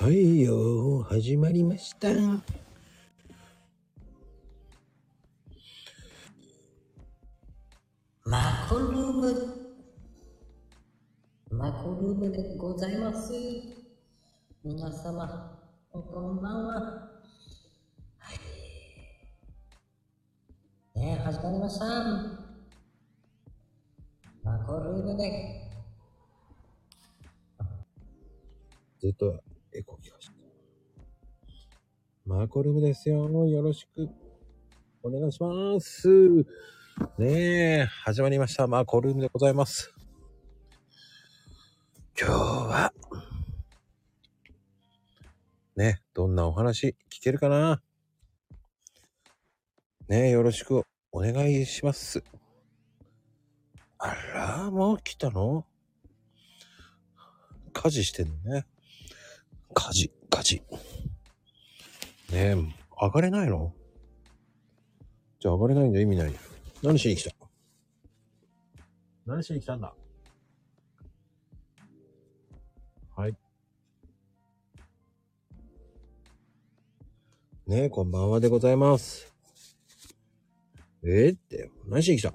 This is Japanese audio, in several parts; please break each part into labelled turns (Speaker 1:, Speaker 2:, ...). Speaker 1: はいよ、始まりました。
Speaker 2: マコルーム。マコルームでございます。皆様、こんばんは。はい。ねえ、始まりました。マコルームで。
Speaker 1: ずっとエコー聞かして。マーコルームですよ。よろしく。お願いします。ねえ、始まりました。マーコルームでございます。今日は、ね、どんなお話聞けるかなねえ、よろしくお願いします。あら、もう来たの家事してんのね。家事、家事。ねえ、上がれないのじゃあ上がれないんじゃ意味ないよ。何しに来た何しに来たんだはい。ねえ、こんばんはでございます。えー、って、何しに来た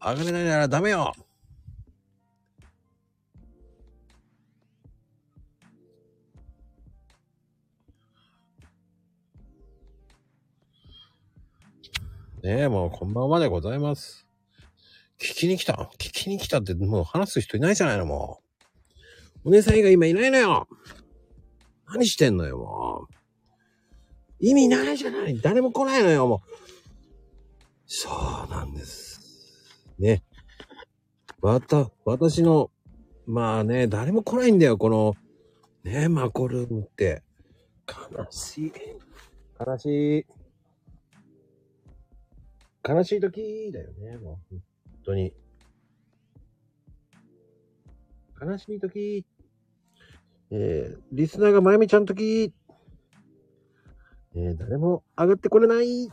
Speaker 1: 上がれないならダメよねえ、もうこんばんはでございます。聞きに来た聞きに来たってもう話す人いないじゃないの、もう。お姉さん以外今いないのよ何してんのよ、もう。意味ないじゃない誰も来ないのよ、もう。そうなんです。ね。わた、私の、まあね、誰も来ないんだよ、この、ね、マコルームって。悲しい。悲しい。悲しい時だよね、もう。本当に。悲しい時。えー、リスナーがまゆみちゃん時。えー、誰も上がってこれない。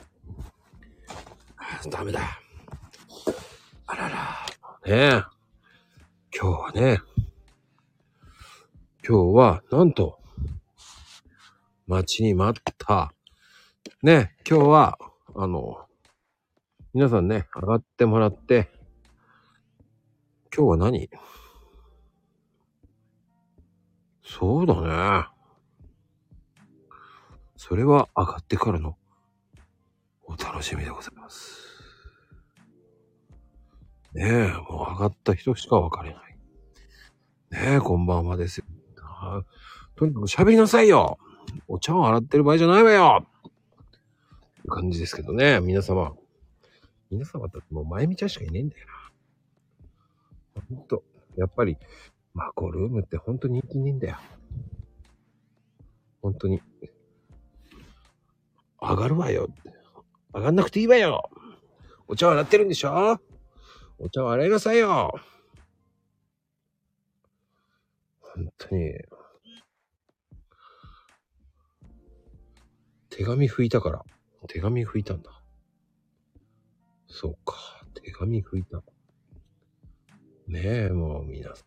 Speaker 1: あーダメだ。あらら。ねえ。今日はね。今日は、なんと、待ちに待った。ねえ、今日は、あの、皆さんね、上がってもらって、今日は何そうだね。それは上がってからのお楽しみでございます。ねえ、もう上がった人しか分かれない。ねえ、こんばんはですよ。あとにかく喋りなさいよお茶を洗ってる場合じゃないわよって感じですけどね、皆様。皆様だってもう前見ちゃんしかいねえんだよな。ほんと、やっぱり、マコルームってほんと人気ねえんだよ。ほんとに。上がるわよって。上がんなくていいわよお茶を洗ってるんでしょお茶を洗いなさいよほんとに。手紙拭いたから。手紙拭いたんだ。そうか、手紙吹いた。ねえ、もう皆様。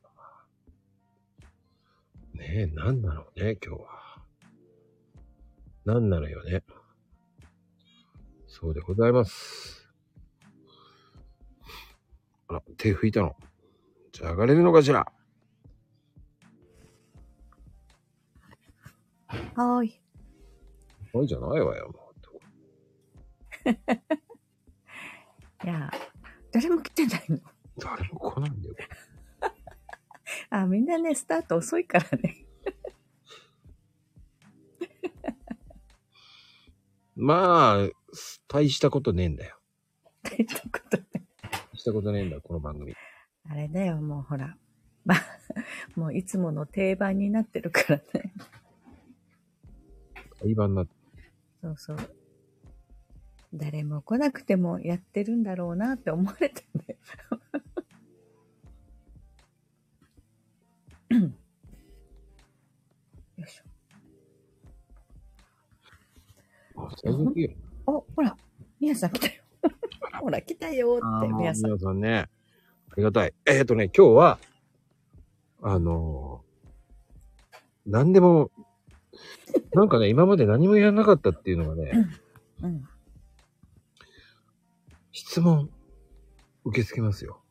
Speaker 1: ねえ、何なのね、今日は。何なのよね。そうでございます。あら、手拭いたの。じゃあ上がれるのかしら
Speaker 3: はーい。
Speaker 1: そうじゃないわよ、もう。
Speaker 3: いやー、誰も来てないの。
Speaker 1: 誰も来ないんだよ。
Speaker 3: あ、みんなね、スタート遅いからね。
Speaker 1: まあ、大したことねえんだよ。
Speaker 3: ということで
Speaker 1: 大したことねえんだよ、この番組。
Speaker 3: あれだよ、もうほら。 まあ、もういつもの定番になってるからね。
Speaker 1: 相場になって。
Speaker 3: そうそう。誰も来なくてもやってるんだろうなって思われたね。よいし
Speaker 1: あ最近来るよ
Speaker 3: ょ。お、ほら、みやさん来たよ。 ほら、来たよー
Speaker 1: あ
Speaker 3: って、
Speaker 1: ーもう
Speaker 3: みやさん。
Speaker 1: 皆さんね、ありがたい。えっ、とね、今日は、あのー何でも、なんかね、今まで何もやらなかったっていうのがね、
Speaker 3: うん。
Speaker 1: 質問、受け付けますよ。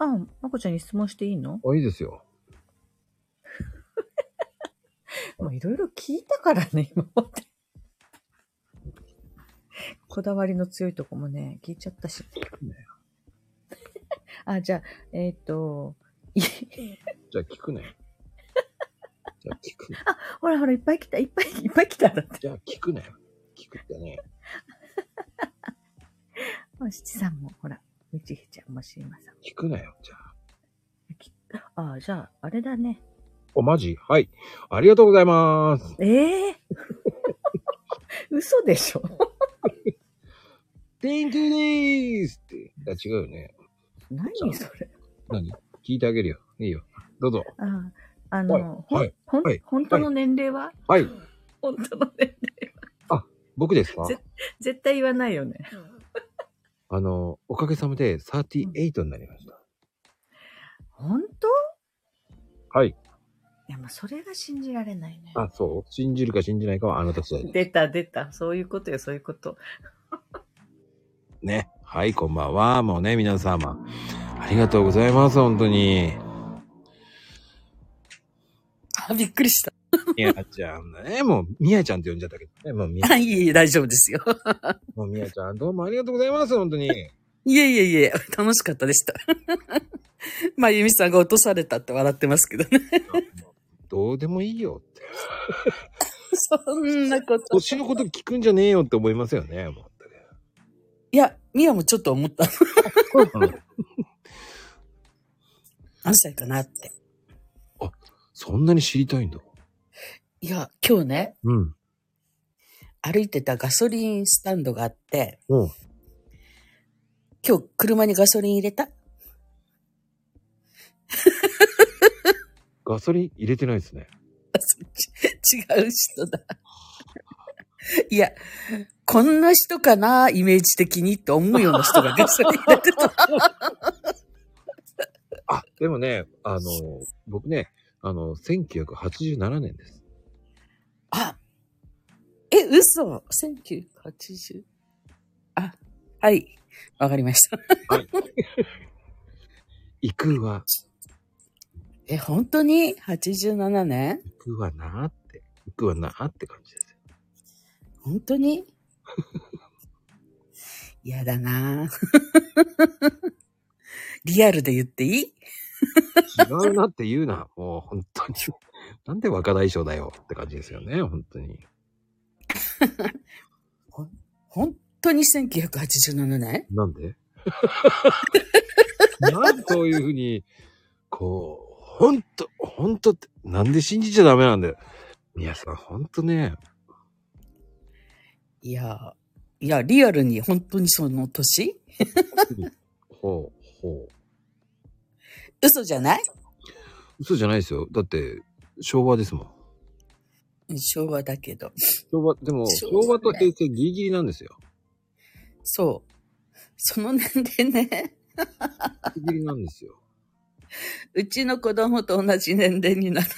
Speaker 3: あ、まこちゃんに質問していいの
Speaker 1: あ、いいですよ。
Speaker 3: もういろいろ聞いたからね、今まで。 こだわりの強いとこもね、聞いちゃったし。 あ、じゃあ、えっ、と、い
Speaker 1: じゃあ聞くね。じゃあ聞く。
Speaker 3: ほらほら、いっぱい来た、いっぱい、いっぱい来ただって。
Speaker 1: じゃあ聞くね。聞くってね。
Speaker 3: あ七さんも、ほら、みちひちゃんもしまさんも。
Speaker 1: 聞くなよ、じゃあ。
Speaker 3: あ、じゃあ、あれだね。
Speaker 1: お、マジはい。ありがとうございます。
Speaker 3: ええ嘘でしょ
Speaker 1: テイントゥーでーすって。いや、違うよね。
Speaker 3: 何それ。
Speaker 1: 何聞いてあげるよ。いいよ。どうぞ。
Speaker 3: あ、あの、ほん
Speaker 1: はい
Speaker 3: ほん
Speaker 1: はい
Speaker 3: 本当の年齢は、
Speaker 1: はい。
Speaker 3: 本当の年齢。
Speaker 1: 僕ですか
Speaker 3: ぜ絶対言わないよね。
Speaker 1: あの、おかげさまで38になりました。
Speaker 3: 本当
Speaker 1: はい。
Speaker 3: いや、もうそれが信じられないね。
Speaker 1: あ、そう。信じるか信じないかはあなた次第で
Speaker 3: 出た出た。そういうことよ、そういうこと。
Speaker 1: ね。はい、こんばんは。もうね、皆様。ありがとうございます、本当に。
Speaker 4: あ、びっくりした。
Speaker 1: みやちゃんね。 もう、みやちゃんって呼んじゃったけどね。もうみや
Speaker 4: あ、 いえいえ、大丈夫ですよ。
Speaker 1: もうみやちゃん、どうもありがとうございます、本当に。
Speaker 4: いえいえいえ、楽しかったでした。 まあ、ゆみさんが落とされたって笑ってますけどね。
Speaker 1: どうでもいいよって。
Speaker 4: そんなこと。
Speaker 1: 年のこと聞くんじゃねえよって思いますよね、もう。
Speaker 4: いや、ミアもちょっと 思った。何歳かなって。
Speaker 1: そんなに知りたいんだ。
Speaker 4: いや、今日ね、
Speaker 1: うん。
Speaker 4: 歩いてたガソリンスタンドがあって、
Speaker 1: うん。
Speaker 4: 今日車にガソリン入れた
Speaker 1: ガソリン入れてないです ね。
Speaker 4: あそっち違う人だ。いや、こんな人かな、イメージ的にと思うような人が ガソリン入れてた。
Speaker 1: あ、でもね、あの、僕ね、あの、1987年です。
Speaker 4: あ、 え、嘘 ?1980? あ、はい。わかりました。
Speaker 1: 行くわ、
Speaker 4: え、本当に ?87 年
Speaker 1: 行くわなーって、行くわなーって感じですよ。
Speaker 4: 本当に 嫌だな ぁリアルで言っていい
Speaker 1: 違うなって言うな、もう本 当に。なんで若大将だよって感じですよね、本当に。
Speaker 4: 本当に1987年
Speaker 1: なんで なんでそういうふうに、こう、ほんと、ほんとって、なんで信じちゃダメなんだよ。皆さん、ほんとね、
Speaker 4: いや、いや、リアルに本当にその年
Speaker 1: ほう、ほう。
Speaker 4: 嘘じゃない
Speaker 1: 嘘じゃないですよ。だって、昭和ですもん。
Speaker 4: うん昭和だけど。
Speaker 1: 昭和、でも、
Speaker 4: そう
Speaker 1: 昭和と平成ギリギリなんですよ。
Speaker 4: そう。その年でね、
Speaker 1: ギリギリなんですよ。
Speaker 4: うちの子供と同じ年齢になる。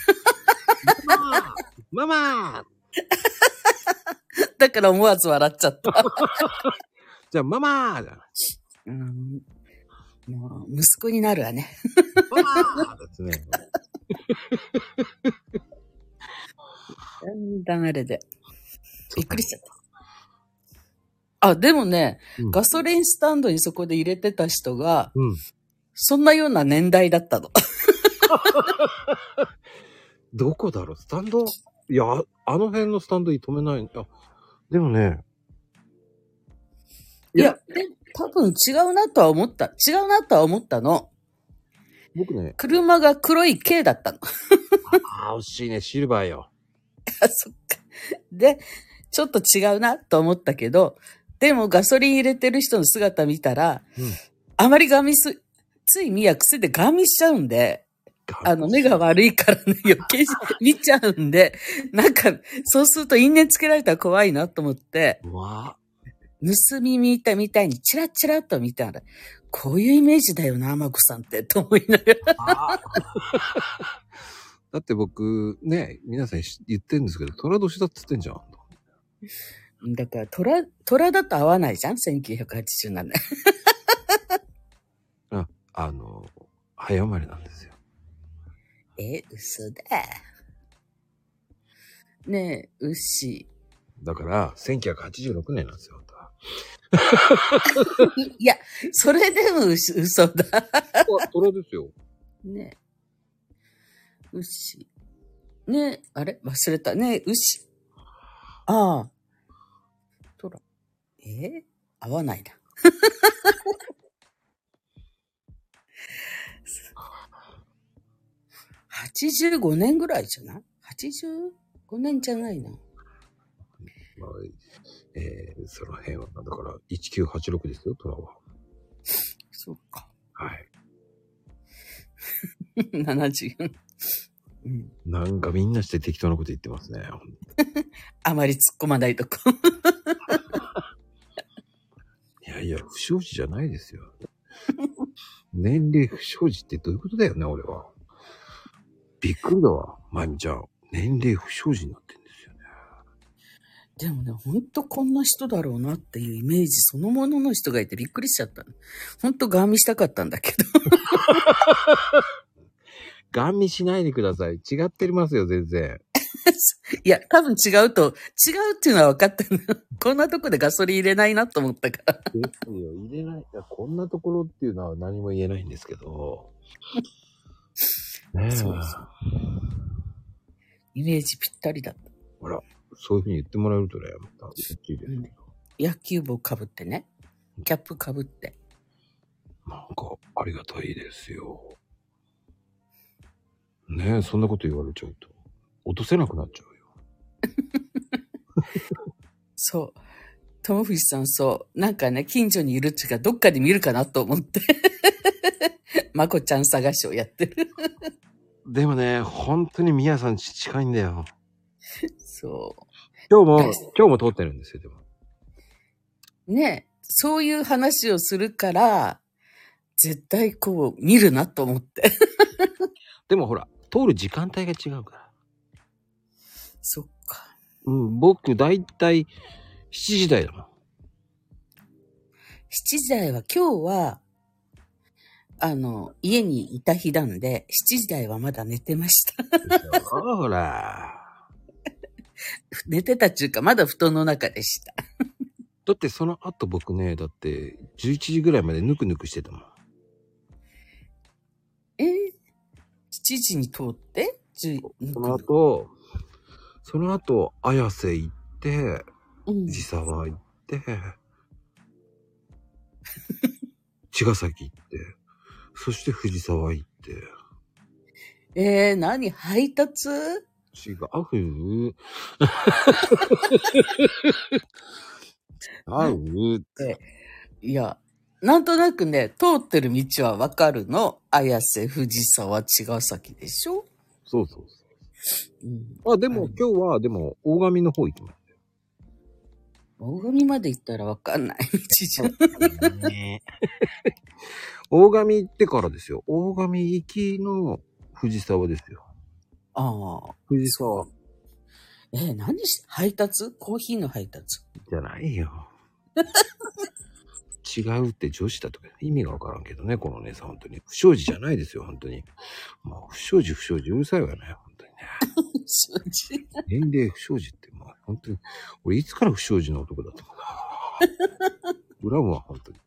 Speaker 1: ママ
Speaker 4: だから思わず笑っちゃった。
Speaker 1: じゃあ、ママじゃない
Speaker 4: うん、もう息子になるわね。
Speaker 1: ママですね。
Speaker 4: だんだんあれで。びっくりしちゃった。あ、でもね、
Speaker 1: うん
Speaker 4: ガソリンスタンドにそこで入れてた人が、
Speaker 1: うん。
Speaker 4: そんなような年代だったの。
Speaker 1: どこだろうスタンドいや、あの辺のスタンドに止めない。あ、でもね、い
Speaker 4: い
Speaker 1: や
Speaker 4: や、で多分違うなとは思った。違うなとは思ったの。
Speaker 1: 僕ね、
Speaker 4: 車が黒い K だったの。
Speaker 1: ああ、惜しいね、シルバーよ。
Speaker 4: あ、そっか。で、ちょっと違うなと思ったけど、でもガソリン入れてる人の姿見たら、
Speaker 1: うん
Speaker 4: あまりガミす、つい見や癖でガミしちゃうんで、あの、目が悪いからね、余 計に見ちゃうんで、なんか、そうすると因縁つけられたら怖いなと思って、
Speaker 1: うわ
Speaker 4: 盗み見たみたいにチラッチラッと見たら、こういうイメージだよな、マコさんって、と思いながら。
Speaker 1: あ。だって僕、ね、皆さんし言ってるんですけど、虎年だっつってんじゃん。
Speaker 4: だから、虎、虎だと合わないじゃん ?1987 年。
Speaker 1: あの、早生まれなんですよ。
Speaker 4: え、嘘だ。ねえ、牛。
Speaker 1: だから、1986年なんですよ。本当は
Speaker 4: いや、それでも牛嘘だ。
Speaker 1: 虎虎ですよ。
Speaker 4: ねえ。牛。ねえ、あれ忘れた。ねえ、牛。ああ。トラ。えー合わないな。85年ぐらいじゃない ?85 年じゃない な。
Speaker 1: まあ、えー、その辺は、だから、1986ですよ、虎は。
Speaker 4: そうか。
Speaker 1: はい。
Speaker 4: 74。うん。
Speaker 1: なんかみんなして適当なこと言ってますね。ほんと
Speaker 4: あまり突っ込まないとこ。
Speaker 1: いやいや、不祥事じゃないですよ。年齢不祥事ってどういうことだよね、俺は。びっくりだわ、まゆみちゃん。年齢不祥事になってんですよね。
Speaker 4: でもね、ほんとこんな人だろうなっていうイメージそのものの人がいてびっくりしちゃった。ほんとガーミしたかったんだけど。
Speaker 1: ガン見しないでください。違ってますよ、全然。
Speaker 4: いや、多分違うと、違うっていうのは分かったの。 こんなとこでガソリン入れないなと思ったから。
Speaker 1: ですよ、入れない。いや、こんなところっていうのは何も言えないんですけど。ねえ、
Speaker 4: そ
Speaker 1: そうう
Speaker 4: そイメージぴったりだった。
Speaker 1: いうふうに言ってもらえるとね、また嬉しいですけど。
Speaker 4: うん野球帽かぶってね。キャップかぶって。
Speaker 1: なんか、ありがたいですよ。ねえ、そんなこと言われちゃうと、落とせなくなっちゃうよ。
Speaker 4: そう。友藤さんそう。なんかね、近所にいるっちゅうか、どっかで見るかなと思って。 まこちゃん探しをやってる。
Speaker 1: でもね、本当に宮さんち近いんだよ。
Speaker 4: そ
Speaker 1: 今日も
Speaker 4: はい、
Speaker 1: 今日も通ってるんですよ、でも。
Speaker 4: う。ねえそういう話をするから、絶対こう、見るなと思って。
Speaker 1: でもほら、通る時間帯が違うから。
Speaker 4: そっか。
Speaker 1: うん、僕、だいたい7時台だ もん。
Speaker 4: 7時台は今日は、あの、家にいた日なんで、7時台はまだ寝てました。
Speaker 1: そうほら。
Speaker 4: 寝てたっていうか、まだ布団の中でした。
Speaker 1: だってその後僕ね、だって11時ぐらいまでぬくぬくしてたもん。
Speaker 4: えー、7時に通って10
Speaker 1: その後、その後、綾瀬行って、
Speaker 4: うん、
Speaker 1: 藤沢行って、 茅ヶ崎行って、そして藤沢行って、
Speaker 4: えー、何配達
Speaker 1: 違う。違う。
Speaker 4: いや、なんとなくね、通ってる道はわかるの。綾瀬、藤沢、茅ヶ崎でしょ、
Speaker 1: そうそう
Speaker 4: うん、
Speaker 1: そう。あ、でも、
Speaker 4: うん
Speaker 1: 今日は、でも、大神の方行きま
Speaker 4: 大神まで行ったらわかんない 道じゃん。
Speaker 1: す。ね、大神行ってからですよ。大神行きの藤沢ですよ。
Speaker 4: ああ。
Speaker 1: 藤沢
Speaker 4: えー、何し、配達コーヒーの配達。
Speaker 1: じゃないよ。違うって女子だとか意味がわからんけどね、この姉さん、本当に。不祥事じゃないですよ、本当に。もう不祥事、不祥事、うるさいわね、本当にね。
Speaker 4: そうじ
Speaker 1: 年齢不祥事って、もう本当に、俺いつから不祥事の男だったのかな。恨むわ、本当に。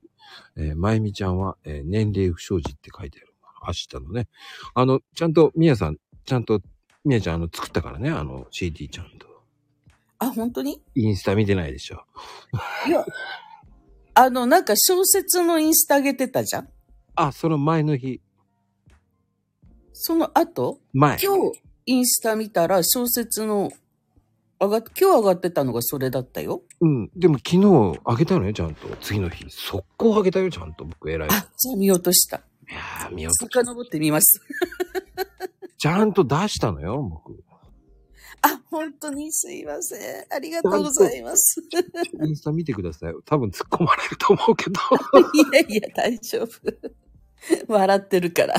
Speaker 1: えー、まゆみちゃんは、えー年齢不祥事って書いてある。明日のね。あの、ちゃんと、みやさん、ちゃんと、みやちゃん、あの、作ったからね、あの、CD ちゃんと。
Speaker 4: あ、本当に
Speaker 1: インスタ見てないでしょ。
Speaker 4: あの、なんか小説のインスタ上げてたじゃん
Speaker 1: あ、その前の日、
Speaker 4: その後
Speaker 1: 前。
Speaker 4: 今日、インスタ見たら小説の、上がっ、今日上がってたのがそれだったよ。
Speaker 1: うん。でも昨日あげたのよ、ちゃんと。次の日。速攻あげたよ、ちゃんと。僕偉い。い
Speaker 4: あ、じゃあ見落とした。
Speaker 1: やー、見よう。
Speaker 4: 遡ってみます。
Speaker 1: ちゃんと出したのよ、僕。
Speaker 4: あ、本当にすいません。ありがとうございます。
Speaker 1: インスタ見てください。多分突っ込まれると思うけど。
Speaker 4: い やいや、大丈夫。笑ってるから。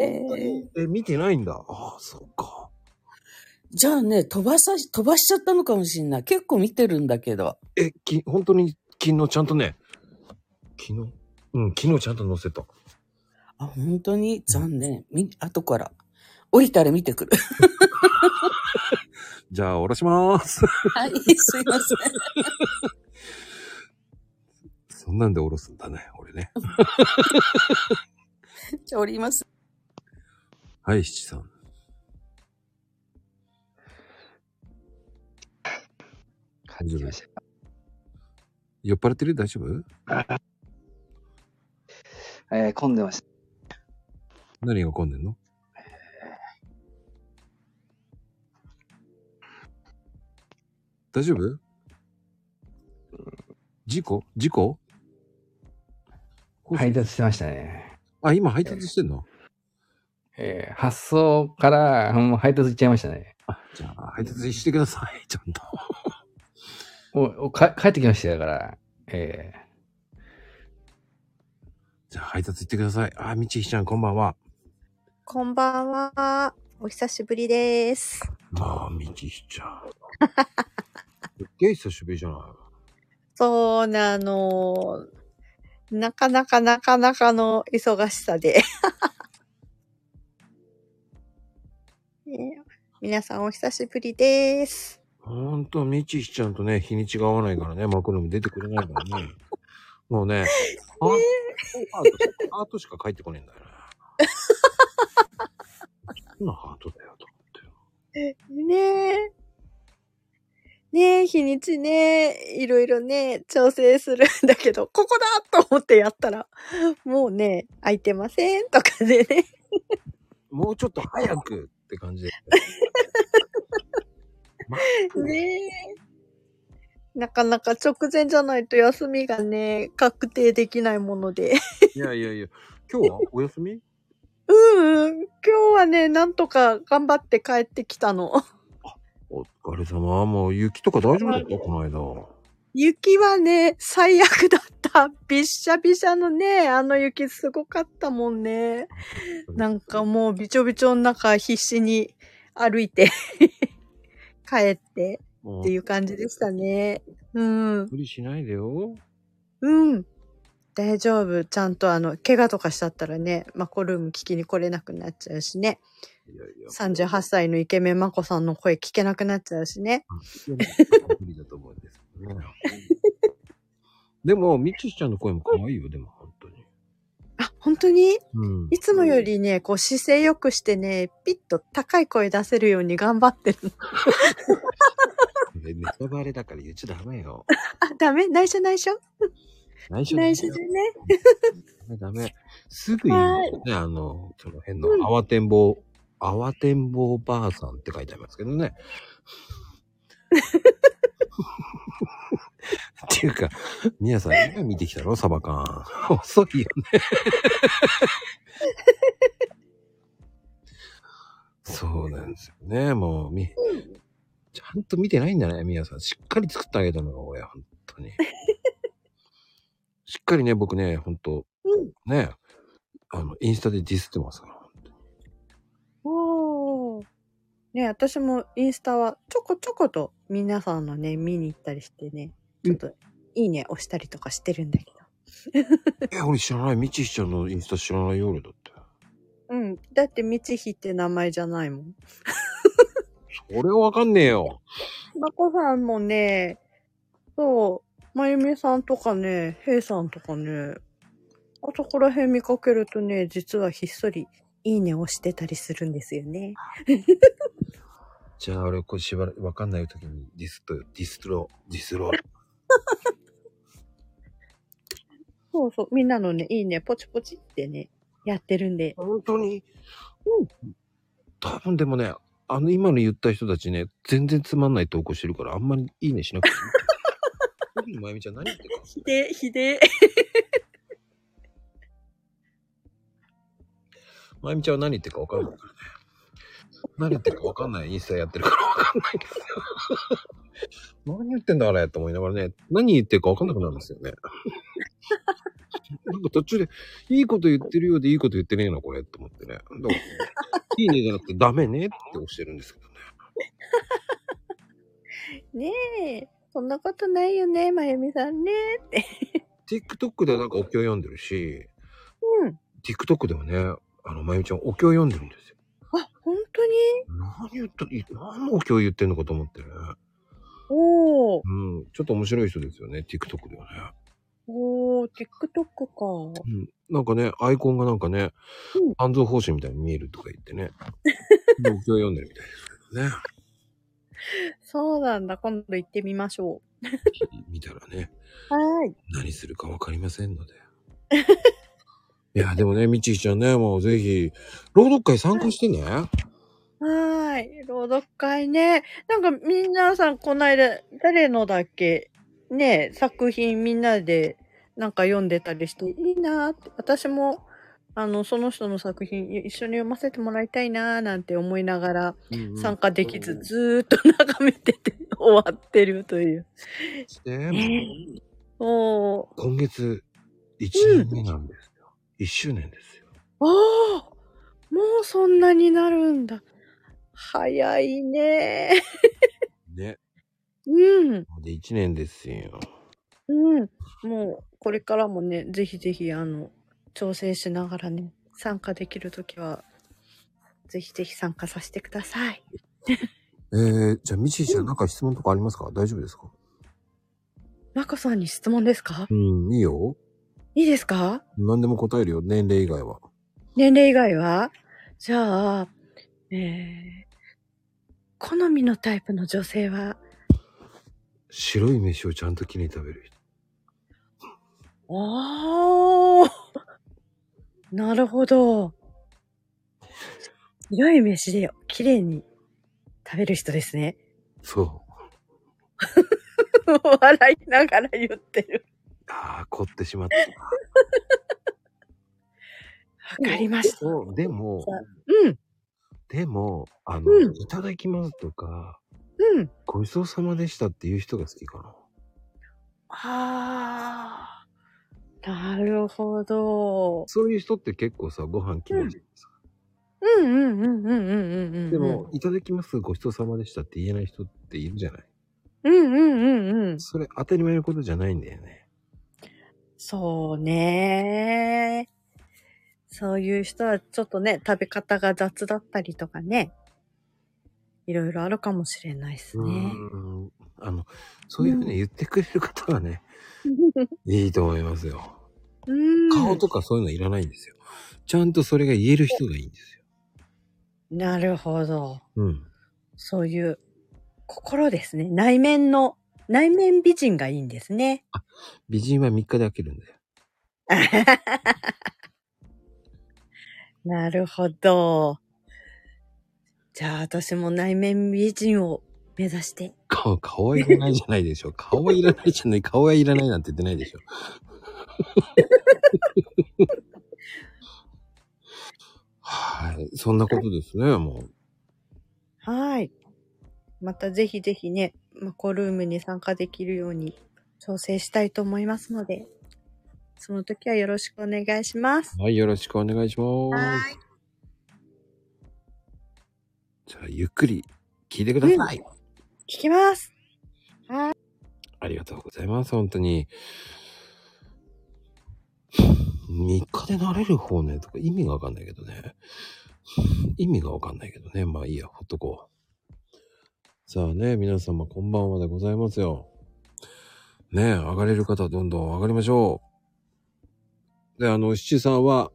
Speaker 1: 本当に。え、見てないんだ。ああ、そっか。
Speaker 4: じゃあね、飛ばさ、飛ばしちゃったのかもしんない。結構見てるんだけど。
Speaker 1: え、き、本当に昨日ちゃんとね、昨日、うん、昨日ちゃんと載せた。
Speaker 4: あ、本当に残念。み、後から。降りたら見てくる。
Speaker 1: じゃあ、おろしまーす。
Speaker 4: はい、すい ません。
Speaker 1: そんなんでおろすんだね、俺ね。
Speaker 4: じゃあ降ります。
Speaker 1: はい、七さん。大丈夫です。酔っ払ってる大丈夫
Speaker 5: えー混んでました。
Speaker 1: 何が混んでんの大丈夫事故事故
Speaker 5: 配達してましたね。
Speaker 1: あ、今配達してんの
Speaker 5: えー発送から、もう配達行っちゃいましたね。
Speaker 1: じゃあ、配達してください、ちゃんと。
Speaker 5: おおか帰ってきましたよだから。え
Speaker 1: じゃあ、配達行ってください。あ、みちひちゃん、こんばんは。
Speaker 6: こんばんは。お久しぶりです。
Speaker 1: まあ、みちひちゃん。すっげえ久しぶりじゃない。
Speaker 6: そうなの。なかなかなかなかの忙しさで。 ね皆さんお久しぶりです。
Speaker 1: ほんと、みちひちゃんとね、日にちが合わないからね、マクロム出てくれないからね。もうね、アーハートしか、ハー トしか返ってこねえんだよね。どんなハートだよ、と思って。
Speaker 6: ねえ。ねえ、日にちね、いろいろね、調整するんだけど、ここだと思ってやったら、もうね、空いてませんとかでね。
Speaker 1: もうちょっと早くって感じで。
Speaker 6: ねえ。なかなか直前じゃないと休みがね、確定できないもので。
Speaker 1: いやいやいや、今日はお休み
Speaker 6: うんうん。今日はね、なんとか頑張って帰ってきたの。
Speaker 1: お疲れ様。もう雪とか大丈夫だったこの間。
Speaker 6: 雪はね、最悪だった。びっしゃびしゃのね、あの雪すごかったもんね。なんかもうびちょびちょの中必死に歩いて 帰って
Speaker 1: もう
Speaker 6: っていう感じでしたね。うん。
Speaker 1: 無理しないでよ。
Speaker 6: うん。大丈夫。ちゃんとあの、怪我とかしちゃったらね、マコルーム聞きに来れなくなっちゃうしね。
Speaker 1: いやいや。
Speaker 6: 38歳のイケメンマコさんの声聞けなくなっちゃうしね。
Speaker 1: でも無理だと思うんですけどね。でも、みちひちゃんの声も可愛いよ、でも、本当に。
Speaker 6: あ、本当に
Speaker 1: うん。
Speaker 6: いつもよりね、こう姿勢良くしてね、ピッと高い声出せるように頑張ってるの。
Speaker 1: えネタバレだから言っちゃダメよ。
Speaker 6: あ、ダメ内緒内緒
Speaker 1: 内緒だよ
Speaker 6: 内緒でね。
Speaker 1: ダメ。すぐ言うんだよね、あの、その辺の、慌てんぼう、慌てんぼうばあさんって書いてありますけどね。っていうか、みやさん、今見てきたろ、サバ缶。遅いよね。そうなんですよね、もう、み、ちゃんと見てないんだね、みやさん。しっかり作ってあげたのが親、本当に。しっかりね、僕ね、本当、ね、あの、インスタでディスってますから。
Speaker 6: おー。ね、私もインスタはちょこちょこと皆さんのね、見に行ったりしてね、ちょっといいね押したりとかしてるんだけ ど。
Speaker 1: え、俺知らない。みちひちゃんのインスタ知らないよ、俺だって。
Speaker 6: うん。だって、みちひって名前じゃないもん。
Speaker 1: それはわかんねえよ。
Speaker 6: まこさんもね、そう、まゆみさんとかね、へいさんとかね、あそこら辺見かけるとね、実はひっそり、いいねをしてたりするんですよね。
Speaker 1: じゃあ、俺、これしばらくわかんない時にディスっと、ディスロー、ディスロー。
Speaker 6: そうそう、みんなのね、いいね、ポチポチってね、やってるんで。
Speaker 1: 本当に、多分でもね、あの、今の言った人たちね、全然つまんない投稿してるから、あんまりいいねしなくていい。特にまゆみちゃん 何言ってるか。
Speaker 6: ひで、ひで。
Speaker 1: まゆみちゃんは何言ってるかわかんないからね。何言ってるかわかんないインスタやってるからわかんないんですよ。 何言ってんだあれと思いながらね、何言ってるかわかんなくなるんですよね。なんか途中で、いいこと言ってるようでいいこと言ってねえな、これ、と思ってね。だから、いいねじゃなくてダメねって押してるんですけどね。
Speaker 6: ねえ、そんなことないよね、まゆみさんね。
Speaker 1: TikTok ではなんかお経読んでるし、
Speaker 6: うん。
Speaker 1: TikTok ではね、あの、まゆみちゃんお経読んでるんですよ。
Speaker 6: あ、本当に
Speaker 1: 何言った、い何のお経言ってんのかと思ってね。
Speaker 6: おー。
Speaker 1: うん、ちょっと面白い人ですよね、TikTok ではね。
Speaker 6: おー、TikTok か。
Speaker 1: うん、なんかね、アイコンがなんかね
Speaker 6: うん、
Speaker 1: 半蔵法師みたいに見えるとか言って ね、お経読んでるみたいですけどね。
Speaker 6: そうなんだ。今度行ってみましょ
Speaker 1: 見たらね、
Speaker 6: う。はーい。
Speaker 1: 何するかわかりませんので。 いや、でもね、みちひちゃんね、もうぜひ、朗読会参加してね。
Speaker 6: はーい。朗読会ね。なんかみんなさん、こないだ、誰のだっけねえ、作品みんなでなんか読んでたりして、いいなーって。私も、あの、その人の作品一緒に読ませてもらいたいなーなんて思いながら参加できず、ずーっと眺めてて終わってるという。
Speaker 1: ね
Speaker 6: おー。
Speaker 1: 今月、1年目なんですよ。1周年ですよ。
Speaker 6: ああもうそんなになるんだ。早いね。
Speaker 1: ね。
Speaker 6: うん。
Speaker 1: で、1年ですよ。
Speaker 6: うん。もう、これからもね、ぜひぜひ、あの、調整しながらね、参加できるときは、ぜひぜひ参加させてください。
Speaker 1: えー、じゃあ、みちひちゃん、なんか質問とかありますか大丈夫ですか
Speaker 6: まこさんに質問ですか
Speaker 1: うん、いいよ。
Speaker 6: いいですか
Speaker 1: 何でも答えるよ、年齢以外は。
Speaker 6: 年齢以外はじゃあ、えー、好みのタイプの女性は、
Speaker 1: 白い飯をちゃんときれいに食べる人。
Speaker 6: おーなるほど。白い飯で綺麗に食べる人ですね。
Speaker 1: そう。
Speaker 6: 笑いながら言ってる。
Speaker 1: ああ、凝ってしまった。
Speaker 6: わかりました。
Speaker 1: そうでも、
Speaker 6: うん、
Speaker 1: でも、あの、
Speaker 6: うん
Speaker 1: いただきますとか、
Speaker 6: うん。
Speaker 1: ごちそうさまでしたっていう人が好きかな。
Speaker 6: あー。なるほど。
Speaker 1: そういう人って結構さ、ご飯気持ちいいです、
Speaker 6: うんうんうんうんうんうんうん。
Speaker 1: でも、、いただきます、ごちそうさまでしたって言えない人っているじゃない。
Speaker 6: うんうんうんうん。
Speaker 1: それ当たり前のことじゃないんだよね。
Speaker 6: そうねそういう人はちょっとね、食べ方が雑だったりとかね。いろいろあるかもしれないですね。
Speaker 1: うん。あの、そういうふうに言ってくれる方はね、いいと思いますよ。
Speaker 6: うん。
Speaker 1: 顔とかそういうのいらないんですよ。ちゃんとそれが言える人がいいんですよ。
Speaker 6: なるほど。
Speaker 1: うん。
Speaker 6: そういう心ですね。内面の、内面美人がいいんで すね。
Speaker 1: 美人は3日で飽きるんだよ。
Speaker 6: なるほど。じゃあ私も内面美人を目指して。
Speaker 1: 顔、顔はいらないじゃないでしょ。顔はいらないじゃない、顔はいらないなんて言ってないでしょ。はい。そんなことですね、もう。
Speaker 6: はい。またぜひぜひね、マコルームに参加できるように調整したいと思いますので、その時はよろしくお願いします。
Speaker 1: はい、よろしくお願いしま
Speaker 6: は
Speaker 1: す。じゃあ、ゆっくり聞いてください。
Speaker 6: 聞きます。
Speaker 1: ありがとうございます、本当に。3日で慣れる方ね、とか意味がわかんないけどね。意味がわかんないけどね。まあいいや、ほっとこう。さあね、皆様こんばんはでございますよ。ねえ、上がれる方どんどん上がりましょう。で、あの、七さんは、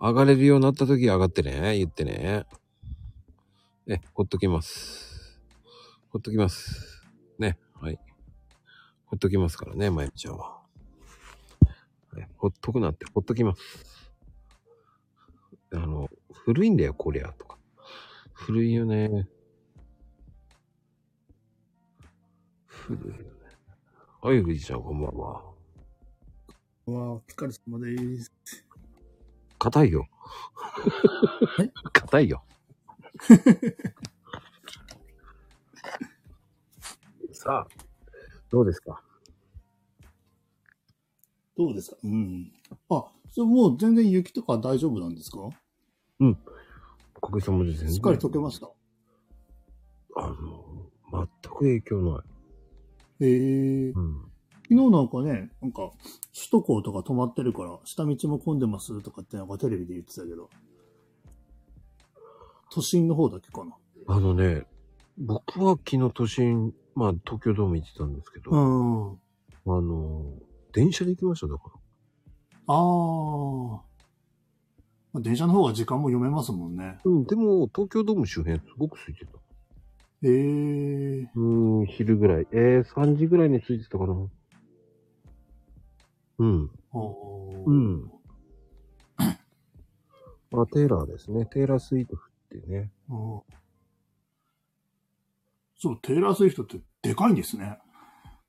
Speaker 1: 上がれるようになった時上がってね、言ってね。ね、ほっときます。ほっときます。ね、はい。ほっときますからね、まゆみちゃんは。ねほっとくなんてほっときます。あの、古いんだよ、こりゃ、とか。古いよね。古いよね。はい、藤井ちゃん、こんばんは。
Speaker 7: わあ、お疲れ様 です。
Speaker 1: 硬いよ。硬いよ。さあ、どうですか
Speaker 7: どうですかうん。あ、それもう全然雪とか大丈夫なんですか
Speaker 1: おかげさまで全然。
Speaker 7: すっかり溶けました。
Speaker 1: あの、全く影響ない。
Speaker 7: へえ。
Speaker 1: うん。
Speaker 7: 昨日なんかね、なんか、首都高とか止まってるから、下道も混んでますとかってなんかテレビで言ってたけど、都心の方だけかな。
Speaker 1: あのね、僕は昨日都心、まあ東京ドーム行ってたんですけど、
Speaker 7: うん。あ
Speaker 1: あの、電車で行きました、だか
Speaker 7: あ。まあ電車の方が時間も読めますもんね。
Speaker 1: ら。うん、でも東京ドーム周辺すごく空いてた。
Speaker 7: へえ。
Speaker 1: うーん、昼ぐらい。えー、3時ぐらいに着いてたかな。うん。
Speaker 7: あ
Speaker 1: う
Speaker 7: ー
Speaker 1: ん。あ、テーラーですね。テーラースイート振ってね。
Speaker 7: あー。そう、テイラー・スウィフトってでかいんですね。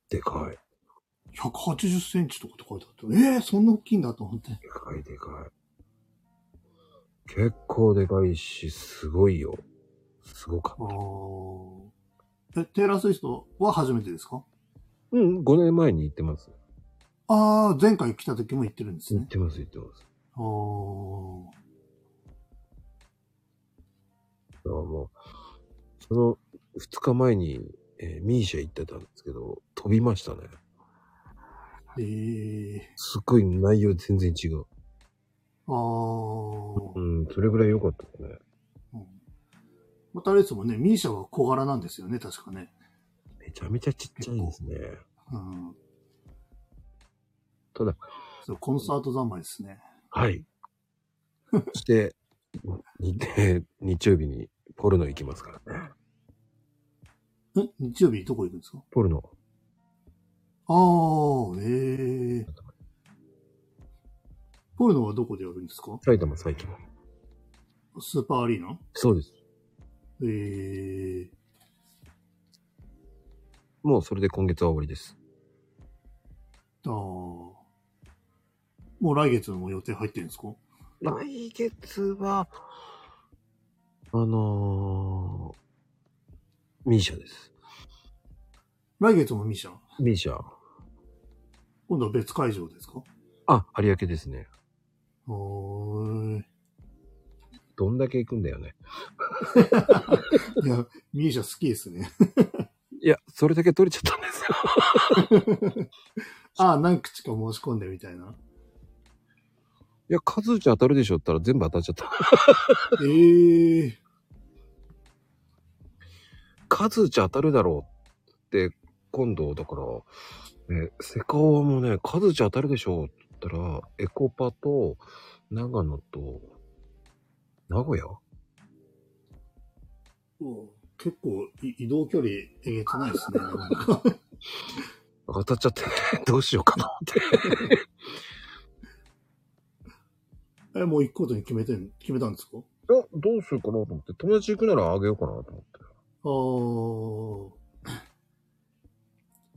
Speaker 1: でかい。
Speaker 7: 180センチとかって書いてあって、ええー、そんな大きいんだと思って。
Speaker 1: でかいでかい。結構でかいし、すごいよ。すごかった。
Speaker 7: ああ。え、テイラー・スウィフトは初めてですか
Speaker 1: うん、5年前に行ってます。
Speaker 7: ああ、前回来た時も行ってるんです
Speaker 1: 行っ
Speaker 7: ね。
Speaker 1: てます、行ってます。
Speaker 7: ああ。
Speaker 1: だからもう、その2日前に、えーミーシャ行ってたんですけど、飛びましたね。
Speaker 7: ええ
Speaker 1: すっごい内容全然違う。
Speaker 7: ー。ああ。
Speaker 1: うん、それぐらい良かったですね。
Speaker 7: うんまたあれですもんね、ミーシャは小柄なんですよね、確かね。
Speaker 1: めちゃめちゃちっちゃいですね。
Speaker 7: うん。
Speaker 1: ただ、
Speaker 7: そうコンサート三昧ですね。
Speaker 1: はい。そ して、に日曜日にポルノ行きますからね。
Speaker 7: え日曜日どこ行くんですか
Speaker 1: ポルノ。
Speaker 7: ああ、ええポルノはどこでやるんですか
Speaker 1: 埼玉、埼玉。
Speaker 7: スーパーアリーナ
Speaker 1: そうです。
Speaker 7: ええ
Speaker 1: もうそれで今月は終わりです。
Speaker 7: ああ。もう来月の予定入ってるんですか
Speaker 1: 来月は、あのー、ミーシャです。
Speaker 7: 来月もミーシャ
Speaker 1: ミーシャ。
Speaker 7: 今度は別会場ですか
Speaker 1: あ、有明ですね。
Speaker 7: は
Speaker 1: どんだけ行くんだよね。
Speaker 7: ーい。いや、ミーシャ好きですね。
Speaker 1: いや、それだけ取れちゃったんですよ。
Speaker 7: ああ、何口か申し込んでみたいな。
Speaker 1: いや、数打ち当たるでしょって言ったら全部当たっちゃった。
Speaker 7: ええ
Speaker 1: 数打ち当たるだろうって、今度、だから、ね、セカオワもね、数打ち当たるでしょうって言ったら、エコパと、長野と、名古屋
Speaker 7: 結構い移動距離えげつないですね。なんか
Speaker 1: 当たっちゃって、 どうしようかなっ て。
Speaker 7: え、もう行くことに決めてん、決めたんですか
Speaker 1: いや、どうするかなと思って、友達行くならあげようかなと思って。
Speaker 7: あー。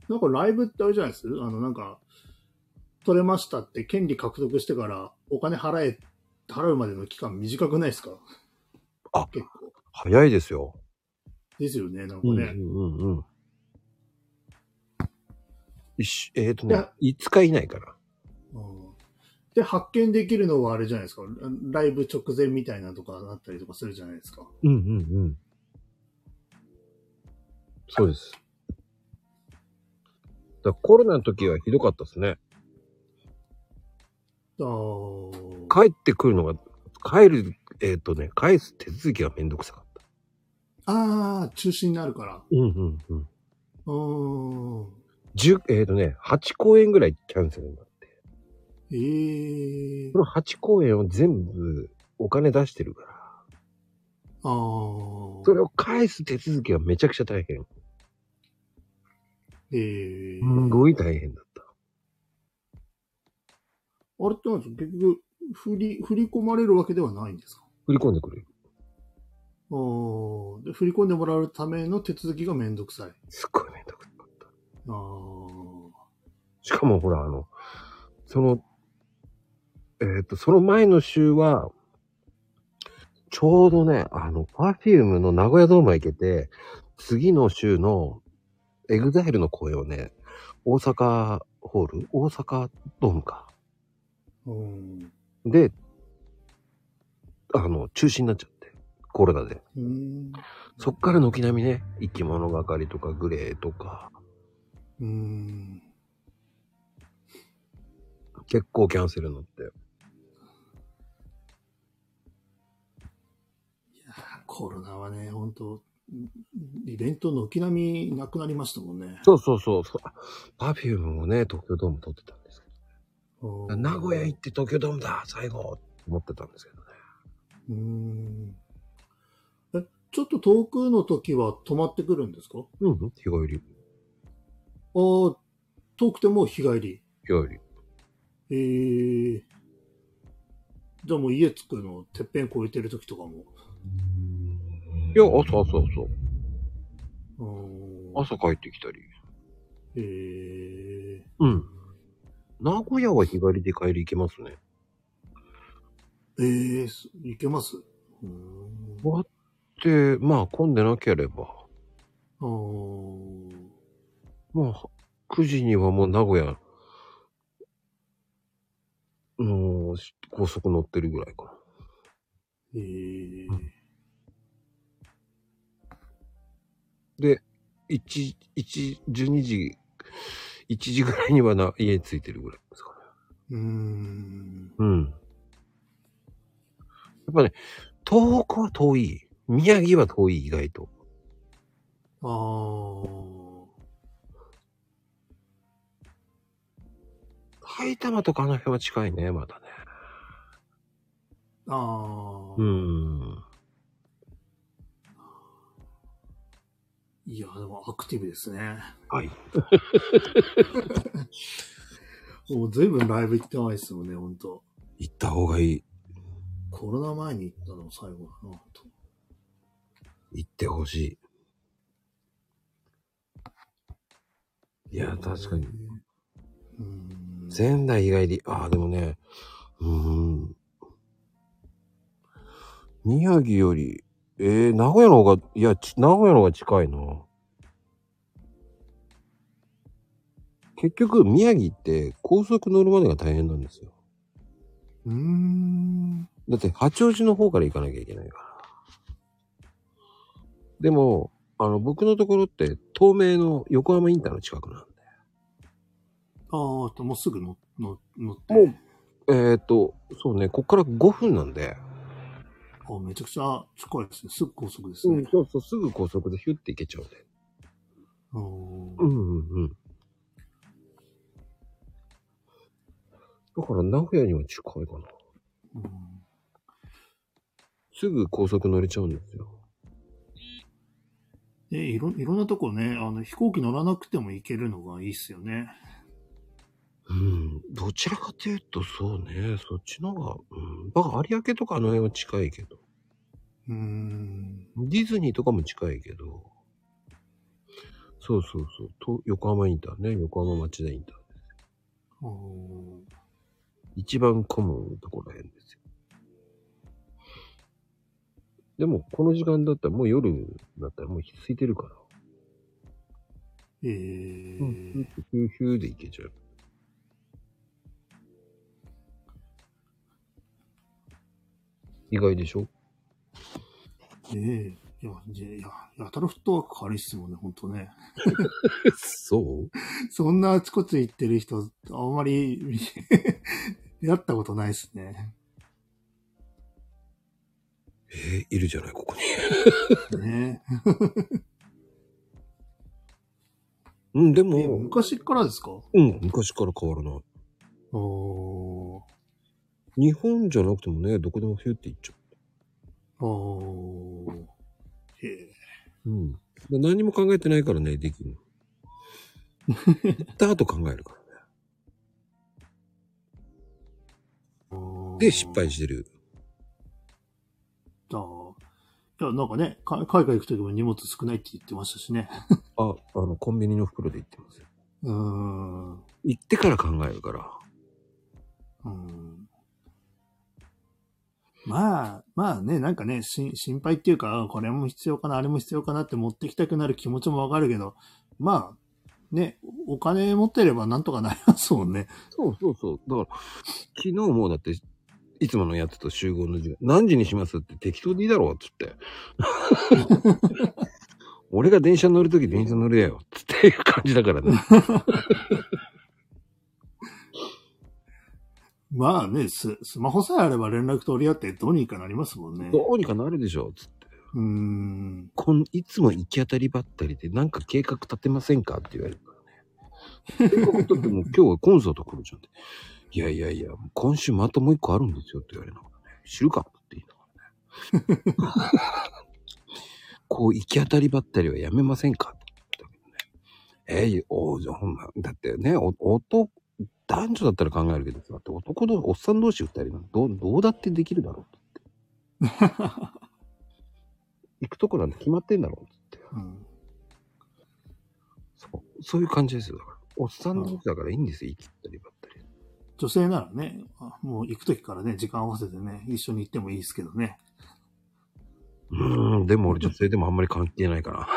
Speaker 7: なんかライブってあれじゃないですあの、なんか、取れましたって権利獲得してからお金払え、払うまでの期間短くないですか
Speaker 1: あ
Speaker 7: 結構。
Speaker 1: 早いですよ。
Speaker 7: ですよね、なんか
Speaker 1: うんう
Speaker 7: ね。
Speaker 1: んうんうん。一週えっ、とね
Speaker 7: いや、
Speaker 1: 5日以内かな。
Speaker 7: うんで、発見できるのはあれじゃないですか。ライブ直前みたいなとかなったりとかするじゃないですか。
Speaker 1: うんうんうん。そうです。だからコロナの時はひどかったですね。
Speaker 7: あー
Speaker 1: 帰ってくるのが、帰る、えっ、とね、返す手続きがめんどくさかった。
Speaker 7: あー、中止になるから。
Speaker 1: うんうんうん。
Speaker 7: うーん。
Speaker 1: 十えっ、とね、8公演ぐらいキャンセルになって。
Speaker 7: ええ
Speaker 1: その8公演を全部お金出してるから、
Speaker 7: あー。
Speaker 1: それを返す手続きがめちゃくちゃ大変。
Speaker 7: ええ
Speaker 1: すんごい大変だった。
Speaker 7: あれってなんですか結局、振り、振り込まれるわけではないんですか
Speaker 1: 振り込んでくる。
Speaker 7: あーで振り込んでもらうための手続きがめんどくさい。
Speaker 1: すっごいめんどくさかった。
Speaker 7: ああ。
Speaker 1: しかもほら、あの、その、えっ、と、その前の週は、ちょうどね、あの、パフュームの名古屋ドームへ行けて、次の週のエグザイルの声をね、大阪ホール大阪ドームか。
Speaker 7: あうん。
Speaker 1: で、あの、中止になっちゃって、コロナで。
Speaker 7: うん。
Speaker 1: そっから軒並みね、生き物がかりとかグレーとか、
Speaker 7: うん。
Speaker 1: 結構キャンセルになって。
Speaker 7: コロナはね、本当イベント軒並みなくなりましたもんね。
Speaker 1: そうそうそうそう。パフュームもね、東京ドーム撮ってたんですけ
Speaker 7: う
Speaker 1: ど。
Speaker 7: ん
Speaker 1: 名古屋行って東京ドームだ最後思ってたんですけどね。
Speaker 7: うーん。え、ちょっと遠くの時は泊まってくるんですかあ
Speaker 1: うんうん。日帰り。
Speaker 7: あー、遠くても日帰り。
Speaker 1: 日帰り。
Speaker 7: ええじゃあもう家着くの、てっぺん越えてる時とかも。
Speaker 1: いや、朝朝朝。
Speaker 7: うーん。
Speaker 1: 朝帰ってきたり。
Speaker 7: ええ
Speaker 1: うん。名古屋は日帰りで帰り行けますね。
Speaker 7: ええす行けますうーん。あ
Speaker 1: わって、まあ混んでなければ、
Speaker 7: あー。
Speaker 1: もう9時にはもう名古屋、うん、高速乗ってるぐらいかな。
Speaker 7: ええ
Speaker 1: で、1、一12時、1時ぐらいにはな家に着いてるぐらいですかね。
Speaker 7: うーん。
Speaker 1: うん。やっぱね、東北は遠い。宮城は遠い、意外と。
Speaker 7: ああ。
Speaker 1: 埼玉とかあの辺は近いね、まだね。
Speaker 7: ああ。
Speaker 1: うん。
Speaker 7: いや、でもアクティブですね。
Speaker 1: はい。
Speaker 7: もう随分ライブ行ってないですよね、ほんと。
Speaker 1: 行った方がいい。
Speaker 7: コロナ前に行ったの最後だな、と。
Speaker 1: 行ってほしい。いや、確かに。
Speaker 7: うーん。
Speaker 1: 仙台以外で、ああ、でもね、うーん。宮城より、えー、名古屋の方が、いや、ち名古屋の方が近いな。結局、宮城って高速乗るまでが大変なんですよ。
Speaker 7: うーん。
Speaker 1: だって、八王子の方から行かなきゃいけないから。でも、あの、僕のところって、東名の横浜インターの近くなん
Speaker 7: ああ、ともうすぐ乗乗乗って。
Speaker 1: もで。えっ、と、そうね、こっから5分なんで、
Speaker 7: あめちゃくちゃ近いですね。すぐ高速です
Speaker 1: うん、
Speaker 7: ね。
Speaker 1: そうそう、すぐ高速でヒュッて行けちゃうんで。
Speaker 7: うー。
Speaker 1: うんんうんうん。だから名古屋には近いかな。
Speaker 7: うん
Speaker 1: すぐ高速乗れちゃうんですよ。
Speaker 7: で、いろ、いろんなとこね、あの、飛行機乗らなくても行けるのがいいっすよね。
Speaker 1: うん、どちらかというとそうね、そっちの方が、うん、だから有明とかあの辺は近いけど、
Speaker 7: うーん。
Speaker 1: ディズニーとかも近いけど、そうそうそう、と横浜インターね、横浜町田インタ
Speaker 7: あ
Speaker 1: ー。
Speaker 7: ー
Speaker 1: 一番混むところらへんですよ。でも、この時間だったらもう夜だったらもう空いてるから。
Speaker 7: ええ
Speaker 1: うん、ヒューヒューでいけちゃう。意外でしょ
Speaker 7: ええいや、じゃいや、やたらフットワーク軽いっすもんね、ほんとね。
Speaker 1: そう
Speaker 7: そんなあちこち行ってる人、あんまり、 やったことないっすね。
Speaker 1: えーいるじゃない、ここに。
Speaker 7: ね
Speaker 1: うん、で
Speaker 7: ええ
Speaker 1: も、
Speaker 7: 昔からですか
Speaker 1: うん、昔から変わらない。
Speaker 7: おー、
Speaker 1: 日本じゃなくてもね、どこでもヒューって行っちゃ
Speaker 7: おー。へえ。
Speaker 1: う。うん。何も考えてないからね、できるの。行った後考えるからね。
Speaker 7: おー
Speaker 1: で、失敗してる。
Speaker 7: だ。いや、なんかね、か海外行くときも荷物少ないって言ってましたしね。
Speaker 1: あ、あの、コンビニの袋で行ってますよ。
Speaker 7: うーん。う
Speaker 1: 行ってから考えるから。
Speaker 7: ーん。まあ、まあね、なんかね、し心配っていうか、あこれも必要かな、あれも必要かなって持ってきたくなる気持ちもわかるけど、まあ、ね、お金持ってればなんとかなりますもんね。
Speaker 1: そうそうそう。だから、昨日もだって、いつものやつと集合の時間、何時にしますって適当でいいだろうっつって。俺が電車乗るとき電車乗れよ。つっていう感じだからね。
Speaker 7: まあね、ススマホさえあれば連絡取り合ってどうにかなりますもんね。
Speaker 1: どうにかなるでしょ。つって。
Speaker 7: うーん。
Speaker 1: こんいつも行き当たりばったりで、なんか計画立てませんかって言われるからね。 計画立っても今日はコンサート来るじゃんって。いやいやいや、今週またもう一個あるんですよって言われながらね。知るかって言いながらね。 こう行き当たりばったりはやめませんかって言ったけどね。えー、おじゃあほんま、だってね、お男、男女だったら考えるけどさ、だって男のおっさん同士二人なんてどう、どうだってできるだろうって。 行くとこなんて決まってんだろうって。
Speaker 7: うん
Speaker 1: そうそういう感じですよ。だから、おっさん同士だからいいんですよ。行きったりばったり。
Speaker 7: 女性ならね、あもう行くときからね、時間合わせてね、一緒に行ってもいいですけどね。
Speaker 1: うーん、でも俺女性でもあんまり関係ないから。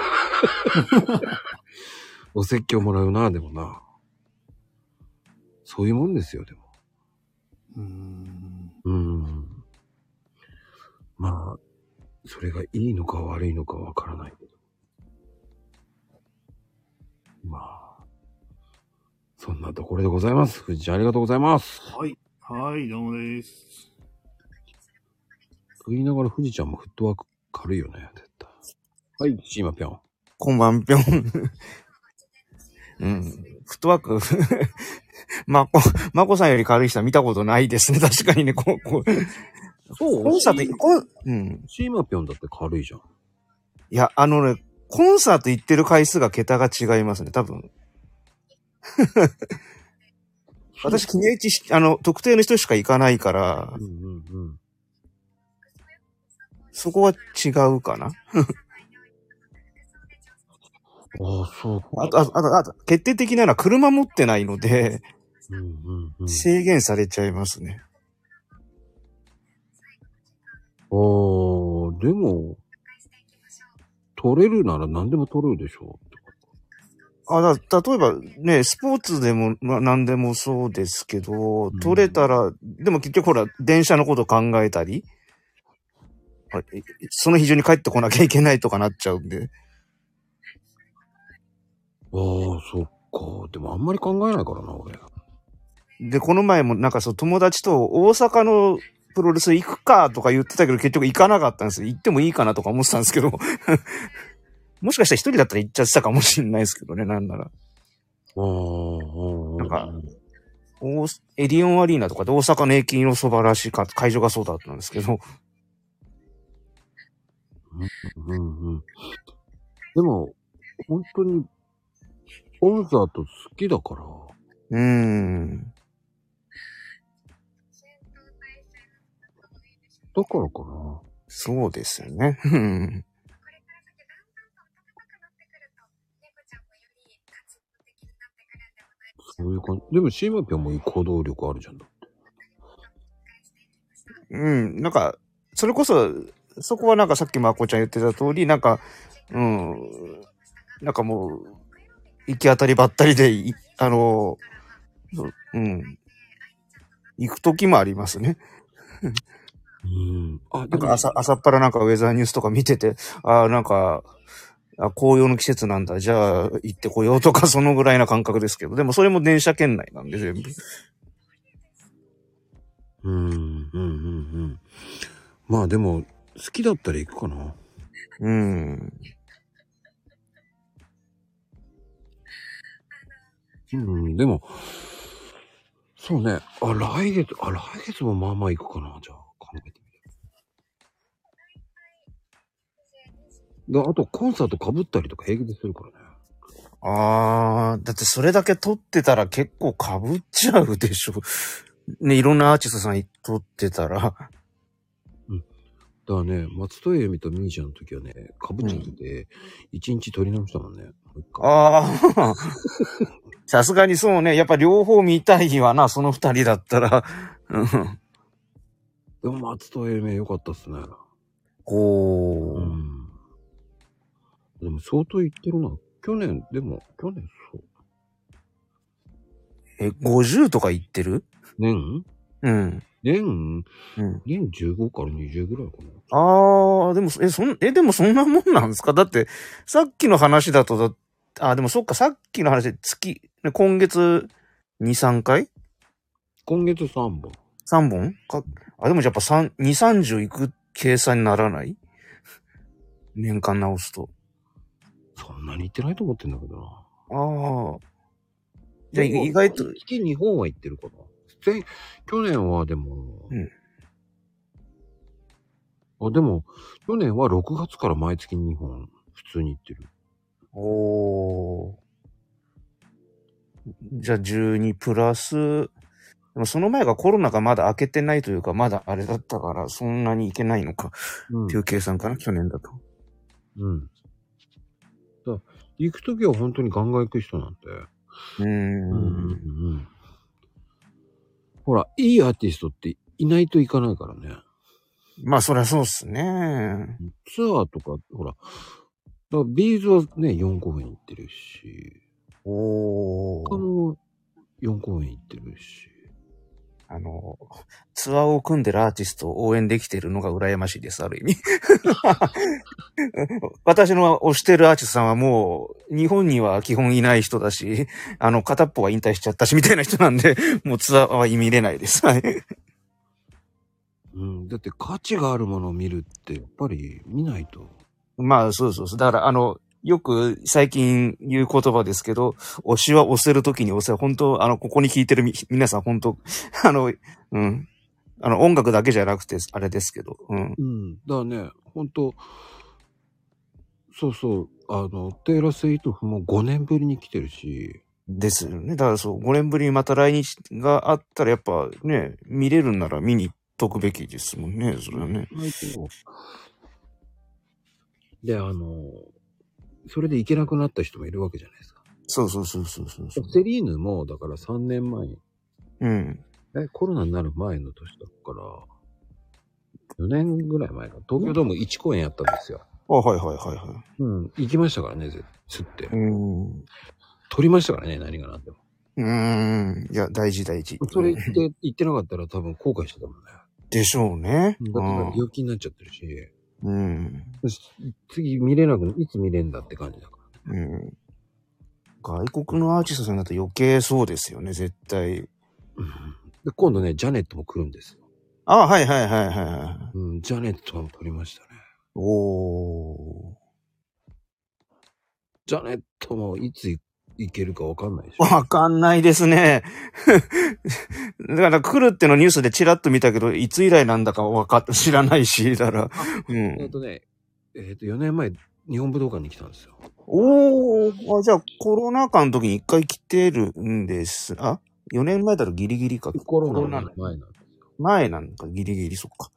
Speaker 1: お説教もらうな、でもな。そういうもんですよ、でも。
Speaker 7: うーん。
Speaker 1: うーん。まあ、それがいいのか悪いのかわからないけど。まあ、そんなところでございます。藤井ちゃんありがとうございます。
Speaker 7: はい。はい、どうもです。
Speaker 1: と言いながら富士ちゃんもフットワーク軽いよね、絶対。はい、シーマぴょん。
Speaker 8: こんばんぴょん。うん。フットワーク、 まこ、まこさんより軽い人は見たことないですね。確かにね、こう、こう、
Speaker 1: そう
Speaker 8: コンサート、こん、うん。
Speaker 1: シーマぴょんだって軽いじゃん。
Speaker 8: いや、あのね、コンサート行ってる回数が桁が違いますね、多分。 私、記念ち、あの、特定の人しか行かないから
Speaker 1: うん、うんうん。
Speaker 8: そこは違うかな。
Speaker 1: ああ、そうか。
Speaker 8: あと、あと、あと、あと決定的なのは車持ってないので、
Speaker 1: うんうんうん。
Speaker 8: 制限されちゃいますね。
Speaker 1: ああ、でも、取れるなら何でも取れるでしょうって
Speaker 8: あ、だ、例えばね、スポーツでも、まあ、何でもそうですけど
Speaker 1: ん、
Speaker 8: 取れたら、でも結局ほら、電車のこと考えたり、あれその日中に帰ってこなきゃいけないとかなっちゃうんで。
Speaker 1: こと。ああ、そっか。でもあんまり考えないからな、俺。
Speaker 8: で、この前もなんかそう、友達と大阪のプロレス行くかとか言ってたけど、結局行かなかったんですよ。行ってもいいかなとか思ってたんですけど、もしかしたら一人だったら行っちゃってたかもしれないですけどね、なんなら。
Speaker 1: ああ、
Speaker 8: なんか大エディオンアリーナとかで大阪の駅のそばらしいか、会場がそうだったんですけど、
Speaker 1: うんうん。でも、本当に、コンサート好きだか
Speaker 8: うー
Speaker 1: ら、
Speaker 8: ん。
Speaker 1: だからかな。
Speaker 8: そうですよね。うん
Speaker 1: そういう感じ。でも、シーマピョンも行動力あるじゃん。
Speaker 8: うん。なんか、それこそ、そこはなんかさっきまこちゃん言ってた通り、なんか、うん。なんかもう、行き当たりばったりで、いあの、そううん。行く時もありますね。
Speaker 1: うん。あ、
Speaker 8: な
Speaker 1: だ
Speaker 8: ん
Speaker 1: か、
Speaker 8: から朝、朝っぱらなんかウェザーニュースとか見てて、ああ、なんか、あ紅葉の季節なんだ。じゃあ、行ってこようとか、そのぐらいな感覚ですけど。でも、それも電車圏内なんで、全部。
Speaker 1: うん、うん、うん、うん。まあでも、好きだったら行くかな。
Speaker 8: うん。
Speaker 1: うん、でも、そうね。あ、来月、あ、来月もまあまあ行くかな、じゃあ、考えてみる。だあと、コンサート被ったりとか平気でするからね。
Speaker 8: ああ、だってそれだけ撮ってたら結構被っちゃうでしょ。 ね、いろんなアーティストさん撮ってたら。
Speaker 1: だからね、松任谷由実とミーちゃんの時はね、被っちゃってて、一、日撮り直したもんね。もう一回
Speaker 8: あ あ。さすがにそうね。やっぱ両方見たいわな、その二人だったら。うん
Speaker 1: でも松任谷由実は良かったっすね。
Speaker 8: こ
Speaker 1: う
Speaker 8: う。
Speaker 1: ん。でも相当行ってるな。去年、でも、去年そう。
Speaker 8: え、50とか言ってる
Speaker 1: 年
Speaker 8: うん。
Speaker 1: 年
Speaker 8: うん。
Speaker 1: 年15から20ぐらいかな。
Speaker 8: ああ、でも、え、そん、え、でもそんなもんなんですかだって、さっきの話だとだ、あ、でもそっか、さっきの話で月、ね今月2、3回
Speaker 1: 今月3本。
Speaker 8: ?3 本か、あ、でもやっぱ3、2、30いく計算にならない年間直すと。
Speaker 1: そんなに行ってないと思ってんだけどな。
Speaker 8: ああ。じゃあ意外と、
Speaker 1: 月2本は行ってるかな。前去年はでも、
Speaker 8: うん
Speaker 1: あ、でも、去年は6月から毎月2本、普通に行ってる。
Speaker 8: おー。じゃあ12プラス、でもその前がコロナがまだ明けてないというか、まだあれだったから、そんなにいけないのか
Speaker 1: うん
Speaker 8: っていう計算かな、去年だと。
Speaker 1: うん。だ行くときは本当にガンガン行く人なんて。
Speaker 8: うー
Speaker 1: うん
Speaker 8: ん。
Speaker 1: うんほら、いいアーティストっていないと行かないからね。
Speaker 8: まあ、そりゃそうっすね。
Speaker 1: ツアーとか、ほら、だからビーズはね、4公演行ってるし、
Speaker 8: お
Speaker 1: 他
Speaker 8: ー。
Speaker 1: の4公演行ってるし。
Speaker 8: あの、ツアーを組んでるアーティストを応援できてるのが羨ましいです、ある意味。 私の推してるアーティストさんはもう、日本には基本いない人だし、あの、片っぽは引退しちゃったし、みたいな人なんで、もうツアーは意味入れないです。はい。
Speaker 1: うん、だって価値があるものを見るって、やっぱり見ないと。
Speaker 8: まあ、そうそうそう。だから、あの、よく最近言う言葉ですけど、推しは押せるときに押せ。本当あの、ここに聞いてるみ皆さん、本当 あの、うん。あの、音楽だけじゃなくて、あれですけど、うん。
Speaker 1: うん、だからね、ほんと、そうそう、あの、テイラー・スイートフも5年ぶりに来てるし、
Speaker 8: ですよね。だからそう、5年ぶりにまた来日があったら、やっぱね、見れるんなら見に行っとくべきですもんね、それはね。
Speaker 1: で、あの、それで行けなくなった人もいるわけじゃないですか。
Speaker 8: そうそうそうそうそうそう。
Speaker 1: セリーヌも、だから3年前、
Speaker 8: うん。
Speaker 1: え、コロナになる前の年だから、4年ぐらい前か、東京ドーム1公演やったんですよ。
Speaker 8: あ、はいはいはいは
Speaker 1: うん、行きましたからね、ぜつって
Speaker 8: い。う。ん。う
Speaker 1: 取りましたからね、何が何でも。
Speaker 8: ーん。いや、大事大事。
Speaker 1: それ行って、行ってなかったら多分後悔してたもんね。
Speaker 8: でしょうね。
Speaker 1: だって病気になっちゃってるし、
Speaker 8: うん。
Speaker 1: 次見れなく、いつ見れんだって感じだから。
Speaker 8: うん外国のアーティストさんだと余計そうですよね、絶対。
Speaker 1: で、今度ね、ジャネットも来るんですよ。
Speaker 8: あ、はいはいはいはいはい。
Speaker 1: うん、ジャネットも取りましたね。
Speaker 8: おー。
Speaker 1: ジャネットもいつ行けるかわかんないでしょ。
Speaker 8: わかんないですね。だから来るってのニュースでチラッと見たけど、いつ以来なんだかわか、知らないし、だから。う
Speaker 1: えっ
Speaker 8: ん。
Speaker 1: とね、えっ、と、4年前、日本武道館に来たんですよ。
Speaker 8: おーあ、じゃあコロナ禍の時に一回来てるんです。あ ?4 年前だとギリギリか。
Speaker 1: コロナの前なんで
Speaker 8: 前なんかギリギリ、そっか。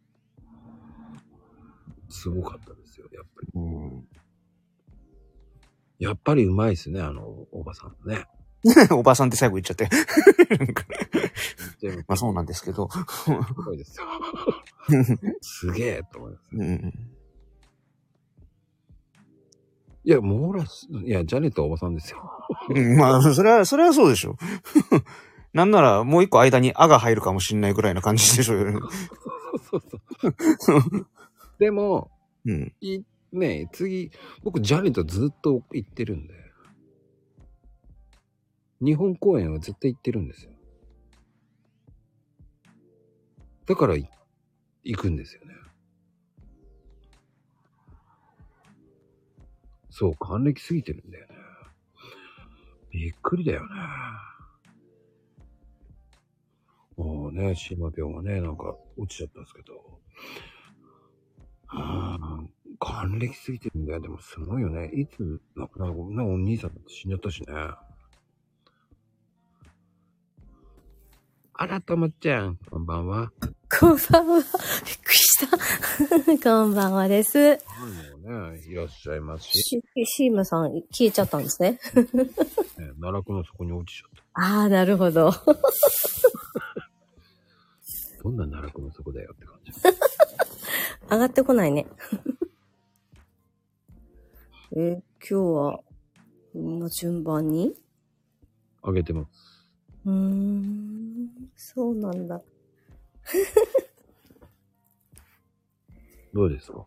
Speaker 1: す。すごかったですよ、やっぱり。
Speaker 8: うん。
Speaker 1: やっぱりうまいですね、あの、おばさんね。
Speaker 8: おばさんって最後言っちゃって。
Speaker 1: 全部
Speaker 8: まあそうなんですけど。
Speaker 1: すごいですよ。すげえと思います。
Speaker 8: うん。
Speaker 1: いや、モーラス、いや、ジャネットはおばさんで すよ。
Speaker 8: うんまあ、それは、それはそうでしょ。 なんなら、もう一個間に「あ」が入るかもしんないぐらいな感じでしょ。
Speaker 1: そうそうそう。でも、
Speaker 8: うん。
Speaker 1: いね次、僕、ジャネットずっと行ってるんで。日本公演は絶対行ってるんですよ。だからい、行くんですよね。そう、還暦すぎてるんだよね。びっくりだよね。もうね、シマピョンがね、なんか落ちちゃったんですけど。うん還暦すぎてるんだよ。でもすごいよね。いつ亡くなるか、なんかお兄さんだって死んじゃったしね。あら、ともちゃん、こんばんは。
Speaker 9: こんばんは。びっくりした。 こんばんはです。
Speaker 1: もうね、いらっしゃいますし、
Speaker 9: シシームさん消えちゃったんですね。
Speaker 1: ね、奈落の底に落ちちゃっ
Speaker 9: ああ、なるほど。
Speaker 1: た。どんな奈落の底だよって感じ。
Speaker 9: 上がって こないね。えー今日は、の順番に
Speaker 1: あげてます。
Speaker 9: うーん、そうなんだ。
Speaker 1: どうですかん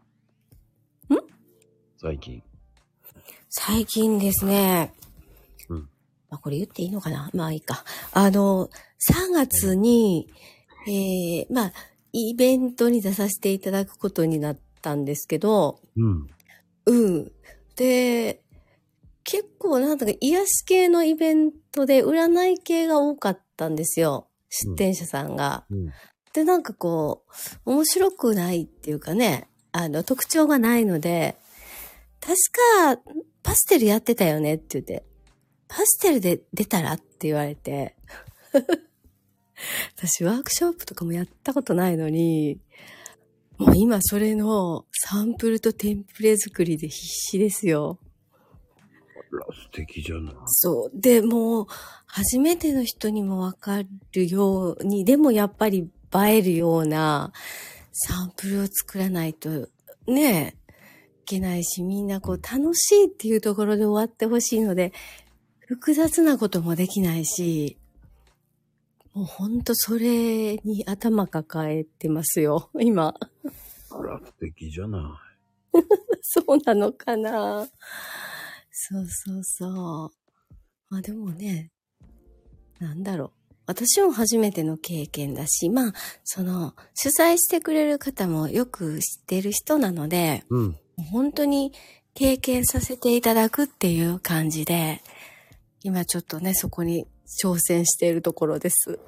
Speaker 1: 最近。
Speaker 9: 最近ですね。
Speaker 1: うん
Speaker 9: まあ、これ言っていいのかなまあいいか。あの、3月に、えー、まあ、イベントに出させていただくことになったんですけど、
Speaker 1: うん。
Speaker 9: うん。で、結構なんとか癒し系のイベントで占い系が多かったんですよ。出店者さんが。
Speaker 1: うん。
Speaker 9: で、なんかこう、面白くないっていうかね、あの、特徴がないので、確か、パステルやってたよねって言って、パステルで出たらって言われて、 私ワークショップとかもやったことないのに、もう今それのサンプルとテンプレ作りで必死ですよ。
Speaker 1: あら、素敵じゃない。
Speaker 9: そう。で、もう、初めての人にもわかるように、でもやっぱり映えるようなサンプルを作らないと、ねえ、いけないし、みんなこう、楽しいっていうところで終わってほしいので、複雑なこともできないし、もうほんとそれに頭抱えてますよ、今。
Speaker 1: あら、素敵じゃな
Speaker 9: そうなのかなそうそうそう。まあでもね、なんだろう。私も初めての経験だし、まあ、その、主催してくれる方もよく知ってる人なので、
Speaker 1: い。うん。
Speaker 9: 本当に経験させていただくっていう感じで、今ちょっとね、そこに挑戦しているところです。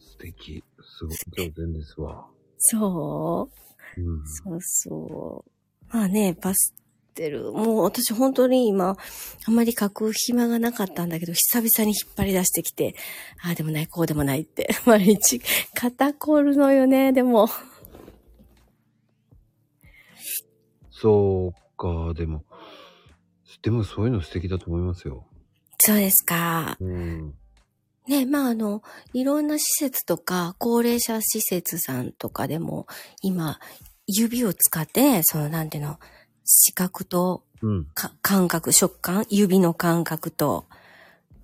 Speaker 1: 素敵。すごい上手ですわ。
Speaker 9: そう
Speaker 1: うん。
Speaker 9: そうそう。まあね、パステル。もう私本当に今、あんまり書く暇がなかったんだけど、久々に引っ張り出してきて、ああでもない、こうでもないって。 毎日、肩こるのよね、でも。
Speaker 1: そうか、でも、でもそういうの素敵だと思いますよ。
Speaker 9: そうですか。
Speaker 1: うん。
Speaker 9: ね、まああの、いろんな施設とか、高齢者施設さんとかでも、今、指を使って、その、なんていうの、視覚と
Speaker 1: うん。
Speaker 9: か感覚、食感、指の感覚と、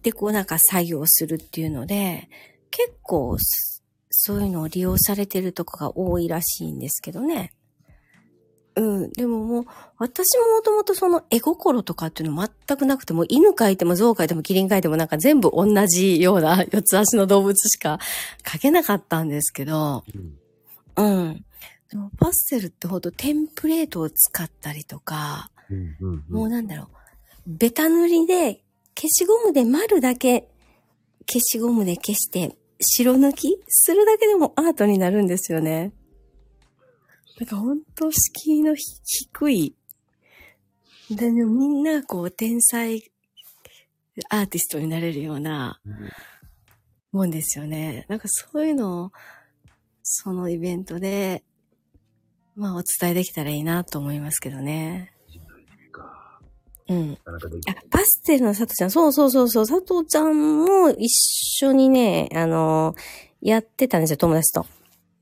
Speaker 9: で、こうなんか作業するっていうので、結構そ、そういうのを利用されてるとこが多いらしいんですけどね。うん。でももう、私ももともとその絵心とかっていうの全くなくてもう、犬描いても象描いてもキリン描いてもなんか全部同じような四つ足の動物しか描けなかったんですけど、
Speaker 1: うん
Speaker 9: うん。でもパッセルってほどテンプレートを使ったりとか、
Speaker 1: うんうん
Speaker 9: も
Speaker 1: う。
Speaker 9: うんなんだろう。ベタ塗りで、消しゴムで丸だけ、消しゴムで消して、白抜きするだけでもアートになるんですよね。なんかほんと敷居のひ低い。でもみんなこう天才アーティストになれるようなもんですよね。なんかそういうのを、そのイベントで、まあお伝えできたらいいなと思いますけどね。
Speaker 1: か
Speaker 9: うん。
Speaker 1: なかなかでき
Speaker 9: あ、パステルの佐藤ちゃん、そうそうそうそう、佐藤ちゃんも一緒にね、あのーやってたんですよ、友達と。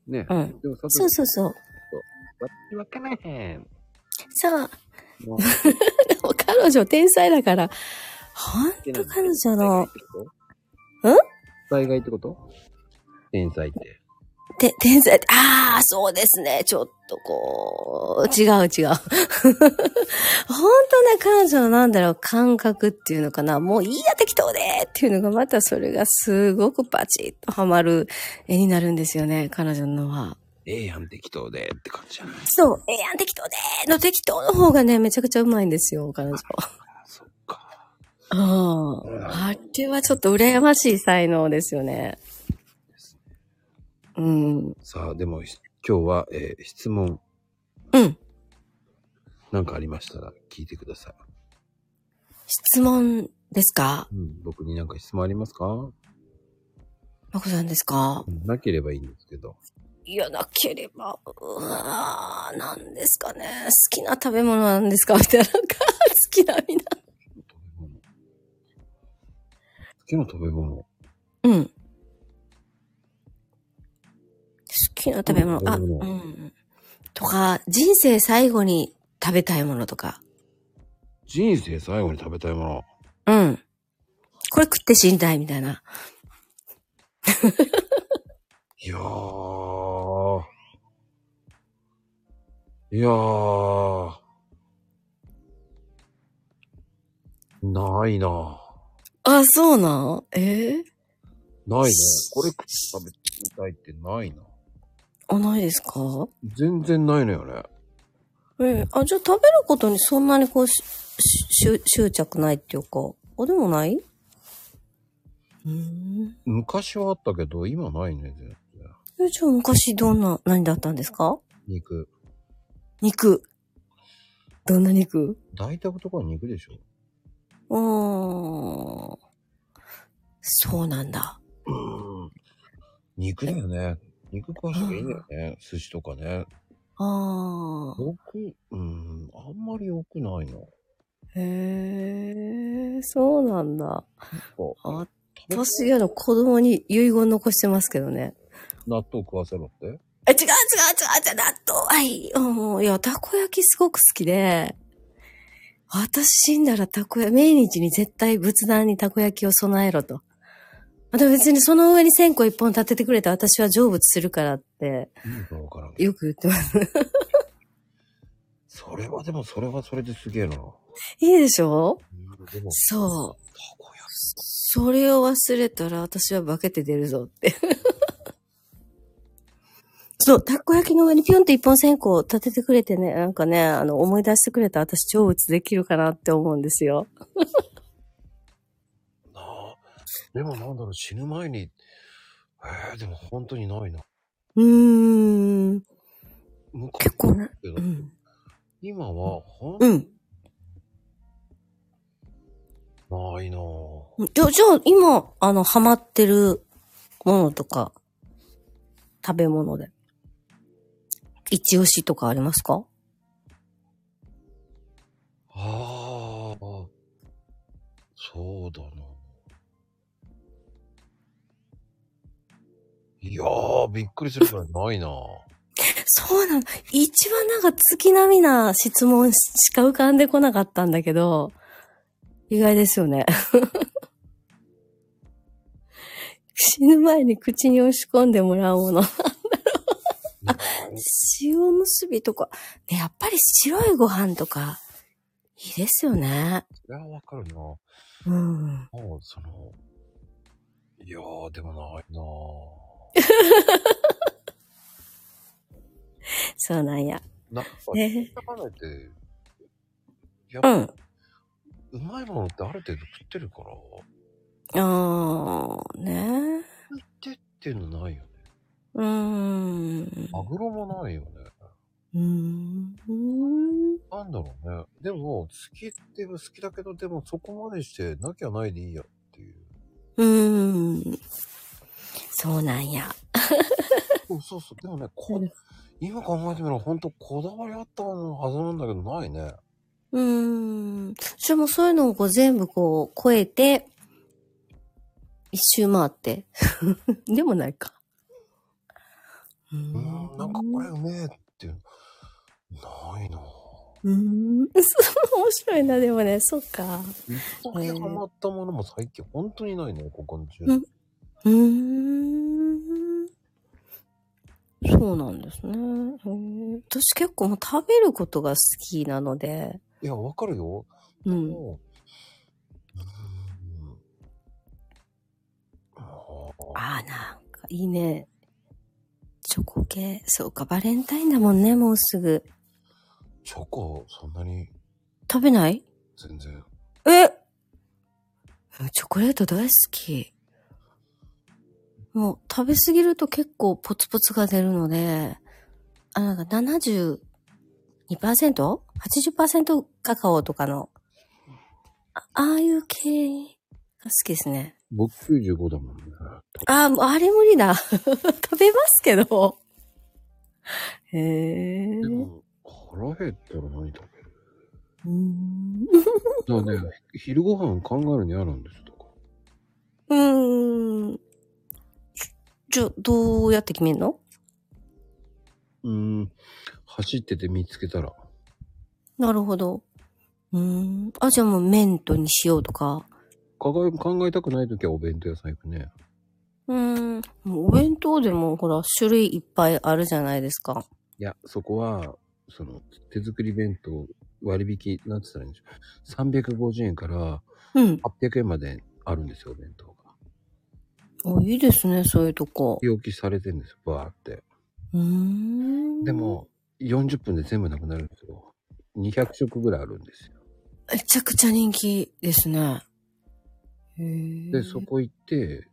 Speaker 1: ね
Speaker 9: う
Speaker 1: え。
Speaker 9: ん。
Speaker 1: でも、佐。
Speaker 9: そうそううそう。
Speaker 1: わかんへん。
Speaker 9: さあ、
Speaker 1: もう、
Speaker 9: でも 彼女天才だから、ほんと彼女の、ん
Speaker 1: 災害ってこと天才って。
Speaker 9: て、天才、ああ、そうですね。ちょっとこう、違う違う。 本当ね、彼女のなんだろう、感覚っていうのかな。もういいや、適当でっていうのが、またそれがすごくパチッとハマる絵になるんですよね、彼女のは。
Speaker 1: ええやん、適当でって感じじゃない
Speaker 9: そう、ええやん、適当での適当の方がね、めちゃくちゃうまいんですよ、彼女。
Speaker 1: そっか。
Speaker 9: うん。あれはちょっと羨ましい才能ですよね。うん。
Speaker 1: さあ、でも、し今日は、えー質問
Speaker 9: うん。
Speaker 1: なんかありましたら聞いてくださ
Speaker 9: 質問ですか
Speaker 1: い。うん。僕になんか質問ありますか
Speaker 9: まこさんですか
Speaker 1: うんなければいいんですけど。
Speaker 9: いや、なければ、うわーなんですかね。好きな食べ物なんですかみ たいな。なんか、好きなみんな。
Speaker 1: 食べ物。好きな食べ物。
Speaker 9: うん。好きな食べ物。あ、
Speaker 1: う
Speaker 9: う
Speaker 1: 食
Speaker 9: ん
Speaker 1: べ物
Speaker 9: ん。とか、人生最後に食べたいものとか。
Speaker 1: 人生最後に食べたいもの。
Speaker 9: うん。これ食って死にたいみたいな。
Speaker 1: いやー。いやー。ないなぁ
Speaker 9: あ、そうなんええ
Speaker 1: ないね。これ食って食べたいってないな。
Speaker 9: あ、ないですか
Speaker 1: 全然ないのよね。
Speaker 9: ええあ、じゃあ食べることにそんなにこう、しし執執着ないっていうか。あ、でもないうーん。
Speaker 1: 昔はあったけど、今ないね、全然。
Speaker 9: えじゃあ昔どんな、何だったんですか
Speaker 1: 肉。
Speaker 9: 肉。どんな肉
Speaker 1: 大体男は肉でしょ。
Speaker 9: うーん。そうなんだ。
Speaker 1: 肉だよね。肉食わしたらいいんだよね。寿司とかね。
Speaker 9: ああ。
Speaker 1: よく、うん、あんまり良くないな。
Speaker 9: へえ、そうなんだ。あ私、あの、子供に遺言残してますけどね。
Speaker 1: 納豆食わせろって。
Speaker 9: え、違う違う違う違う、納豆はいい。うん、いや、たこ焼きすごく好きで、私死んだらたこ焼き、命日に絶対仏壇にたこ焼きを備えろと。また別にその上に線香一本立ててくれた私は成仏するからって、
Speaker 1: 意味がわからん。
Speaker 9: よく言ってます。
Speaker 1: それはでも、それはそれですげえな。
Speaker 9: いいでしょ
Speaker 1: でも、
Speaker 9: そう。それを忘れたら私は化けて出るぞって。 そう、たこ焼きの上にピョンって一本線香を立ててくれてね、なんかね、あの、思い出してくれた私、成仏できるかなって思うんですよ。
Speaker 1: なあ。でもなんだろう、死ぬ前に、えー、でも本当にないな。
Speaker 9: うーん。
Speaker 1: 昔
Speaker 9: 結構ね。
Speaker 1: けど
Speaker 9: うん。
Speaker 1: 今は、ほん、
Speaker 9: うん。
Speaker 1: ないなぁ。
Speaker 9: じゃあ、じゃあ、今、あの、ハマってるものとか、食べ物で。一押しとかありますか
Speaker 1: ああ。そうだな。いやー、びっくりするくらいないなぁ。
Speaker 9: そうなの。一番なんか月並みな質問しか浮かんでこなかったんだけど、意外ですよね。死ぬ前に口に押し込んでもらうもの。なんだろうあ、塩結びとか。ね、やっぱり白いご飯とか、いいです よね。
Speaker 1: いやー、わかるなも
Speaker 9: うん。
Speaker 1: う、その、いやー、でもないなぁ。
Speaker 9: そうなんや。
Speaker 1: なんか、
Speaker 9: ね
Speaker 1: 魚って、やっ
Speaker 9: う
Speaker 1: ぱ、
Speaker 9: ん。
Speaker 1: うまいものってある程度食ってるから、
Speaker 9: あー、ね
Speaker 1: 食ってっていうのないよね。
Speaker 9: うーん。
Speaker 1: マグロもないよね。
Speaker 9: うーん。
Speaker 1: なんだろうね。でも、好きって好きだけど、でもそこまでして、なきゃないでいいや っていう。
Speaker 9: うーん。そうなんや。
Speaker 1: そうそうそう。でもね、こ今考えてみれば、本当こだわりあったはずなんだけど、ないね。
Speaker 9: うーん。それもそういうのをこう全部こう超えて、一周回って。 でもないか。うー
Speaker 1: うーん、なんかこれうめえっていう。ないなぁ。
Speaker 9: うーん。 そう面白いな、でもね、そっか。
Speaker 1: 一時ハマったものも最近、本当にないね、ここの中。
Speaker 9: うんうーん。そうなんですね。へー私結構もう食べることが好きなので、
Speaker 1: いや、わかるよ。
Speaker 9: うん。
Speaker 1: もううーんあ
Speaker 9: ああ、なんかいいね。チョコ系。そうか、バレンタインだもんね、もうすぐ。
Speaker 1: ーチョコ、そんなに
Speaker 9: 食べない
Speaker 1: 全然。
Speaker 9: えチョコレート大好き。もう食べ過ぎると結構ポツポツが出るので、あ、なんか 72%?80% カカオとかの、あああいう系が好きですね。
Speaker 1: 僕95だもんね。
Speaker 9: ああ、もうあれ無理だ。 食べますけど。へえ。
Speaker 1: でも、腹減ったら何食べる
Speaker 9: うーん。
Speaker 1: だからね、昼ご飯考えるにあるんですとか。
Speaker 9: うーん。じゃ、どうやって決めんの
Speaker 1: うーん、走ってて見つけたら。
Speaker 9: なるほど。うーん。あ、じゃあもう麺とにしようとか。
Speaker 1: 考え考えたくないときはお弁当屋さん行くね。
Speaker 9: うーん。もうお弁当でもほら、種類いっぱいあるじゃないですか。
Speaker 1: いや、そこは、その、手作り弁当割引、なんて言ったらいいんでしょう。350円から
Speaker 9: うん。
Speaker 1: 800円まであるんですよ、お弁当が。
Speaker 9: あ、いいですね、そういうとこ。
Speaker 1: 容器されてんですよ、バーって。
Speaker 9: うーん。
Speaker 1: で。も、40分で全部なくなるんですよ。200食ぐらいあるんですよ。
Speaker 9: めちゃくちゃ人気ですね。へー
Speaker 1: で、そこ行 って、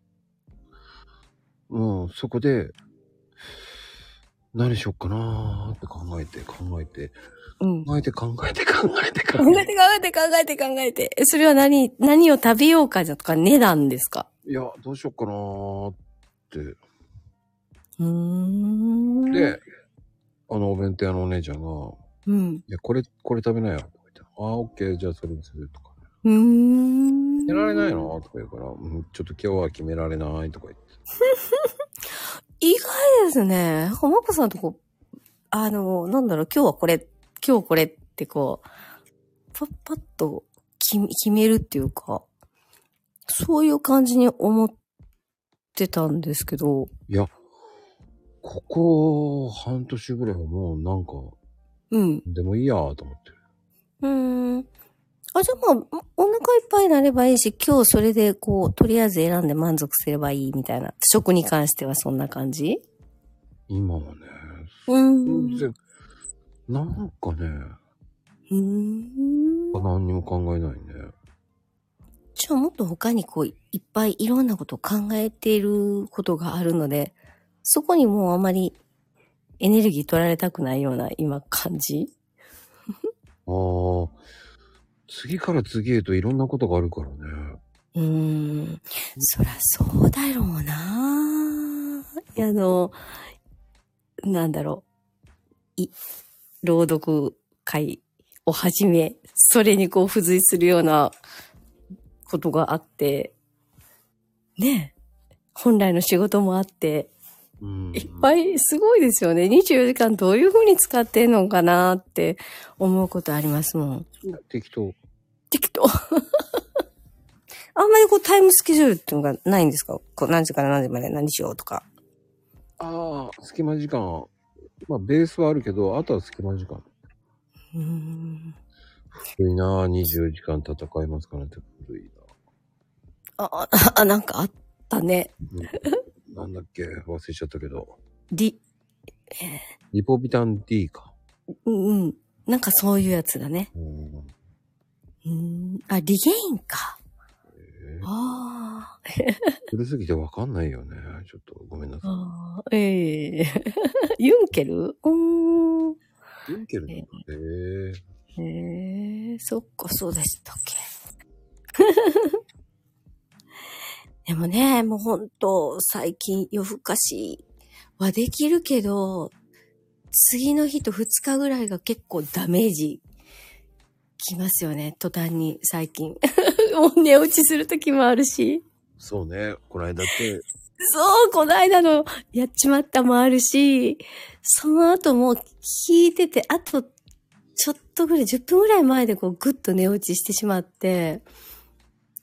Speaker 1: もうそこで、何しよっかなーって考えて、考えて、
Speaker 9: うん。
Speaker 1: 考えて考えて考えて
Speaker 9: 考
Speaker 1: 考え
Speaker 9: えて考えて考えて考えて。えそれは何、何を食べようかじゃとか値段ですか
Speaker 1: て、いや、どうしよっかなーって。
Speaker 9: うーん。
Speaker 1: で、あのお弁当屋のお姉ちゃんが、
Speaker 9: うん。
Speaker 1: いや、これ、これ食べなよ。とか言って、ああ、オッケー、じゃあそれにするとか。
Speaker 9: うーん。
Speaker 1: 決められないのとか言うから、うん、ちょっと今日は決められないとか言って。
Speaker 9: 意外ですね。ほまこさんとこう、あの、なんだろう、今日はこれ、今日これってこう、パッパッと決め決めるっていうか、そういう感じに思ってたんですけど、
Speaker 1: いや、ここ半年ぐらいはもうなんか、
Speaker 9: うん。
Speaker 1: でもいいやーと思って。
Speaker 9: うーん。あ、じゃあまあ、おお腹いっぱいになればいいし、今日それでこう、とりあえず選んで満足すればいいみたいな。食に関してはそんな感じ
Speaker 1: 今はね、
Speaker 9: うーん。う
Speaker 1: 全なんかね、
Speaker 9: ーん。
Speaker 1: 何にも考えないね。
Speaker 9: じゃあもっと他にこう、いっぱいいろんなことを考えていることがあるので、そこにもうあまりエネルギー取られたくないような今感じ
Speaker 1: ああ、次から次へといろんなことがあるからね。
Speaker 9: うーん。そらそうだろうなぁいや、あの、なんだろう。い、朗読会をはじめ、それにこう付随するようなことがあって、ねえ本来の仕事もあって、
Speaker 1: うん。
Speaker 9: いっぱいすごいですよね。24時間どういうふうに使ってんのかなって思うことありますもん。
Speaker 1: 適当。
Speaker 9: 適当。あんまりこうタイムスケジュールっていうのがないんですかこう何時から何時まで何しようとか。
Speaker 1: ああ、隙間時間。まあ、ベースはあるけど、あとは隙間時間。
Speaker 9: うーん。
Speaker 1: 古いなぁ、24時間戦いますからって古い
Speaker 9: あ、あ、 あなんかあったね。
Speaker 1: な。うん なんだっけ、忘れちゃったけど。
Speaker 9: り、
Speaker 1: リポビタン D か。
Speaker 9: うんうん。なんかそういうやつだね。
Speaker 1: うん。
Speaker 9: うーん。あ、リゲインか。
Speaker 1: えー
Speaker 9: あー
Speaker 1: 古すぎてわかんないよね。ちょっとごめんなさ
Speaker 9: あー。 ええユンケルうーん。
Speaker 1: い。ユンケルの。へえ
Speaker 9: へえ、そっか、そうでしたっけ。 でもね、もうほんと、最近夜更かしはできるけど、次の日と2日ぐらいが結構ダメージきますよね、途端に最近。 もう寝落ちするときもあるし。
Speaker 1: そうね。この間って、
Speaker 9: そう、こないだのやっちまったもあるし、その後もう聞いてて、あとちょっとぐらい、10分ぐらい前でこうぐっと寝落ちしてしまって、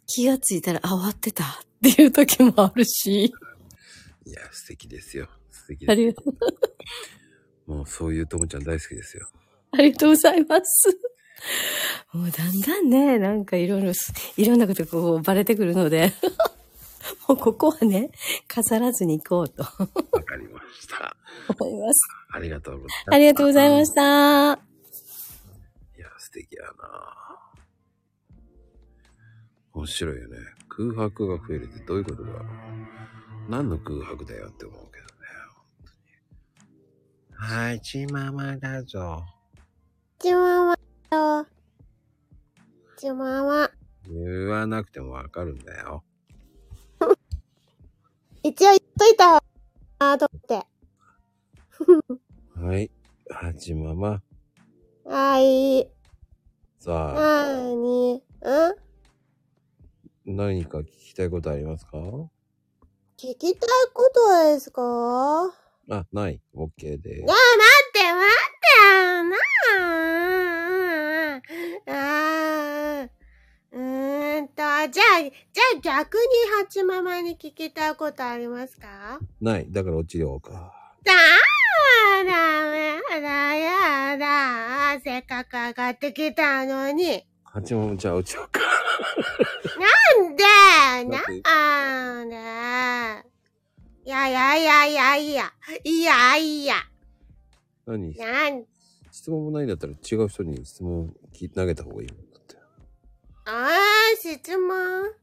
Speaker 9: 気がついたら、あ、終わってたっていう時もあるし。
Speaker 1: いや、素敵ですよ。素敵
Speaker 9: あ
Speaker 1: です。
Speaker 9: りがとう、
Speaker 1: もうそういうともちゃん大好きですよ。
Speaker 9: ありがとうございます。もうだんだんね、なんかいろいろ、いろんなことがこうバレてくるので、 もうここはね、飾らずに行こうと
Speaker 1: わかりました。
Speaker 9: 思います。
Speaker 1: ありがとうございます。
Speaker 9: ありがとうございまし
Speaker 1: す。
Speaker 9: た。
Speaker 1: いや、素敵やな面白いよね。空白が増えるってどういうことだ何の空白だよって思うけどね。本当にはい、チママだぞ。
Speaker 10: ちまわと、ちまわ。
Speaker 1: 言わなくてもわかるんだよ。
Speaker 10: 一応言っといたわと思って。
Speaker 1: はい。はちまま。
Speaker 10: はい。
Speaker 1: さあ、
Speaker 10: なーに、うん
Speaker 1: 何か聞きたいことありますか
Speaker 10: 聞きたいことですか待
Speaker 1: あ、ない。OK で
Speaker 10: や
Speaker 1: す。
Speaker 10: って待ってよなあ。あ逆に八ママに聞きたいことありますか
Speaker 1: ない。だから落ちようか。
Speaker 10: だーだめだやだーせっかく上がってきたのに。
Speaker 1: 八もじゃあ落ちようか。
Speaker 10: なんでなんでいやいやいやいやいや、いやいや、
Speaker 1: 何
Speaker 10: なん、
Speaker 1: 質問もないんだったら違う人に質問き投げた方がいい。
Speaker 10: あー、質問。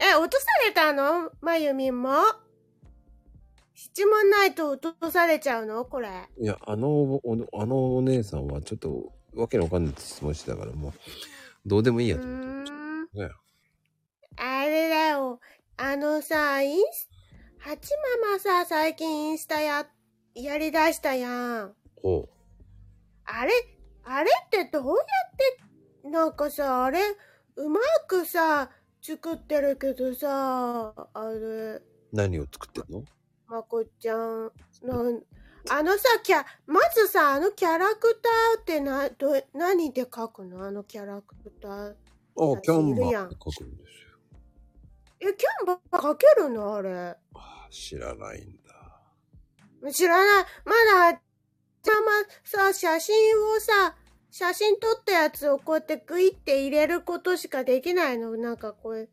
Speaker 10: え、落とされたのまゆみんも。質問ないと落とされちゃうのこれ。
Speaker 1: いや、あのお、あのお姉さんはちょっとわけのわかんない質問してたから、もう、どうでもいいやと思って。ね
Speaker 10: あれだよ。あのさ、インス、ハチママさ、最近インスタや、やりだしたやん。
Speaker 1: ほ
Speaker 10: あれ、あれってどうやって、なんかさ、あれ、うまくさ、作ってるけどさ、あれ、
Speaker 1: 何を作ってんの
Speaker 10: まこちゃん、なん、あのさ、キャ、まずさ、あのキャラクターってな、ど、何で描くのあのキャラクター。
Speaker 1: あ、キャンバ
Speaker 10: いるや
Speaker 1: ー
Speaker 10: ん
Speaker 1: って書くんですよ。
Speaker 10: え、キャンバー描けるのあれ。
Speaker 1: 知らないんだ。
Speaker 10: 知らない。まだ、たまさ、写真をさ、写真撮ったやつをこうやってグイって入れることしかできないの。なんかこう、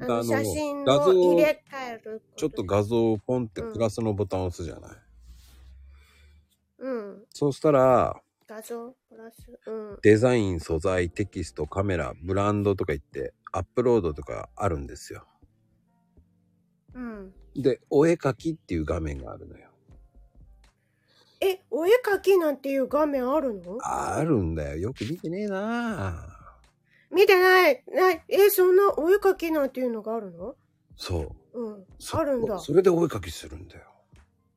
Speaker 10: あ
Speaker 1: あ
Speaker 10: の
Speaker 1: の
Speaker 10: 写真を
Speaker 1: 画像
Speaker 10: 入れ替える。
Speaker 1: ちょっと画像をポンってプラスのボタンを押すじゃない。
Speaker 10: うん。
Speaker 1: そうしたら、
Speaker 10: 画像、プラス。うん。
Speaker 1: デザイン、素材、テキスト、カメラ、ブランドとか言って、アップロードとかあるんですよ。
Speaker 10: うん。
Speaker 1: で、お絵描きっていう画面があるのよ。
Speaker 10: え、お絵描きなんていう画面あるの
Speaker 1: あるんだよ。よく見てねえなあ
Speaker 10: 見てない。ない。え、そんなお絵描きなんていうのがあるの
Speaker 1: そう。
Speaker 10: うん。
Speaker 1: そ
Speaker 10: あるんだ。
Speaker 1: それでお絵描きするんだよ。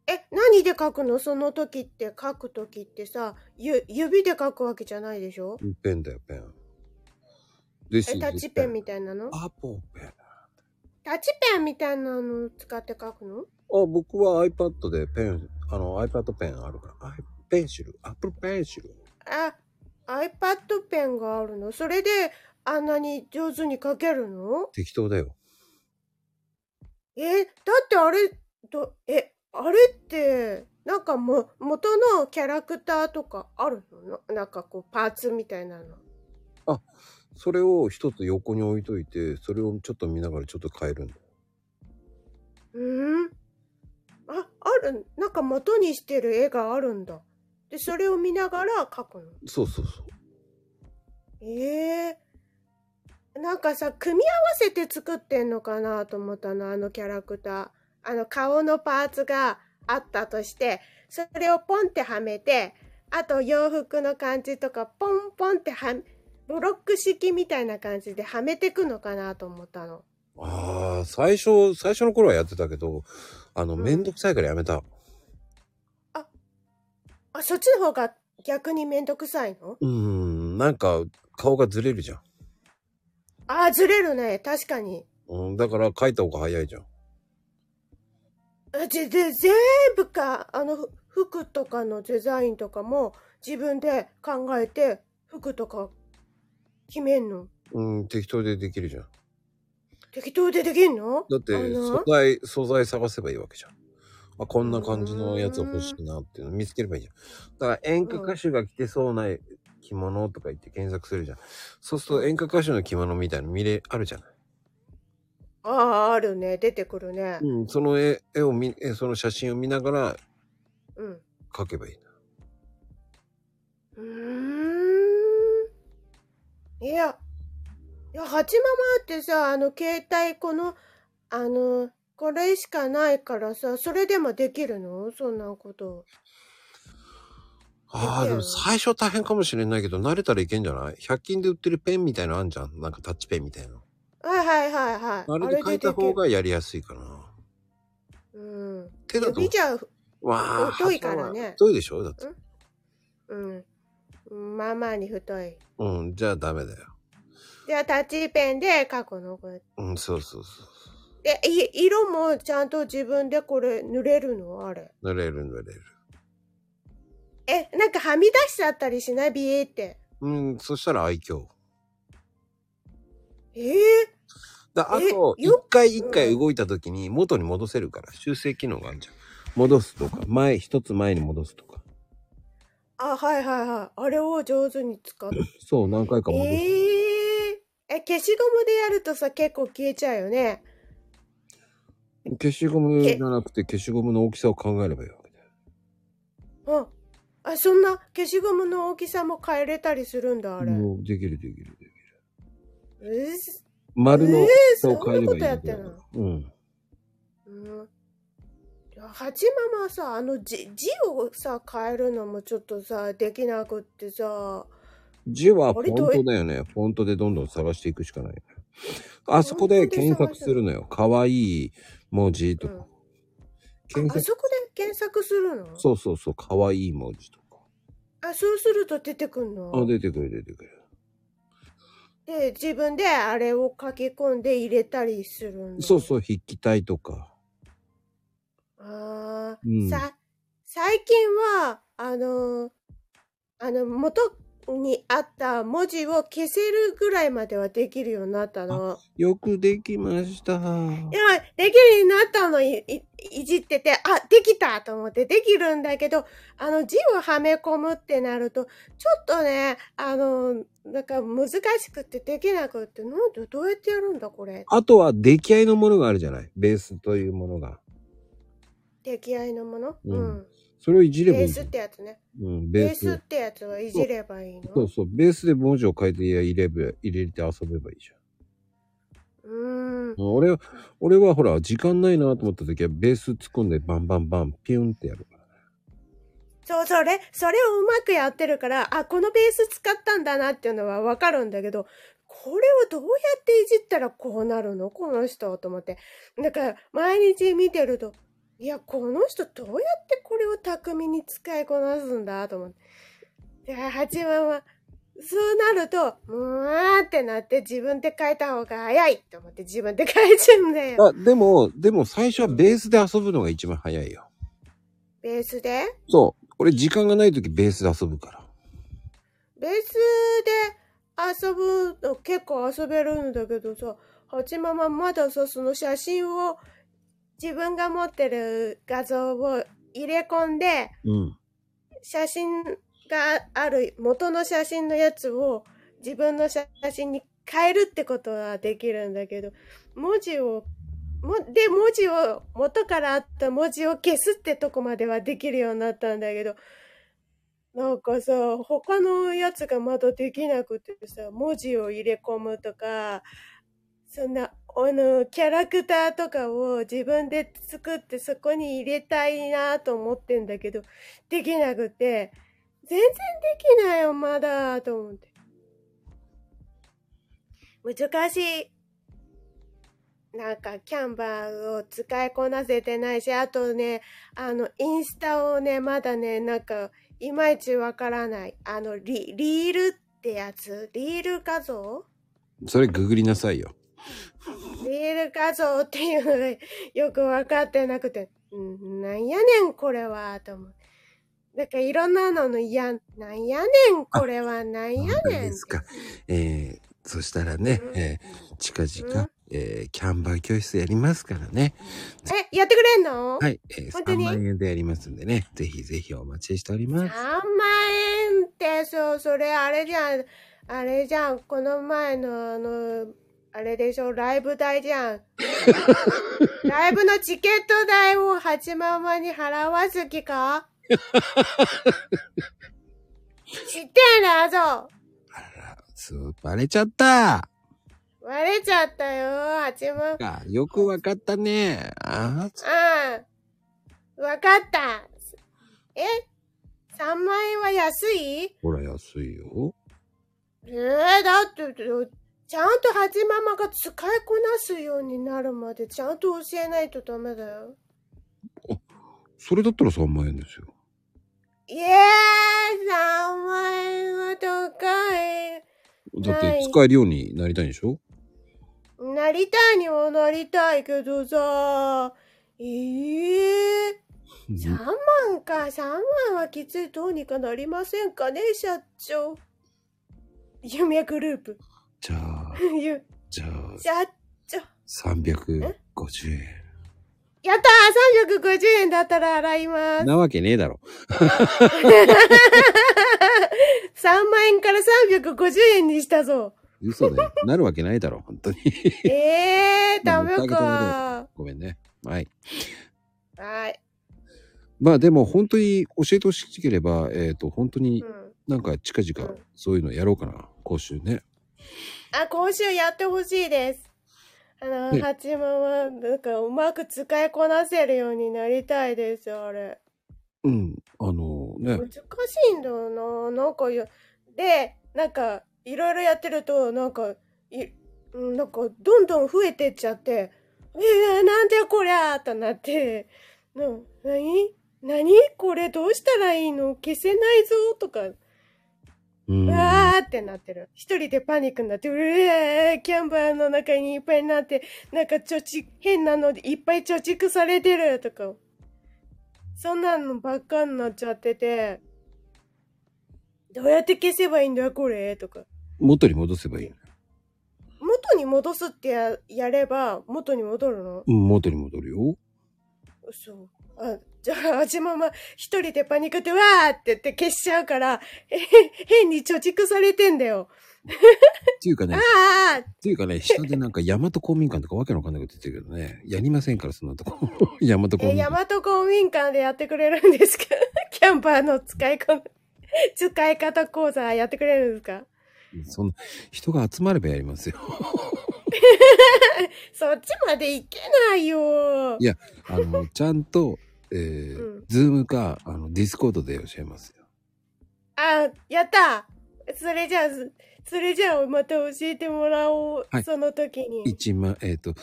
Speaker 10: え、何で描くのその時って、描く時ってさ、ゆ、指で描くわけじゃないでしょ
Speaker 1: ペンだよ、ペン。です
Speaker 10: え、タッチペンみたいなの
Speaker 1: アポペン。あ、
Speaker 10: タッチペンみたいなのを使って描くの
Speaker 1: 僕は iPad でペン、あの iPad ペンあるから、アイペンシル、Apple ペンシル。
Speaker 10: あ、iPad ペンがあるのそれで、あんなに上手に描けるの
Speaker 1: 適当だよ。
Speaker 10: え、だってあれ、ど、え、あれって、なんかも、元のキャラクターとかあるのななんかこう、パーツみたいなの。
Speaker 1: それを一つ横に置いといて、それをちょっと見ながらちょっと変えるんだよ。
Speaker 10: うん。あ、ある、なんか元にしてる絵があるんだ。で、それを見ながら描くの。
Speaker 1: そうそうそう。
Speaker 10: ええなんかさ、組み合わせて作ってんのかなと思ったの、あのキャラクター。あの顔のパーツがあったとして、それをポンってはめて、あと洋服の感じとかポンポンってはめ、ブロック式みたいな感じではめてくのかなと思ったの。
Speaker 1: ああ、最初、最初の頃はやってたけど、あの、めんどくさいからやめた。
Speaker 10: あ、そっちの方が逆にめんどくさいの
Speaker 1: うーん、なんか顔がずれるじゃん。
Speaker 10: あー、ずれるね。確かに。
Speaker 1: うん、だから描いた方が早いじゃん。
Speaker 10: あぜぜ全部か、あの、ふ服とかのデザインとかも自分で考えて、服とか決めんの。
Speaker 1: うん、適当でできるじゃん。
Speaker 10: 適当でできんの
Speaker 1: だって
Speaker 10: あ、の
Speaker 1: 素材、素材探せばいいわけじゃん。あ、こんな感じのやつ欲しいなっていうの見つければいいじゃん。だから演歌歌手が着てそうな着物とか言って検索するじゃん。そうすると演歌歌手の着物みたいなの見れ、あるじゃない。
Speaker 10: ああ、あるね。出てくるね。
Speaker 1: うん、その絵絵を見、えその写真を見ながら
Speaker 10: うん。
Speaker 1: 描けばいい。
Speaker 10: うーん。いや、いや、ハチママってさ、あの、携帯、この、あの、これしかないからさ、それでもできるのそんなこと。
Speaker 1: ああ、でも最初大変かもしれないけど、慣れたらいけんじゃない ?100 均で売ってるペンみたいなのあんじゃん。なんかタッチペンみたいな。
Speaker 10: はいはいはいはい。
Speaker 1: あれで描いた
Speaker 10: ででき
Speaker 1: 方
Speaker 10: る
Speaker 1: がやりやすいかな。
Speaker 10: うん。
Speaker 1: 手だと
Speaker 10: 指じゃ、
Speaker 1: わあ。
Speaker 10: 太いからね
Speaker 1: 太いでしょだって。
Speaker 10: うん。まあまあに太い。
Speaker 1: うん、じゃあダメだよ。
Speaker 10: じゃあ、タッチペンで書くのこれ。
Speaker 1: うん、そうそうそう。
Speaker 10: で、い色もちゃんと自分でこれ塗れるのあれ。
Speaker 1: 濡れる濡れる。
Speaker 10: え、なんかはみ出しちゃったりしないビエって。
Speaker 1: うん、そしたら愛嬌。
Speaker 10: ええ
Speaker 1: だあと、一回一回動いた時に元に戻せるから、修正機能があるじゃん。戻すとか、前、一つ前に戻すとか。
Speaker 10: あ、はいはいはい。あれを上手に使って。
Speaker 1: そう、何回か
Speaker 10: え
Speaker 1: 戻す。
Speaker 10: ええ、消しゴムでやるとさ、結構消えちゃうよね。
Speaker 1: 消しゴムじゃなくて消しゴムの大きさを考えればいいわけ。
Speaker 10: うん。あ、そんな消しゴムの大きさも変えれたりするんだ、あれ。
Speaker 1: もうできるできる。
Speaker 10: うっす
Speaker 1: 丸の
Speaker 10: え
Speaker 1: 大
Speaker 10: ー
Speaker 1: きさを変えれば
Speaker 10: そ
Speaker 1: いい
Speaker 10: んな
Speaker 1: だ
Speaker 10: ことやっ
Speaker 1: け
Speaker 10: て
Speaker 1: だか
Speaker 10: んの
Speaker 1: ら。うん。
Speaker 10: うん。八ママはさ、あの字、字をさ、変えるのもちょっとさ、できなくってさ、
Speaker 1: 字はフォントだよね。フォントでどんどん探していくしかない。あそこで検索するのよ。かわいい文字とか。検索、
Speaker 10: あそこで検索するの
Speaker 1: そうそうそう、かわいい文字とか。
Speaker 10: あ、そうすると出てくるの
Speaker 1: あ、出てくる出てくる。
Speaker 10: で、自分であれを書き込んで入れたりするの。
Speaker 1: そうそう、筆記体とか。
Speaker 10: ああ、
Speaker 1: うん
Speaker 10: さ、最近は、あのーあの、元にあった文字を消せるぐらいまではできるようになったの。
Speaker 1: よくできました。
Speaker 10: いや、できるようになったのい、い、いじってて、あ、できたと思ってできるんだけど、あの字をはめ込むってなると、ちょっとね、あの、なんか難しくてできなくって、なんでどうやってやるんだこれ。
Speaker 1: あとは出来合いのものがあるじゃない。ベースというものが。
Speaker 10: 出来合いのもの
Speaker 1: う
Speaker 10: うんん。
Speaker 1: それをいじ
Speaker 10: ベ
Speaker 1: ればいい
Speaker 10: ー
Speaker 1: じ
Speaker 10: ス
Speaker 1: ゃ
Speaker 10: っ
Speaker 1: ん。
Speaker 10: てやつね。
Speaker 1: うん、
Speaker 10: ベ
Speaker 1: ベ
Speaker 10: ー
Speaker 1: ー
Speaker 10: スっ
Speaker 1: ス。
Speaker 10: てやつはいじればいいの
Speaker 1: そうそう、ベースで文字を変えて入れば入れて遊べばいいじゃん。
Speaker 10: うーん。
Speaker 1: 俺は、俺はほら、時間ないなと思った時は、ベース突っ込んでバンバンバン、ピュンってやる。
Speaker 10: そう、それ、それをうまくやってるから、あ、このベース使ったんだなっていうのはわかるんだけど、これをどうやっていじったらこうなるのこの人と思って。だから、毎日見てると、いや、この人どうやってこれを巧みに使いこなすんだと思って。で、八番は、そうなると、うわーってなって自分で書いた方が早いと思って自分で書いちゃうんだよ。
Speaker 1: あ、でも、でも最初はベースで遊ぶのが一番早いよ。
Speaker 10: ベースで
Speaker 1: そう。俺、時間がない時、ベースで遊ぶから。
Speaker 10: ベースで遊ぶの結構遊べるんだけどさ、ハチママまださ、その写真を自分が持ってる画像を入れ込んで、
Speaker 1: うん。
Speaker 10: 写真がある元の写真のやつを自分の写真に変えるってことはできるんだけど、文字をもで、文字を、元からあった文字を消すってとこまではできるようになったんだけど、なんかさ、他のやつがまだできなくてさ、文字を入れ込むとか、そんな、あの、キャラクターとかを自分で作ってそこに入れたいなと思ってんだけど、できなくて、全然できないよ、まだ、と思って。難しい。なんか、キャンバーを使いこなせてないし、あとね、あの、インスタをね、まだね、なんか、いまいちわからない。あの、リ、リールってやつリール画像
Speaker 1: それ、ググりなさいよ。
Speaker 10: リール画像っていうのがよくわかってなくて、うん、なんやねん、これは、と思う。なんかいろんなのの、いや、なんやねん、これは、なんやねん。
Speaker 1: ですか。えー、そしたらね、えー近々、えーキャンバー教室やりますからね。
Speaker 10: え、やってくれんの
Speaker 1: はい、えー、
Speaker 10: 本当
Speaker 1: 3
Speaker 10: に
Speaker 1: 万円でやりますんでね、ぜひぜひお待ちしております。
Speaker 10: 3万円って、そう、それあれじゃん。あれじゃん。この前の、あの、あれでしょ、ライブ代じゃん。ライブのチケット代を8万万に払わす気か知ってんだぞ
Speaker 1: スーバレちゃった
Speaker 10: 割れちゃったよ、8万。
Speaker 1: あよくわかったね。あー
Speaker 10: うん。わかった。え ?3 万円は安い
Speaker 1: ほら安いよ。
Speaker 10: えー、だって、ちゃんとハチママが使いこなすようになるまでちゃんと教えないとダメだよ。
Speaker 1: それだったら3万円ですよ。
Speaker 10: いえー、3万円は高い。
Speaker 1: だっ
Speaker 10: は
Speaker 1: て
Speaker 10: い
Speaker 1: 使えるようになりたいんでしょ
Speaker 10: なりたいにはなりたいけどさ、えー、3万か、3万はきつい、どうにかなりませんかね、社長。夢グループ。
Speaker 1: じゃあ、
Speaker 10: ゆ
Speaker 1: じゃあ、
Speaker 10: 社長。
Speaker 1: 350
Speaker 10: やったー !350 円だったら洗いま
Speaker 1: 円。
Speaker 10: す。
Speaker 1: なわけねえだろ。
Speaker 10: 3万円から350円にしたぞ。
Speaker 1: 嘘 だよ。なるわけないだろ、本当に。
Speaker 10: えー、ダメ
Speaker 1: 言ってあ
Speaker 10: か。
Speaker 1: ごめんね。はい。
Speaker 10: はい。
Speaker 1: まあでも本当に教えてほしければ、えっ、と、本当に
Speaker 10: うん
Speaker 1: なんか近々そういうのやろうかな。講習ね。
Speaker 10: あ、今週やってほしいです。あの、
Speaker 1: ね
Speaker 10: 八万は、なんか、うまく使いこなせるようになりたいです、あれ。
Speaker 1: うん。あのね
Speaker 10: 難。しいんだよな。なんかよ、で、なんか、いろいろやってると、なんか、い、うんなんか、どんどん増えてっちゃって、えー、なんでこりゃーとなって、な、なになにこれどうしたらいいの消せないぞとか、
Speaker 1: うん。
Speaker 10: わーってなってる。一人でパニックになって、うえー、キャンバーの中にいっぱいになって、なんか貯蓄、変なのでいっぱい貯蓄されてるとか。そんなのばっかになっちゃってて、どうやって消せばいいんだこれとか。
Speaker 1: 元に戻せばいい。
Speaker 10: 元に戻すってややれば、元に戻るの
Speaker 1: うん、元に戻るよ。
Speaker 10: そう。あ、じゃあ、味まま、一人でパニックって、わーって言って消しちゃうから、えへ変に貯蓄されてんだよ。
Speaker 1: っていうかね、っ
Speaker 10: ああ
Speaker 1: ていうかね、下でなんか大和公民館とかわけのわかんないこと言ってるけどね、やりませんから、そんなとこ。 大和公
Speaker 10: え、
Speaker 1: 民
Speaker 10: 大
Speaker 1: 館。
Speaker 10: 和公民館でやってくれるんですか キャンパーの使いこ、使い方講座やってくれるんですか
Speaker 1: そんな、人が集まればやりますよ。
Speaker 10: そっちまで行けないよ
Speaker 1: いや、あの、ちゃんと、えー
Speaker 10: うん
Speaker 1: ズームか、あの、ディスコードで教えますよ。
Speaker 10: あ、やったそれじゃあ、それじゃあまた教えてもらおう。
Speaker 1: はい
Speaker 10: その時に。
Speaker 1: 1万、えっ、と、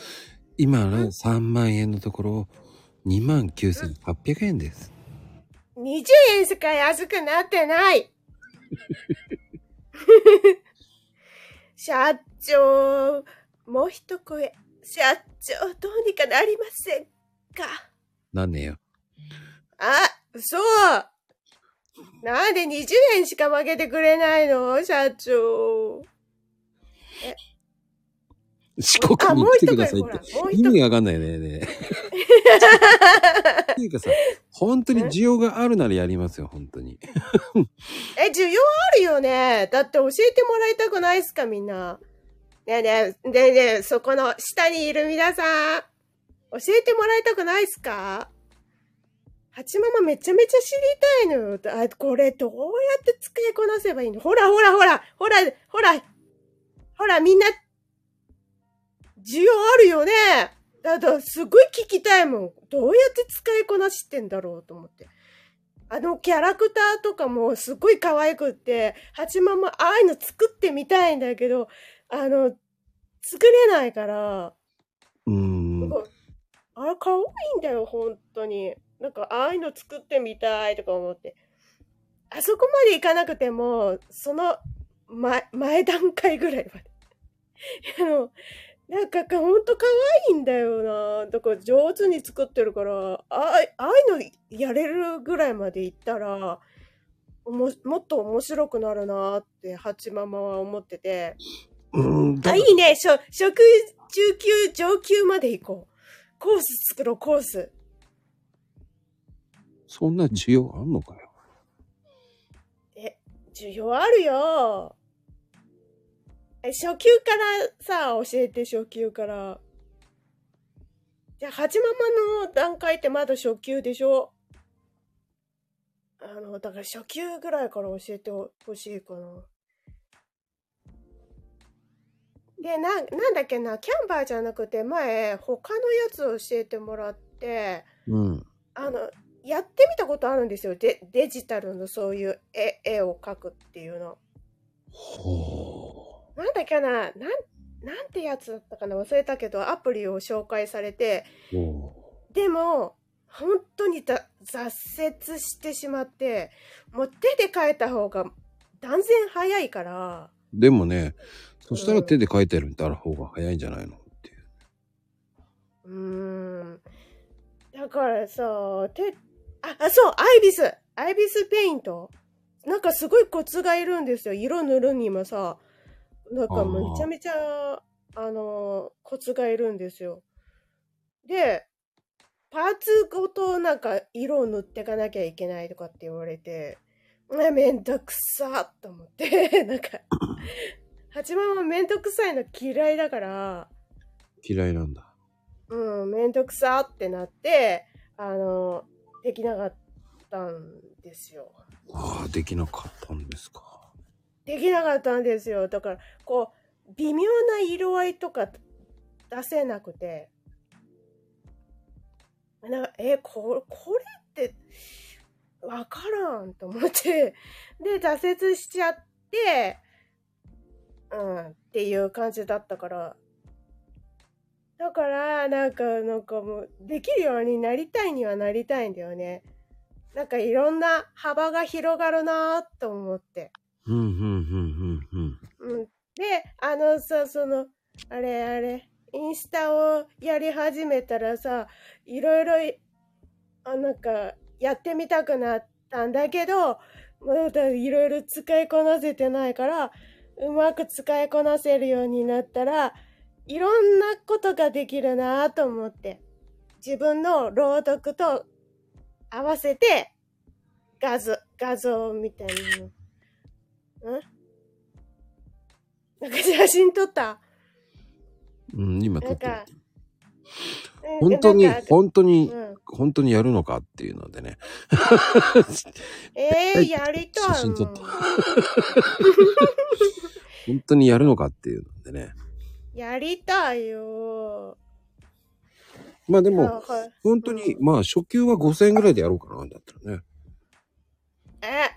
Speaker 1: 今の3万円のところ、2万9800円です。
Speaker 10: 20円しか安くなってない。 社長、もう一声。社長、どうにかなりませんか
Speaker 1: なんねえよ。
Speaker 10: あ、嘘なんで20円しか負けてくれないの社長。
Speaker 1: 四国に来てくださいっ
Speaker 10: あもう一
Speaker 1: て
Speaker 10: 回ほらもう。一
Speaker 1: 意
Speaker 10: 回
Speaker 1: 味わかんないね。ねっていうかさ、本当に需要があるならやりますよ、本当に。
Speaker 10: え、需要あるよね。だって教えてもらいたくないっすか、みんな。ねえねえ、ねえねえ、そこの下にいる皆さん。教えてもらいたくないっすか八ママめちゃめちゃ知りたいのよ。あ、これどうやって使いこなせばいいのほらほらほら、ほら、ほら、ほらみんな、需要あるよね。だとすごい聞きたいもん。どうやって使いこなしてんだろうと思って。あのキャラクターとかもすごい可愛くって、八ママああいうの作ってみたいんだけど、あの、作れないから、
Speaker 1: うーん。
Speaker 10: あれ可愛いんだよ、本当に。なんかああいうの作ってみたいとか思って。あそこまでいかなくても、その前、前段階ぐらいまで。 あの、なんかか、ほんと可愛いんだよな。だから上手に作ってるから、ああああいうのやれるぐらいまでいったら、おももっと面白くなるなって、ハチママは思ってて。あ、いいね。しょ初級、中級、上級まで行こう。コース作ろう、コース。
Speaker 1: そんな需要あんのかよ。
Speaker 10: え、需要あるよ。え、初級からさ、教えて、初級から。じゃあ、八ママの段階ってまだ初級でしょあの、だから初級ぐらいから教えてほしいかな。で、な、なんだっけな、キャンバーじゃなくて、前、他のやつを教えてもらって、
Speaker 1: うん。
Speaker 10: あの、やってみたことあるんですよ。デデジタルのそういう絵絵を描くっていうの。なんだっけな、なん、なんてやつだったかな忘れたけど、アプリを紹介されて、でも、本当にだ挫折してしまって、もう手で描いた方が断然早いから、
Speaker 1: でもね、そしたら手で書いてるんだ方が早いんじゃないの
Speaker 10: うーん。だからさ、て、あ、あ、そう、アイビスアイビスペイントなんかすごいコツがいるんですよ。色塗るにもさ、なんか
Speaker 1: あー
Speaker 10: めちゃめちゃ、あのーコツがいるんですよ。で、パーツごとなんか色を塗ってかなきゃいけないとかって言われて、うわめんどくさーと思って、 なんか、八幡はめんどくさいの嫌いだから、
Speaker 1: 嫌いなんだ。
Speaker 10: うん、めんどくさーってなって、あのーできなかったんですよ。
Speaker 1: ああ、できなかったんですか。
Speaker 10: できなかったんですよ。だから、こう、微妙な色合いとか出せなくて。なんか、え、ここれって、わからんと思って。で、挫折しちゃって、うん、っていう感じだったから。だから、なんか、なんかもう、できるようになりたいにはなりたいんだよね。なんかいろんな幅が広がるなぁと思って。
Speaker 1: うん、うん、うん、うん、うん。
Speaker 10: うん、であのさそのあれあれインスタをやり始めたらさいろいろいあなんかやってみたくなったんだけどまだいろいろ使いこなせてないからうまく使いこなせるようになったらいろんなことができるなぁと思って自分の朗読と合わせて画像画像みたいなの。んなんか写真撮った。
Speaker 1: うん、今撮
Speaker 10: な
Speaker 1: っ
Speaker 10: ん
Speaker 1: てる
Speaker 10: か。うん
Speaker 1: 本当に
Speaker 10: なんか、
Speaker 1: 本当に、
Speaker 10: うん
Speaker 1: 本当にやるのかっていうのでね。
Speaker 10: えー、やりたいも
Speaker 1: 写
Speaker 10: ん。
Speaker 1: 真撮った。本当にやるのかっていうのでね。
Speaker 10: やりたいよ
Speaker 1: まあで
Speaker 10: ー。な
Speaker 1: も
Speaker 10: ん、か
Speaker 1: 本当に、まあ初級は5000円ぐらいでやろうかな、だったらね。
Speaker 10: え、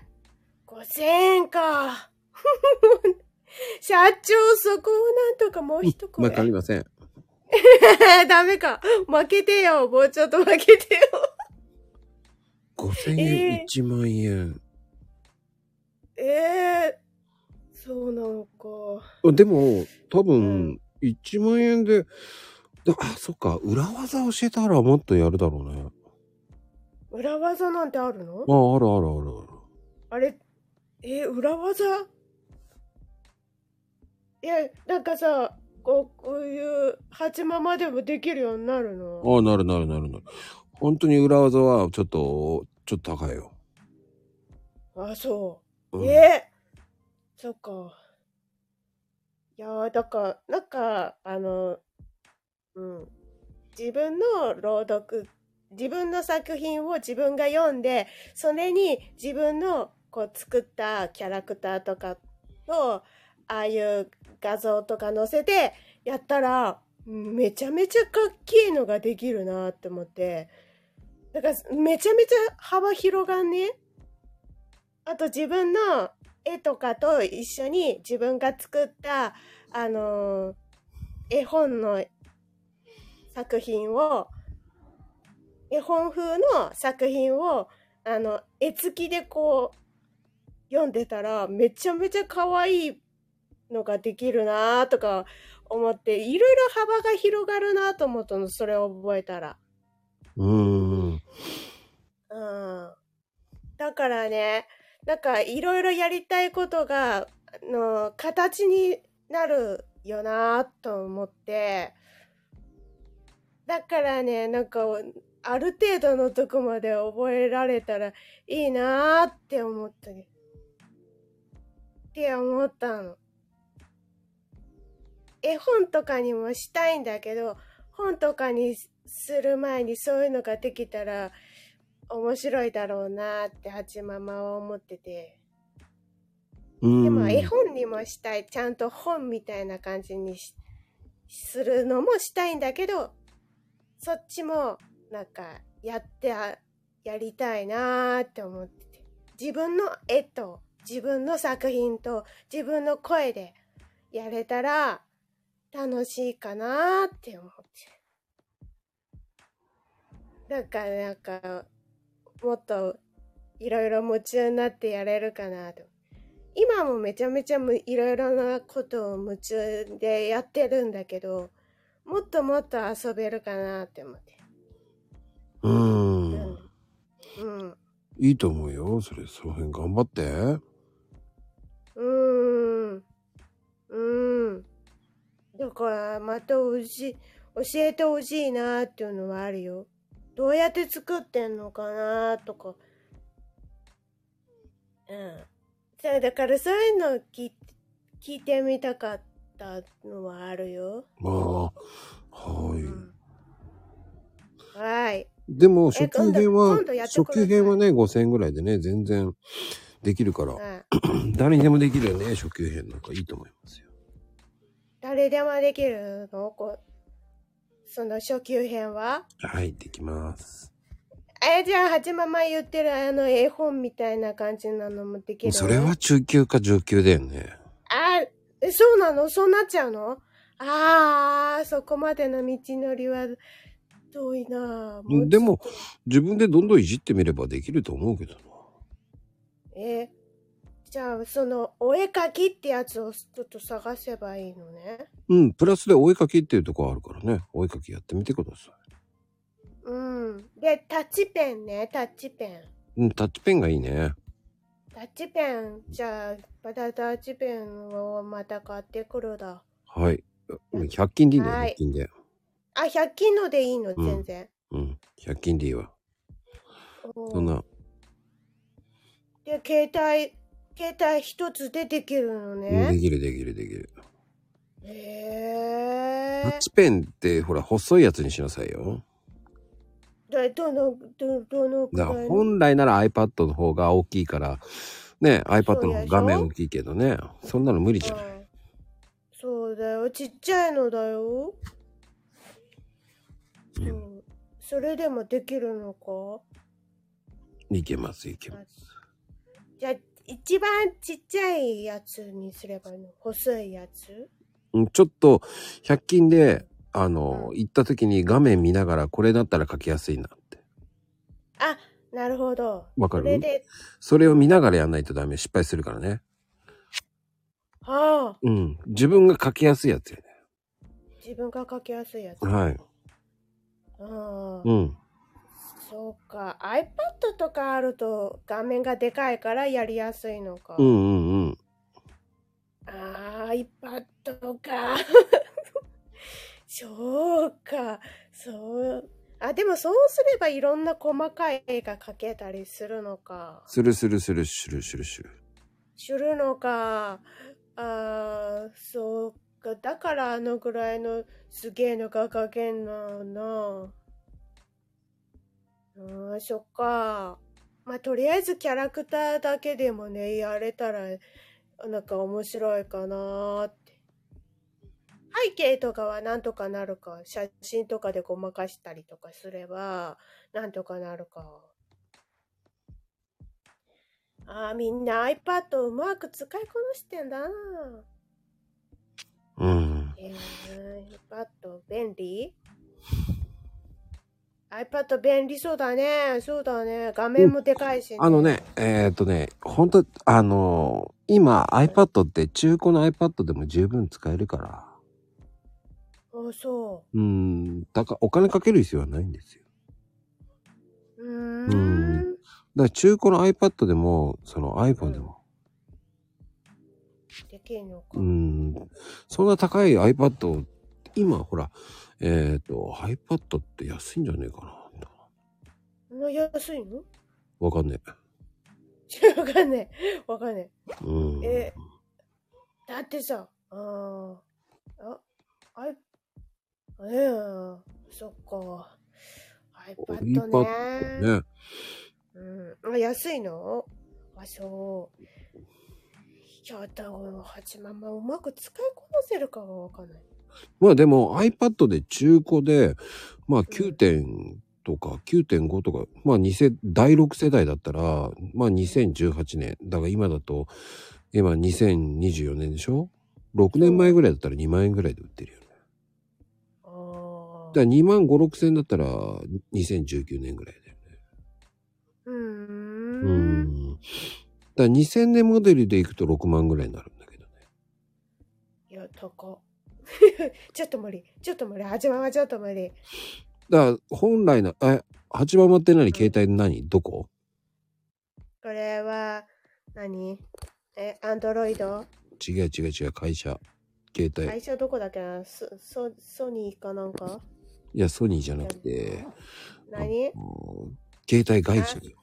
Speaker 10: 5000円か。 社長、そこをなんとかもう一声
Speaker 1: わ。かりません。
Speaker 10: ダメか。負けてよ。もうちょっと負けてよ。
Speaker 1: 5000
Speaker 10: え
Speaker 1: 円、1
Speaker 10: ー
Speaker 1: 万円。
Speaker 10: えー、そうなのか。
Speaker 1: あでも、多分、1万円で、だあ、そっか、裏技教えたらもっとやるだろうね。
Speaker 10: 裏技なんてあるの
Speaker 1: まあ、あるあるあるある。
Speaker 10: あれ、えー裏技いや、なんかさ、こうこういう、八ままでもできるようになるの
Speaker 1: ああ、なるなるなるなる。本当に裏技はちょっと、ちょっと高いよ。
Speaker 10: あ、そう。
Speaker 1: うん
Speaker 10: えーそっか。いやー、だから、なんか、あの、うん。自分の朗読、自分の作品を自分が読んで、それに自分のこう作ったキャラクターとかと、ああいう画像とか載せてやったら、めちゃめちゃかっけえのができるなって思って。だから、めちゃめちゃ幅広がんね。あと自分の絵とかと一緒に自分が作った、あのー絵本の作品を、絵本風の作品を、あの、絵付きでこう、読んでたら、めちゃめちゃ可愛いのができるなとか思って、いろいろ幅が広がるなと思ったの、それを覚えたら。
Speaker 1: うーん。
Speaker 10: うんだからね、なんかいろいろやりたいことが、あの、形になるよなぁと思って、だからね、なんか、ある程度のとこまで覚えられたらいいなぁって思ったり、って思ったの。絵本とかにもしたいんだけど、本とかにする前にそういうのができたら、面白いだろうなーって八ママは思ってて
Speaker 1: うーん。
Speaker 10: でも絵本にもしたいちゃんと本みたいな感じにしするのもしたいんだけどそっちもなんかやってあやりたいなーって思ってて自分の絵と自分の作品と自分の声でやれたら楽しいかなーって思ってなんかなんかもっといろいろ夢中になってやれるかなと今もめちゃめちゃむいろいろなことを夢中でやってるんだけどもっともっと遊べるかなって思って
Speaker 1: うーん。
Speaker 10: うん
Speaker 1: いいと思うよ。それ、その辺頑張って。
Speaker 10: うーんうーんだからまたおし教えてほしいなっていうのはあるよ。どうやって作ってんのかなとか。うん。そうだからそういうのを聞い聞いてみたかったのはあるよ。
Speaker 1: まあ、はい。
Speaker 10: はい。
Speaker 1: でも、初級編は
Speaker 10: 今度今度や、って
Speaker 1: 初
Speaker 10: ください
Speaker 1: 級編はね、5000円ぐらいでね、全然できるから、誰にでもできるよね、初級編なんかいいと思いますよ。
Speaker 10: 誰でもできるのこその初級編は
Speaker 1: はい、できます。
Speaker 10: あやちゃん、はちまま言ってるあの絵本みたいな感じなのもできるの
Speaker 1: それは中級か上級だよね。
Speaker 10: あ、えそうなのそうなっちゃうのああ、そこまでの道のりは遠いなあもう
Speaker 1: でも、自分でどんどんいじってみればできると思うけどな。
Speaker 10: え、じゃあ、その、お絵描きってやつをちょっと探せばいいのね。
Speaker 1: うん、プラスでお絵かきっていうところあるからね、お絵かきやってみてくださ
Speaker 10: うん。で、タッチペンね、タッチペン。
Speaker 1: い。うん、タッチペンがいいね。
Speaker 10: タッチペン、じゃあ、またタッチペンをまた買ってくるだ。
Speaker 1: はい。100均でいいんだよ、
Speaker 10: はい
Speaker 1: 100均で。
Speaker 10: あ、100均のでいいの、
Speaker 1: うん
Speaker 10: 全然。
Speaker 1: うん、100均でいいわ。
Speaker 10: おー
Speaker 1: そんな、
Speaker 10: で、携帯、携帯一つでできるの
Speaker 1: うんで
Speaker 10: ね。
Speaker 1: きるできるできる。
Speaker 10: へ
Speaker 1: タ
Speaker 10: え
Speaker 1: ッ。チペンって、ほら、細いやつにしなさいよ。
Speaker 10: どどの、ど、どのく
Speaker 1: だからら
Speaker 10: いの
Speaker 1: 本来なら iPad の方が大きいから、ね、iPad の方が画面大きいけどね、そんなの無理じゃない。
Speaker 10: そうだよ。ちっちゃいのだよ。そう。それでもできるのか
Speaker 1: いけます、いけます。
Speaker 10: じゃあ、一番ちっちゃいやつにすればいいの細いやつ
Speaker 1: うんちょっと、100均で、あの、行った時に画面見ながら、これだったら書きやすいな。
Speaker 10: あ、なるほど。
Speaker 1: わかる
Speaker 10: それで、
Speaker 1: それを見ながらやんないとダメ。失敗するからね。
Speaker 10: はあ、
Speaker 1: うん。自分が書きやすいやつやね。
Speaker 10: 自分が書きやすいやつ。
Speaker 1: はい。
Speaker 10: うん。
Speaker 1: うん。
Speaker 10: そうか。iPad とかあると画面がでかいからやりやすいのか。
Speaker 1: うんうんうん。
Speaker 10: ああ、iPad か。 そうか。そう。あ、でもそうすればいろんな細かい絵が描けたりするのか。
Speaker 1: するするするするするする。
Speaker 10: するのか。ああ、そうか。だからあのぐらいのすげえのが描けんのな。うん、そっか。まあ、とりあえずキャラクターだけでもね、やれたら、なんか面白いかなーって。背景とかはなんとかなるか。写真とかでごまかしたりとかすれば、なんとかなるか。ああ、みんな iPad をうまく使いこなしてんだな。
Speaker 1: うん。
Speaker 10: えー、iPad 便利 ?iPad 便利そうだね。そうだね。画面もでかいし、ね
Speaker 1: あのね、えーっとね、本当あのー今 iPad って中古の iPad でも十分使えるから。
Speaker 10: あそう。
Speaker 1: うん。だからお金かける必要はないんですよ。
Speaker 10: う
Speaker 1: ーん。だから中古の iPad でも、その iPhone でも。
Speaker 10: できんの
Speaker 1: うん。そんな高い iPad を、今ほら、えーっと、iPad って安いんじゃねえかな。
Speaker 10: こんな安いの
Speaker 1: わかんねえ。
Speaker 10: わかんない。わかんない。
Speaker 1: うん。
Speaker 10: え、だってさ、あーあ、あい、ええそっか。iPad ね。
Speaker 1: ね。
Speaker 10: うん。あ、安いのあ、そう。やだ、俺、はちままうまく使いこなせるかがわかんない。
Speaker 1: まあでも iPad で中古で、まあ9点とか9.5とか、まあ2世、第6世代だったら、まあ2018年。だから今だと、今2024年でしょ ?6 年前ぐらいだったら2万円ぐらいで売ってるよね。だから2万5、6千だったら2019年ぐらいだよね。うん。だから2000年モデルでいくと6万ぐらいになる。
Speaker 10: いや、高っ。 ちょっと無理。ちょっと無理。はちままちょっと無理。
Speaker 1: だから本来の、え、8番って何携帯何どこ
Speaker 10: これは、何え、アンドロイド
Speaker 1: 違う違う違う会社。携
Speaker 10: 最
Speaker 1: 帯。
Speaker 10: 初どこだっけなソソソニーかなんか
Speaker 1: いや、ソニーじゃなくて、
Speaker 10: 何
Speaker 1: 携帯会社だよ。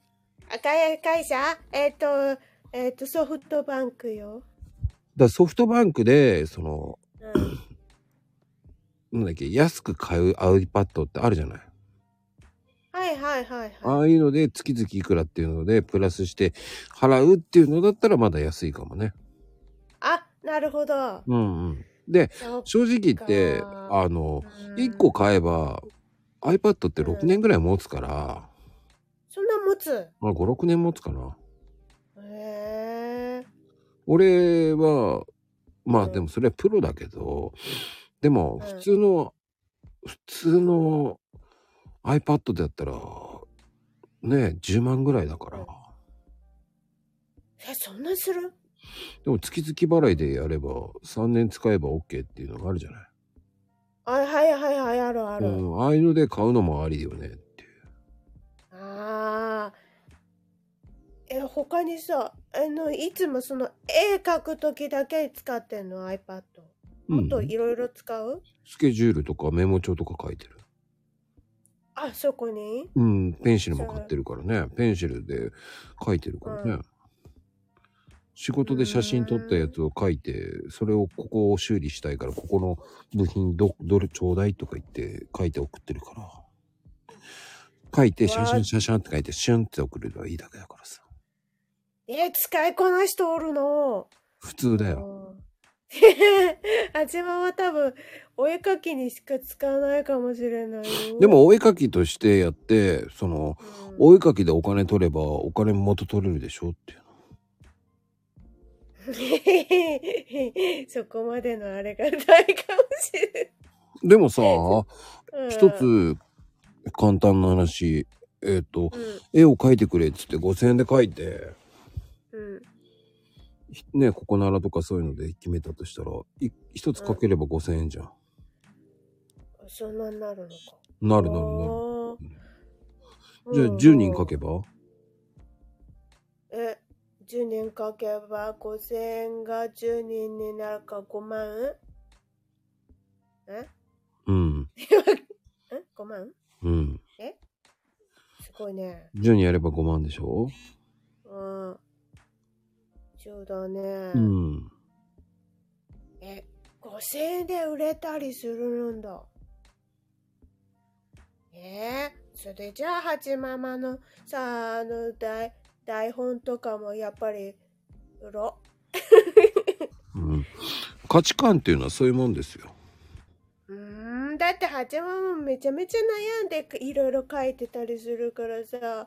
Speaker 10: 赤い会社えっ、と、えっ、と、ソフトバンクよ。
Speaker 1: だからソフトバンクで、その、
Speaker 10: うん。
Speaker 1: なんだっけ、安く買う iPad ってあるじゃない。
Speaker 10: はいはいはい。
Speaker 1: ああいうので、月々いくらっていうので、プラスして払うっていうのだったらまだ安いかもね。
Speaker 10: あ、なるほど。
Speaker 1: うんうん。で、正直言って、あの、1個買えば、iPad って6年ぐらい持つから、
Speaker 10: そんな持つ。
Speaker 1: まあ5、6年持つかな。
Speaker 10: へえ。
Speaker 1: 俺は、まあでもそれはプロだけど、でも普通の、普通の iPad だったら、ね、10万ぐらいだから、
Speaker 10: え、そんなする
Speaker 1: でも月々払いでやれば、3年使えば OK っていうのがあるじゃない。
Speaker 10: あ、はいはいはい、あるある。
Speaker 1: うん、ああいうので買うのもありよね。
Speaker 10: ああ。え、他にさ、あの、いつもその、絵描くときだけ使ってんの ?iPad。
Speaker 1: う
Speaker 10: もっ
Speaker 1: ん。
Speaker 10: といろいろ使う、
Speaker 1: スケジュールとかメモ帳とか書いてる。
Speaker 10: あ、そこに
Speaker 1: うん、ペンシルも買ってるからね。ペンシルで書いてるからね。仕事で写真撮ったやつを書いて、それをここを修理したいから、ここの部品ど、どれちょうだいとか言って書いて送ってるから。書いて、写真、写真って書いて、シュンって送ればいいだけだからさ。
Speaker 10: え、使いこなしておるの。
Speaker 1: 普通だよ。
Speaker 10: あちまは多分、お絵描きにしか使わないかもしれない よ。
Speaker 1: でも、お絵描きとしてやって、その、お絵描きでお金取れば、お金も元取れるでしょって。
Speaker 10: そこまでのあれがないかもしれ
Speaker 1: でもさ、
Speaker 10: ない。
Speaker 1: 一つ簡単な話えっ、と、絵を描いてくれっつって5,000円で描いて、ねここならとかそういうので決めたとしたらい一つ描ければ5,000円じゃん、
Speaker 10: うん。そんなになるのか。
Speaker 1: なるなるなるじゃあ10人描けば
Speaker 10: え、10人かけば5000円が10人になるか5万え
Speaker 1: うん
Speaker 10: え ?5 万
Speaker 1: うん
Speaker 10: えすごいね。
Speaker 1: 10にやれば5万でしょ
Speaker 10: うん。そうだね。
Speaker 1: うん
Speaker 10: え、5000円で売れたりするんだ。えー、それじゃあ、ハチママのさ、あの、台、台本とかもやっぱり、売ろ
Speaker 1: 価値観っていうのはそういうもんですよ
Speaker 10: う。うーん、だって、ハチママめちゃめちゃ悩んでいろいろ書いてたりするからさ、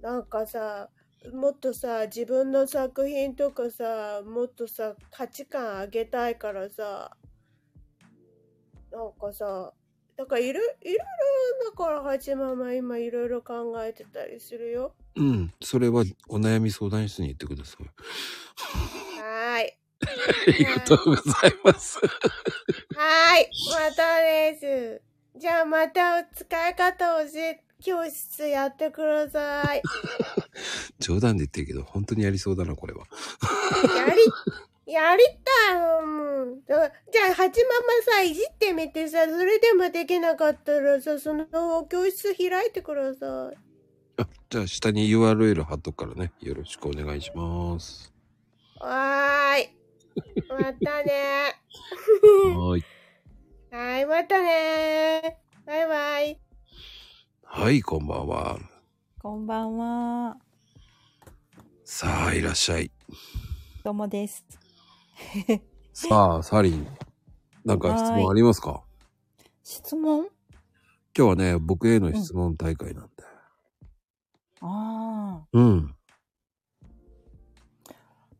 Speaker 10: なんかさ、もっとさ、自分の作品とかさ、もっとさ、価値観上げたいからさ、なんかさ、だからいろいろいろ、だから、はちまま今いろいろ考えてたりするよ。
Speaker 1: うんそれはお悩み相談室に行ってください
Speaker 10: はーい。
Speaker 1: あ りがとうございます
Speaker 10: はーい。またです。じゃあまたお使い方をえ教室やってくださ い。
Speaker 1: 冗談で言ってるけど本当にやりそうだなこれは
Speaker 10: やり、やりたいよ、もう。だじゃあ、はちままさ、いじってみてさ、それでもできなかったらさ、その教室開いてください。
Speaker 1: じゃあ下に URL 貼っとくからね。よろしくお願いします。
Speaker 10: はーい。ま たね。
Speaker 1: はい。
Speaker 10: はーい、またね。バイバイ。
Speaker 1: はい、こんばんは。
Speaker 11: こんばんは。
Speaker 1: さあ、いらっしゃい。
Speaker 11: どうもです。
Speaker 1: さあ、サリン。なんか質問ありますか
Speaker 11: 質問
Speaker 1: 今日はね、僕への質問大会なんで。
Speaker 11: ああ、
Speaker 1: うん。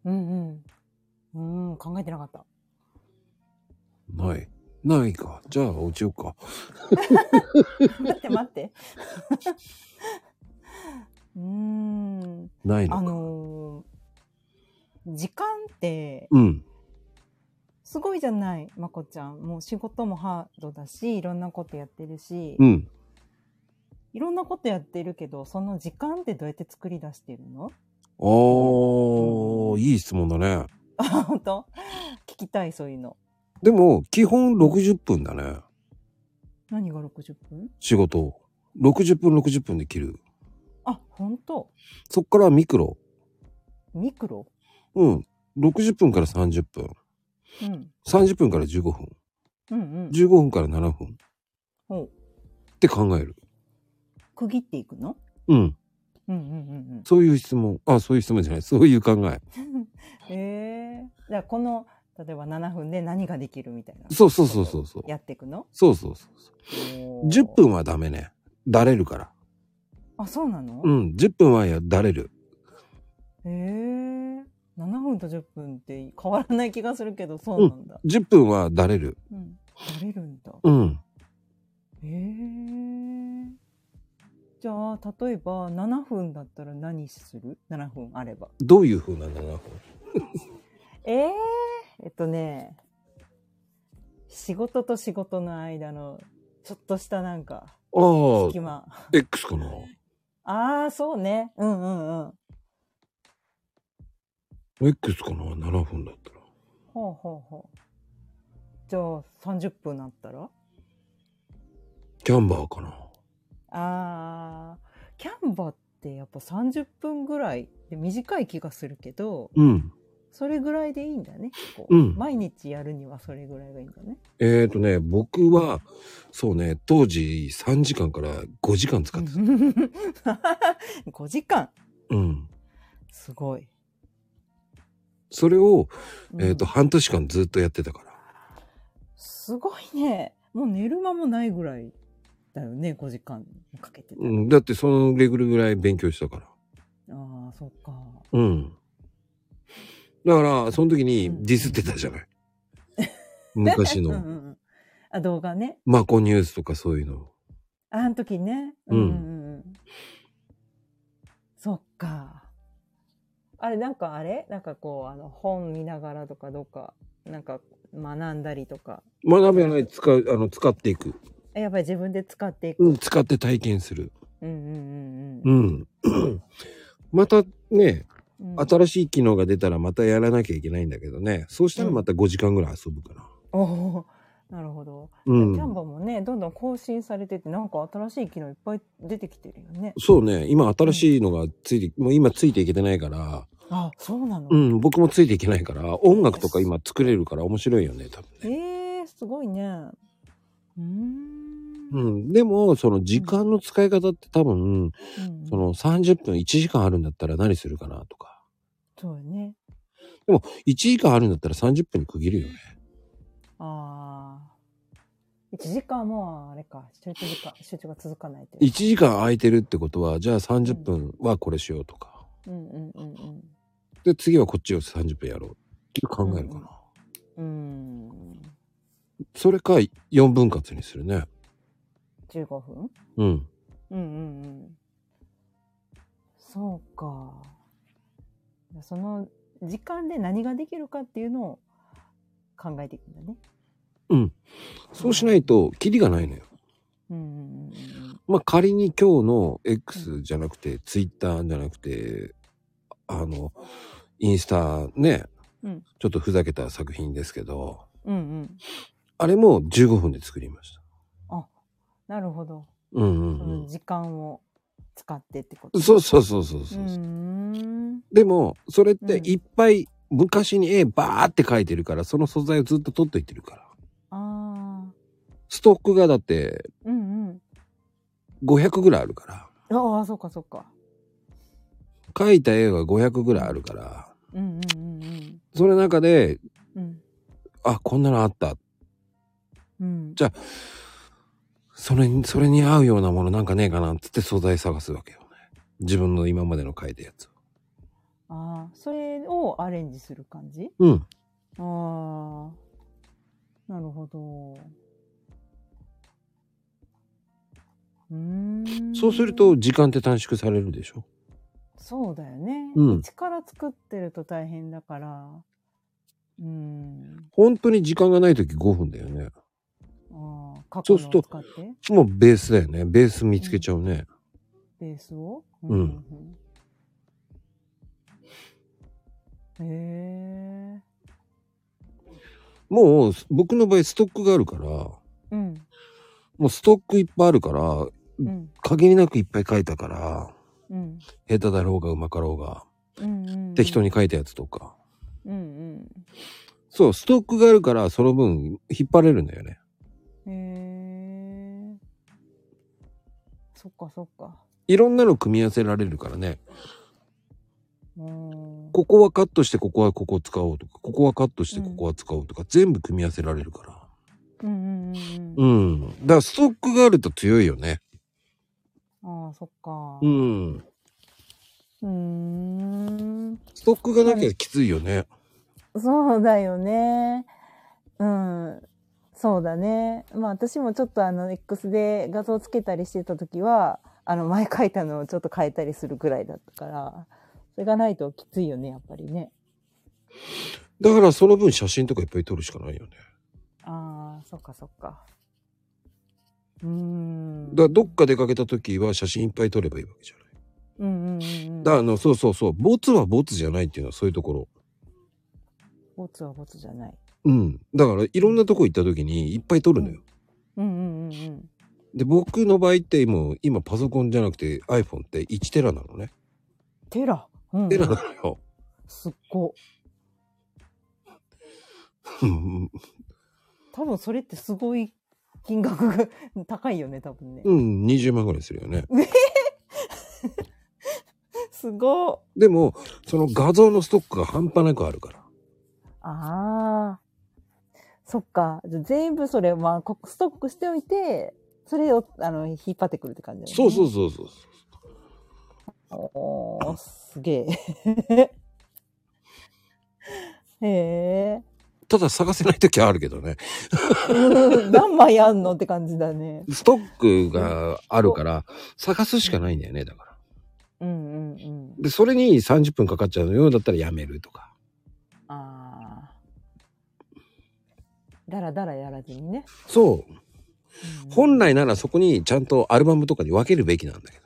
Speaker 11: うんうん。うん、考えてなかった。
Speaker 1: ない。ないか。じゃあ、落ちようか。
Speaker 11: 待って待って。 うーん。
Speaker 1: ないのか
Speaker 11: あのー時間って、
Speaker 1: うん。
Speaker 11: すごいじゃない、まこちゃん。もう仕事もハードだし、いろんなことやってるし、
Speaker 1: うん。
Speaker 11: いろんなことやってるけど、その時間ってどうやって作り出してるの
Speaker 1: おー、いい質問だね。
Speaker 11: あ、本当聞きたい、そういうの。
Speaker 1: でも、基本60分だね。
Speaker 11: 何が60分
Speaker 1: 仕事。60分、60分で切る。
Speaker 11: あ、本当
Speaker 1: そっからミクロ。
Speaker 11: ミクロ
Speaker 1: うん。60分から30
Speaker 11: う
Speaker 1: 分。
Speaker 11: ん。
Speaker 1: 30分から15分。
Speaker 11: うんうん。
Speaker 1: 15分から7分。
Speaker 11: ほう
Speaker 1: って考える。
Speaker 11: 区切っていくの
Speaker 1: うん。
Speaker 11: うんうんうん
Speaker 1: そういう質問。あ、そういう質問じゃない。そういう考え。
Speaker 11: うん。 ええじゃあこの、例えば7分で何ができるみたいな。
Speaker 1: そうそうそうそうそう。
Speaker 11: やっていくの
Speaker 1: そうそうそうそう。10分はダメね。だれるから。
Speaker 11: あ、そうなの
Speaker 1: うん。10分はやだれる。
Speaker 11: ええ7分と10分って変わらない気がするけど、そう
Speaker 1: う
Speaker 11: なん
Speaker 1: ん
Speaker 11: だ。。
Speaker 1: 10分はだれる。
Speaker 11: うん。慣れるんだ。
Speaker 1: うん。
Speaker 11: ええじゃあ、例えば7分だったら何する ?7 分あれば。
Speaker 1: どういう風なんだな。
Speaker 11: えええっとね、仕事と仕事の間の、ちょっとしたなんか、
Speaker 1: ああ。
Speaker 11: 隙間。
Speaker 1: X かな。
Speaker 11: ああ、そうね。うんうんうん。
Speaker 1: X かな ?7 分だったら。
Speaker 11: ほうほうほう。じゃあ、30分なったら
Speaker 1: キャンバーかな。
Speaker 11: あー、キャンバってやっぱ30分ぐらいで短い気がするけど、
Speaker 1: うん。
Speaker 11: それぐらいでいいんだね。こ
Speaker 1: うん
Speaker 11: 毎日やるにはそれぐらいがいいんだね。
Speaker 1: えーとね、僕は、そうね、当時3時間から5時間使ってた。
Speaker 11: 5時間
Speaker 1: うん。
Speaker 11: すごい。
Speaker 1: それを、えーと、半年間ずっとやってたから。
Speaker 11: すごいね。もう寝る間もないぐらいだよね、5時間かけてたら。
Speaker 1: うん、だってそのレグルぐらい勉強したから。
Speaker 11: ああ、そっか。
Speaker 1: うん。だから、その時にディスってたじ ゃない。昔
Speaker 11: うんう
Speaker 1: の
Speaker 11: んうんあ、動画ね。
Speaker 1: マコニュースとかそういうの。
Speaker 11: あの時ね。
Speaker 1: うん
Speaker 11: んうん。そっか。あれ、なんかあれなんかこう、あの、本見ながらとかどうか、なんか学んだりとか。
Speaker 1: 学べない、使う、あの、使っていく。
Speaker 11: えやっぱり自分で使っていく。
Speaker 1: うん、使って体験する。
Speaker 11: うんうん
Speaker 1: う
Speaker 11: うん
Speaker 1: ん。 またね、
Speaker 11: うん。
Speaker 1: 新しい機能が出たらまたやらなきゃいけないんだけどね。そうしたらまた5時間ぐらい遊ぶから。
Speaker 11: おおーなるほど。
Speaker 1: うん
Speaker 11: キャンバもね、どんどん更新されてて、なんか新しい機能いっぱい出てきてるよね。
Speaker 1: そうね、今新しいのがついて、もう今ついていけてないから、
Speaker 11: あ、そうなの。
Speaker 1: うん、僕もついていけないから、音楽とか今作れるから面白いよね、多分。
Speaker 11: えー、すごいね。うーん。
Speaker 1: うん、でも、その時間の使い方って多分、その30分1時間あるんだったら何するかなとか。
Speaker 11: そうよね。
Speaker 1: でも、1時間あるんだったら30分に区切るよね。
Speaker 11: ああ。1時間もあれか、集中時間、集中が続かないとい
Speaker 1: 1時間空いてるってことは、じゃあ30分はこれしようとか。
Speaker 11: う。うんうんうんうん。
Speaker 1: で、次はこっちを30分やろうって考えるかな。
Speaker 11: うん。
Speaker 1: それか4分割にするね。
Speaker 11: 15分
Speaker 1: うん。
Speaker 11: うんうんうん。そうか。その時間で何ができるかっていうのを考えていくんだね。
Speaker 1: うん。そうしないと、キリがないのよ。まあ、仮に今日の X じゃなくて、Twitter じゃなくて、あの、インスタね、
Speaker 11: うん。
Speaker 1: ちょっとふざけた作品ですけど、
Speaker 11: うんうん。
Speaker 1: あれも15分で作りました。
Speaker 11: なるほど。
Speaker 1: うんうん
Speaker 11: その時間を使ってってこと。
Speaker 1: そうそうそうそうそう。でも、それっていっぱい昔に絵バーって描いてるから、その素材をずっと取っといてるから。
Speaker 11: ああ。
Speaker 1: ストックがだって
Speaker 11: うんうん。
Speaker 1: 500ぐらいあるから。
Speaker 11: ああ、そうかそうか。
Speaker 1: 描いた絵が500ぐらいあるから、
Speaker 11: うんうんうんうん。
Speaker 1: その中で、
Speaker 11: うん
Speaker 1: あ、こんなのあった。
Speaker 11: うん。
Speaker 1: じゃあ、それに、それに合うようなものなんかねえかなっつって素材探すわけよね。自分の今までの描いたやつを。
Speaker 11: ああ、それをアレンジする感じ
Speaker 1: うん。
Speaker 11: ああ、なるほど。
Speaker 1: そうすると時間って短縮されるでしょ
Speaker 11: そうだよね。
Speaker 1: うん
Speaker 11: 一から作ってると大変だから。
Speaker 1: 本当に時間がない時5分だよね。
Speaker 11: ああ、過
Speaker 1: そ
Speaker 11: 去
Speaker 1: うす
Speaker 11: の
Speaker 1: る
Speaker 11: を
Speaker 1: と
Speaker 11: 使って、
Speaker 1: もうベースだよね。ベース見つけちゃうね。
Speaker 11: ベースを。
Speaker 1: うん。
Speaker 11: へえ。
Speaker 1: もう僕の場合ストックがあるから、も
Speaker 11: うん。
Speaker 1: うストックいっぱいあるから、
Speaker 11: うん。
Speaker 1: 限りなくいっぱい書いたから、
Speaker 11: うん。
Speaker 1: 下手だろうがうまかろうが、
Speaker 11: うん。うん。
Speaker 1: 適当に書いたやつとか。
Speaker 11: うん。
Speaker 1: そう、ストックがあるから、その分引っ張れるんだよね。
Speaker 11: うん。へえ。そっかそっか。
Speaker 1: いろんなの組み合わせられるからね。
Speaker 11: うん。
Speaker 1: ここはカットして、ここはここを使おうとか、ここはカットして、ここは使おうとか、全部組み合わせられるか
Speaker 11: う
Speaker 1: ら。
Speaker 11: んうん
Speaker 1: うん。だからストックがあると強いよね。
Speaker 11: うん。ああ、そっか。
Speaker 1: うん。
Speaker 11: うーん。
Speaker 1: ストックがなきゃきついよね。
Speaker 11: そうだよね。うん。そうだね。まあ私もちょっとあの X で画像つけたりしてた時は、あの前書いたのをちょっと変えたりするぐらいだったから、それがないときついよね、やっぱりね。
Speaker 1: だからその分写真とかいっぱい撮るしかないよね。
Speaker 11: ああ、そっかそっか。うーん。
Speaker 1: だからどっか出かけた時は写真いっぱい撮ればいいわけじゃない。
Speaker 11: うんうんうんうん。
Speaker 1: だからあの、そうそうそう、ボツはボツじゃないっていうのはそういうところ。
Speaker 11: ボツはボツじゃない。
Speaker 1: うん。だからいろんなとこ行った時にいっぱい撮るのよ。
Speaker 11: うんうんうんうん。
Speaker 1: で、僕の場合ってもう今パソコンじゃなくて iPhone って1テラなのね。
Speaker 11: テラ。うん。
Speaker 1: テラなのよ。
Speaker 11: すっご。
Speaker 1: うん
Speaker 11: 多分それってすごい金額が 高いよね、多分ね。
Speaker 1: うん、20万ぐらいするよね。
Speaker 11: すご
Speaker 1: でも、その画像のストックが半端なくあるから。
Speaker 11: ああ。そっか。じゃあ全部それ、まあ、こストックしておいて、それを、あの、引っ張ってくるって感じだ
Speaker 1: そ
Speaker 11: よ
Speaker 1: う
Speaker 11: ね。
Speaker 1: そうそうそう。
Speaker 11: おー、すげえ。 へえ。
Speaker 1: ただ探せない時はあるけどね。
Speaker 11: うん何枚あんのって感じだね。
Speaker 1: ストックがあるから、探すしかないんだよね、だから。
Speaker 11: うんうんうん。
Speaker 1: で、それに30分かかっちゃうようだったらやめるとか。
Speaker 11: ああ。だらだらやらずにね。
Speaker 1: そう。本来ならそこにちゃんとアルバムとかに分けるべきなんだけど。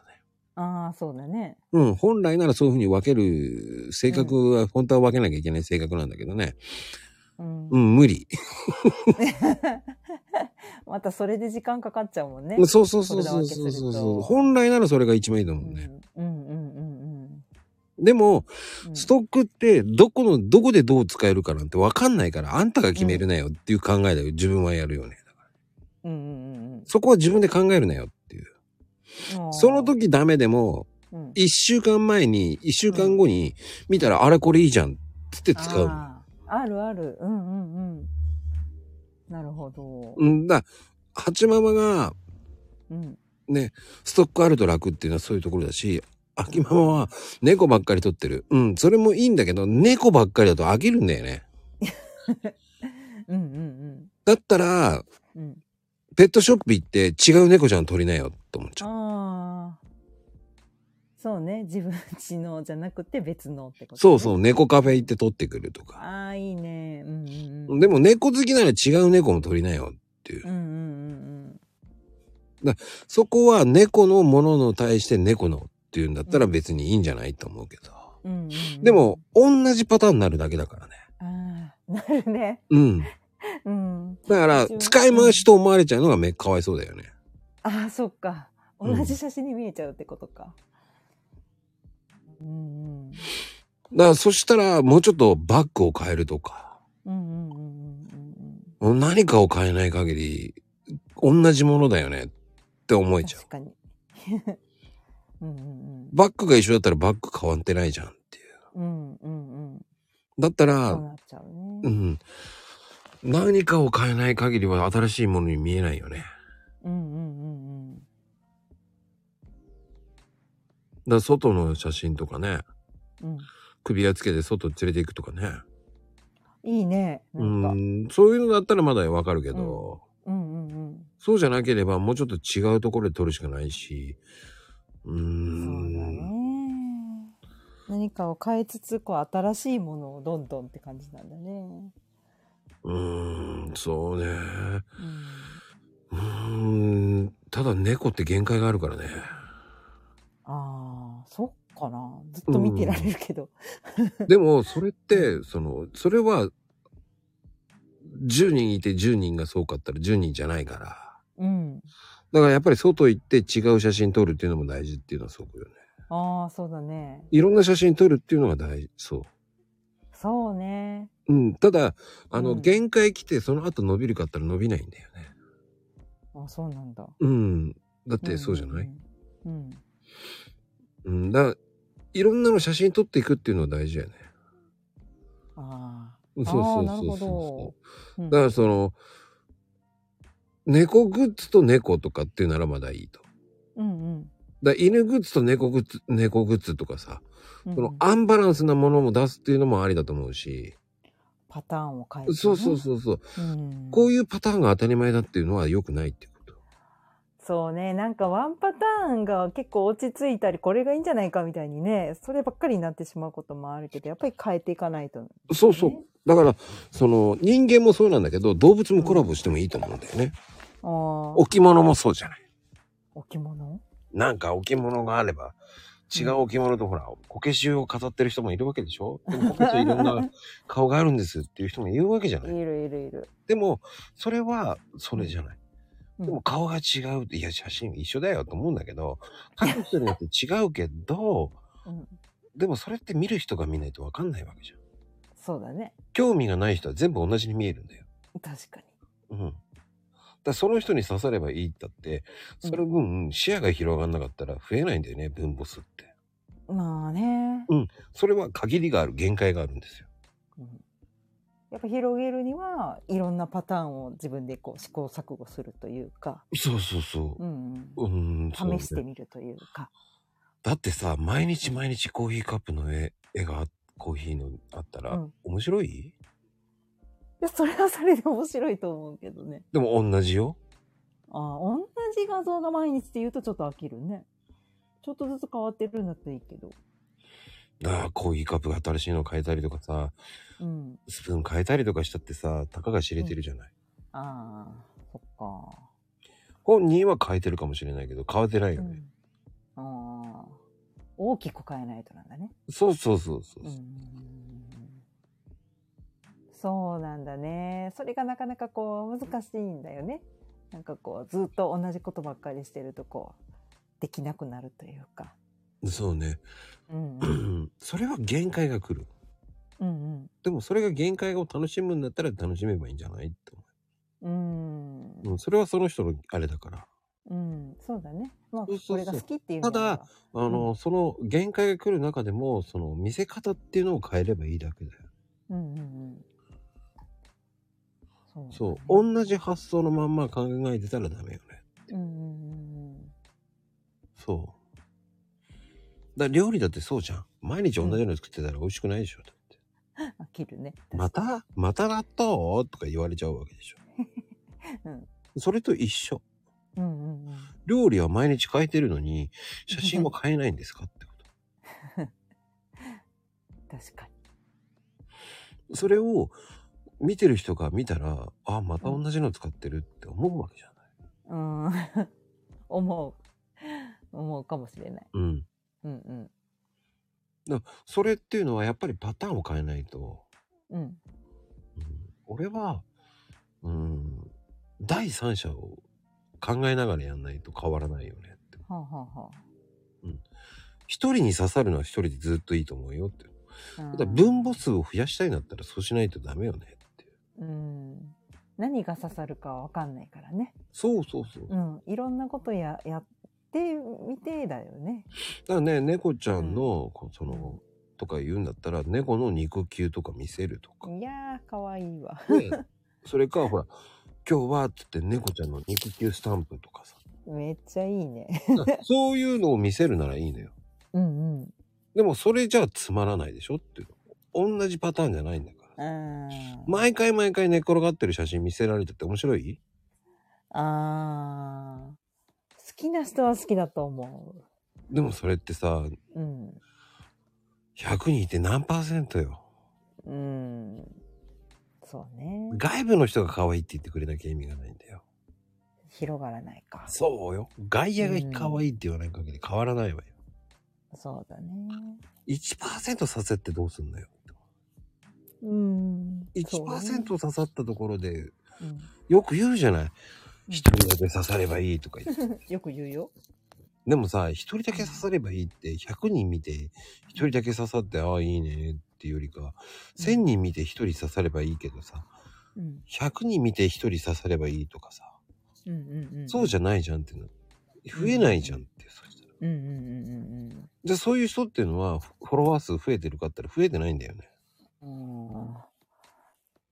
Speaker 11: ああ、そうだね。
Speaker 1: うん、本来ならそういうふうに分ける性格は、本当は分けなきゃいけない性格なんだけどね。
Speaker 11: うん。
Speaker 1: うん、無 理。
Speaker 11: またそれで時間かかっちゃうもんね。
Speaker 1: そうそうそ
Speaker 11: こ
Speaker 1: う
Speaker 11: れだ
Speaker 1: そ
Speaker 11: 分
Speaker 1: う
Speaker 11: けす
Speaker 1: そ
Speaker 11: る
Speaker 1: う
Speaker 11: と
Speaker 1: そうそう。本来ならそれが一番いいと思うね。
Speaker 11: うんうんうんうん。
Speaker 1: でも、ストックってどこの、どこでどう使えるかなんて分かんないから、あんたが決めるなよっていう考えだよ。自分はやるよね。
Speaker 11: うんうんうんうん。
Speaker 1: そこは自分で考えるなよっていう。その時ダメでも、
Speaker 11: うん
Speaker 1: 一週間前に、一週間後に見たら、あれこれいいじゃんっつって使うの。
Speaker 11: あーあるある。うんうんうん。なるほど。
Speaker 1: うんだ、ハチママが、
Speaker 11: うん。
Speaker 1: ね、ストックあると楽っていうのはそういうところだし、秋ママは猫ばっかり撮ってる。うん、それもいいんだけど、猫ばっかりだと飽きるんだよね。
Speaker 11: うんうん
Speaker 1: だったら、
Speaker 11: うん。うん。
Speaker 1: ペットショップ行って違う猫ちゃん撮りなよと思っちゃう。
Speaker 11: ああ。そうね。自分ちのじゃなくて別のってこと、ね。
Speaker 1: そうそう、猫カフェ行って撮ってくるとか。
Speaker 11: ああ、いいね。うんうんうん。
Speaker 1: でも猫好きなら違う猫も撮りなよっていう。
Speaker 11: うんうん
Speaker 1: だそこは猫のものの対して猫のっていうんだったら別にいいんじゃないと思うけど。
Speaker 11: うんうん。
Speaker 1: でも、同じパターンになるだけだからね。
Speaker 11: ああ、なるね。
Speaker 1: うん。
Speaker 11: うん。
Speaker 1: だから、使い回しと思われちゃうのがめかわいそうだよね。
Speaker 11: ああ、そっか。
Speaker 1: う
Speaker 11: 同
Speaker 1: ん
Speaker 11: じ写真に見えちゃうってことか。うんうん。
Speaker 1: だから、そしたら、もうちょっとバッグを変えるとか、
Speaker 11: うんうんうん。
Speaker 1: 何かを変えない限り、同じものだよねって思えちゃう。
Speaker 11: 確かに。
Speaker 1: バッグが一緒だったらバッグ変わってないじゃん。
Speaker 11: うんうんうん。
Speaker 1: だったら、
Speaker 11: そうなっちゃうね。
Speaker 1: うん。何かを変えない限りは新しいものに見えないよね。
Speaker 11: うんうんうんうん。
Speaker 1: だから外の写真とかね、
Speaker 11: うん
Speaker 1: 首輪つけて外連れて行くとかね。
Speaker 11: いいね。う
Speaker 1: うんん、そういうのだったらまだわかるけど、
Speaker 11: うんうん。
Speaker 1: そうじゃなければもうちょっと違うところで撮るしかないし、うーん。
Speaker 11: 何かを変えつつ、こう、新しいものをどんどんって感じなんだね。
Speaker 1: うーん、そうね。うーん、ただ猫って限界があるからね。
Speaker 11: ああ、そっかな。ずっと見てられるけど。
Speaker 1: でも、それって、その、それは、 10人いて10人がそうかったら10人じゃないから。
Speaker 11: うん。
Speaker 1: だからやっぱり外行って違う写真撮るっていうのも大事っていうのはすごくよね。
Speaker 11: ああ、そうだね。
Speaker 1: いろんな写真撮るっていうのが大事、そう。
Speaker 11: そうね。
Speaker 1: うん、ただ、あの、限界来てその後伸びるかったら伸びないんだよね。
Speaker 11: あそうなんだ。
Speaker 1: うん。だってそうじゃない、
Speaker 11: うん。
Speaker 1: うん、だからいろんなの写真撮っていくっていうのは大事やね。
Speaker 11: あ
Speaker 1: そう
Speaker 11: あ。
Speaker 1: そう
Speaker 11: ああ、
Speaker 1: そう
Speaker 11: なるほ
Speaker 1: そ
Speaker 11: ど。う
Speaker 1: だ
Speaker 11: ん
Speaker 1: からその、猫グッズと猫とかっていうならまだいいと。
Speaker 11: うんうん。
Speaker 1: だから犬グッズと猫グッズ、猫グッズとかさ、
Speaker 11: うん
Speaker 1: そのアンバランスなものも出すっていうのもありだと思うし、
Speaker 11: パターンを変えて、ね。
Speaker 1: そうそうそうそう、
Speaker 11: うん。
Speaker 1: こういうパターンが当たり前だっていうのは良くないっていう。
Speaker 11: そうね。なんかワンパターンが結構落ち着いたり、これがいいんじゃないかみたいにね、そればっかりになってしまうこともあるけど、やっぱり変えていかないと。
Speaker 1: そうそう。だから、その人間もそうなんだけど、動物もコラボしてもいいと思うんだよね。
Speaker 11: ああ。
Speaker 1: 置物もそうじゃない。
Speaker 11: 置物
Speaker 1: なんか置物があれば、違う置物とほら、こけしを飾ってる人もいるわけでしょでもこけしはいろんな顔があるんですっていう人もいるわけじゃな い
Speaker 11: いるいるいる。
Speaker 1: でも、それは、それじゃない。でも顔が違うって、いや、写真一緒だよと思うんだけど、各人によって違うけど、
Speaker 11: うん。
Speaker 1: でもそれって見る人が見ないと分かんないわけじゃん。
Speaker 11: そうだね。
Speaker 1: 興味がない人は全部同じに見えるんだよ。
Speaker 11: 確かに。
Speaker 1: うん。だからその人に刺さればいいったって、その分視野が広がんなかったら増えないんだよね、分母数って。
Speaker 11: まあね。
Speaker 1: うん。それは限りがある、限界があるんですよ。
Speaker 11: やっぱ広げるには、いろんなパターンを自分でこう試行錯誤するというか、
Speaker 1: そうそうそうう。
Speaker 11: ん
Speaker 1: う
Speaker 11: うんん。、
Speaker 1: そうね
Speaker 11: 試してみるというか。
Speaker 1: だってさ、毎日毎日コーヒーカップの絵絵があコーヒーのあったら、
Speaker 11: うん
Speaker 1: 面白い
Speaker 11: いや、それはそれで面白いと思うけどね。
Speaker 1: でも同じよ。
Speaker 11: ああ、同じ画像が毎日って言うとちょっと飽きるね。ちょっとずつ変わってるんだったらいいけど。
Speaker 1: ああ、コーヒーカップが新しいの変えたりとかさ、
Speaker 11: うん。
Speaker 1: スプーン変えたりとかしたってさ、たかが知れてるじゃない。
Speaker 11: ああ、そっか。
Speaker 1: 本人は変えてるかもしれないけど、変わってないよね。
Speaker 11: ああ。大きく変えないとなんだね。
Speaker 1: そうそうそうそう。
Speaker 11: そうなんだね。それがなかなかこう難しいんだよね。なんかこうずっと同じことばっかりしてるとこうできなくなるというか。
Speaker 1: そうね。
Speaker 11: うんう
Speaker 1: それは限界が来る。
Speaker 11: うん
Speaker 1: でもそれが限界を楽しむんだったら楽しめばいいんじゃないと
Speaker 11: うん。うん。
Speaker 1: 思う。うん、それはその人のあれだから。
Speaker 11: うん。そうだね。まあ
Speaker 1: そう
Speaker 11: これが好きっていう
Speaker 1: た
Speaker 11: のは
Speaker 1: だ、あの、その限界が来る中でも、その見せ方っていうのを変えればいいだけだよ。
Speaker 11: うんうんうん。そう
Speaker 1: そう。同じ発想のまんま考えてたらダメよね。
Speaker 11: うんうん
Speaker 1: そう。だから料理だってそうじゃん。毎日同じの作ってたら美味しくないでしょ。
Speaker 11: 飽きるね。
Speaker 1: またまた納豆とか言われちゃうわけでしょ。
Speaker 11: うん
Speaker 1: それと一緒。
Speaker 11: うんうんうん。
Speaker 1: 料理は毎日変えてるのに、写真は変えないん ですかってこ
Speaker 11: 確かに。
Speaker 1: と。それを見てる人が見たら、あ、また同じの使ってるって思うわけじゃん。
Speaker 11: うん 思う思うかもしれない。
Speaker 1: うん。
Speaker 11: うんうん
Speaker 1: だからそれっていうのはやっぱりパターンを変えないと、
Speaker 11: うん
Speaker 1: 俺は、うん、第三者を考えながらやんないと変わらないよね。
Speaker 11: はあ、はあは
Speaker 1: 一人に刺さるのは一人でずっといいと思うよって。
Speaker 11: あ、
Speaker 1: ただ分母数を増やしたいんだったらそうしないとダメよね。
Speaker 11: うん何が刺さるかわかんないからね。
Speaker 1: そうそうそう。
Speaker 11: う
Speaker 1: だか
Speaker 11: んいろんなことややってみてだよね。
Speaker 1: らね、猫ちゃんの、こうその、とか言うんだったら、猫の肉球とか見せるとか。
Speaker 11: いやー可愛いわ。
Speaker 1: それか、ほら、今日は、つって猫ちゃんの肉球スタンプとかさ。
Speaker 11: めっちゃいいね。
Speaker 1: そういうのを見せるならいいのよ。
Speaker 11: うんうん。
Speaker 1: でもそれじゃつまらないでしょっていうの。同じパターンじゃないんだから。毎回毎回寝転がってる写真見せられてて面白い
Speaker 11: あー好きな人は好きだと思
Speaker 1: でもそれってさ、
Speaker 11: う。うん
Speaker 1: 100人いて何パーセントよ。
Speaker 11: うんそうね
Speaker 1: 外部の人が可愛いって言ってくれなきゃ意味がないんだよ。
Speaker 11: 広がらないか。
Speaker 1: そうよ。外野が可愛いって言わない限り変わらないわよ。
Speaker 11: そうだね。
Speaker 1: 1%させってどうすんのよ。
Speaker 11: うん。
Speaker 1: 1%刺さったところで、よく言うじゃない。一人だけ刺さればいいとか言っ て。
Speaker 11: よく言うよ。
Speaker 1: でもさ、一人だけ刺さればいいって、100人見て、一人だけ刺さって、ああ、いいねっていうよりか、1000人見て一人刺さればいいけどさ、
Speaker 11: うん。
Speaker 1: 100人見て一人刺さればいいとかさ、
Speaker 11: うんうんうん。
Speaker 1: そうじゃないじゃんっていうの。増えないじゃんって。
Speaker 11: うんうんうんうんうん。
Speaker 1: じゃあそういう人っていうのは、フォロワー数増えてるかって言ったら増えてないんだよね。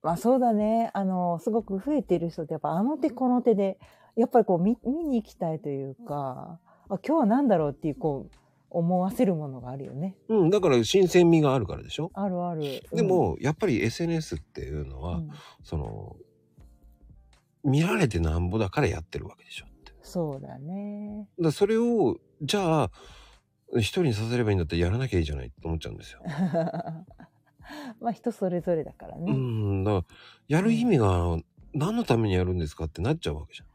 Speaker 11: まあそうだね。あの、すごく増えてる人ってやっぱあの手この手で、やっぱりこう見見に行きたいというか、あ今日は何だろうっていうこう思わせるものがあるよね。
Speaker 1: うん、だから新鮮味があるからでしょ
Speaker 11: あるある。
Speaker 1: でも、やっぱり SNS っていうのは、その、見られてなんぼだからやってるわけでしょ。だか
Speaker 11: そうだね。
Speaker 1: らそれを、じゃあ、一人にさせればいいんだったらやらなきゃいいじゃないって思っちゃうんですよ。
Speaker 11: まあ人それぞれだから
Speaker 1: う
Speaker 11: ね。
Speaker 1: ん、だから、やる意味が、何のためにやるんですかってなっちゃうわけじゃん。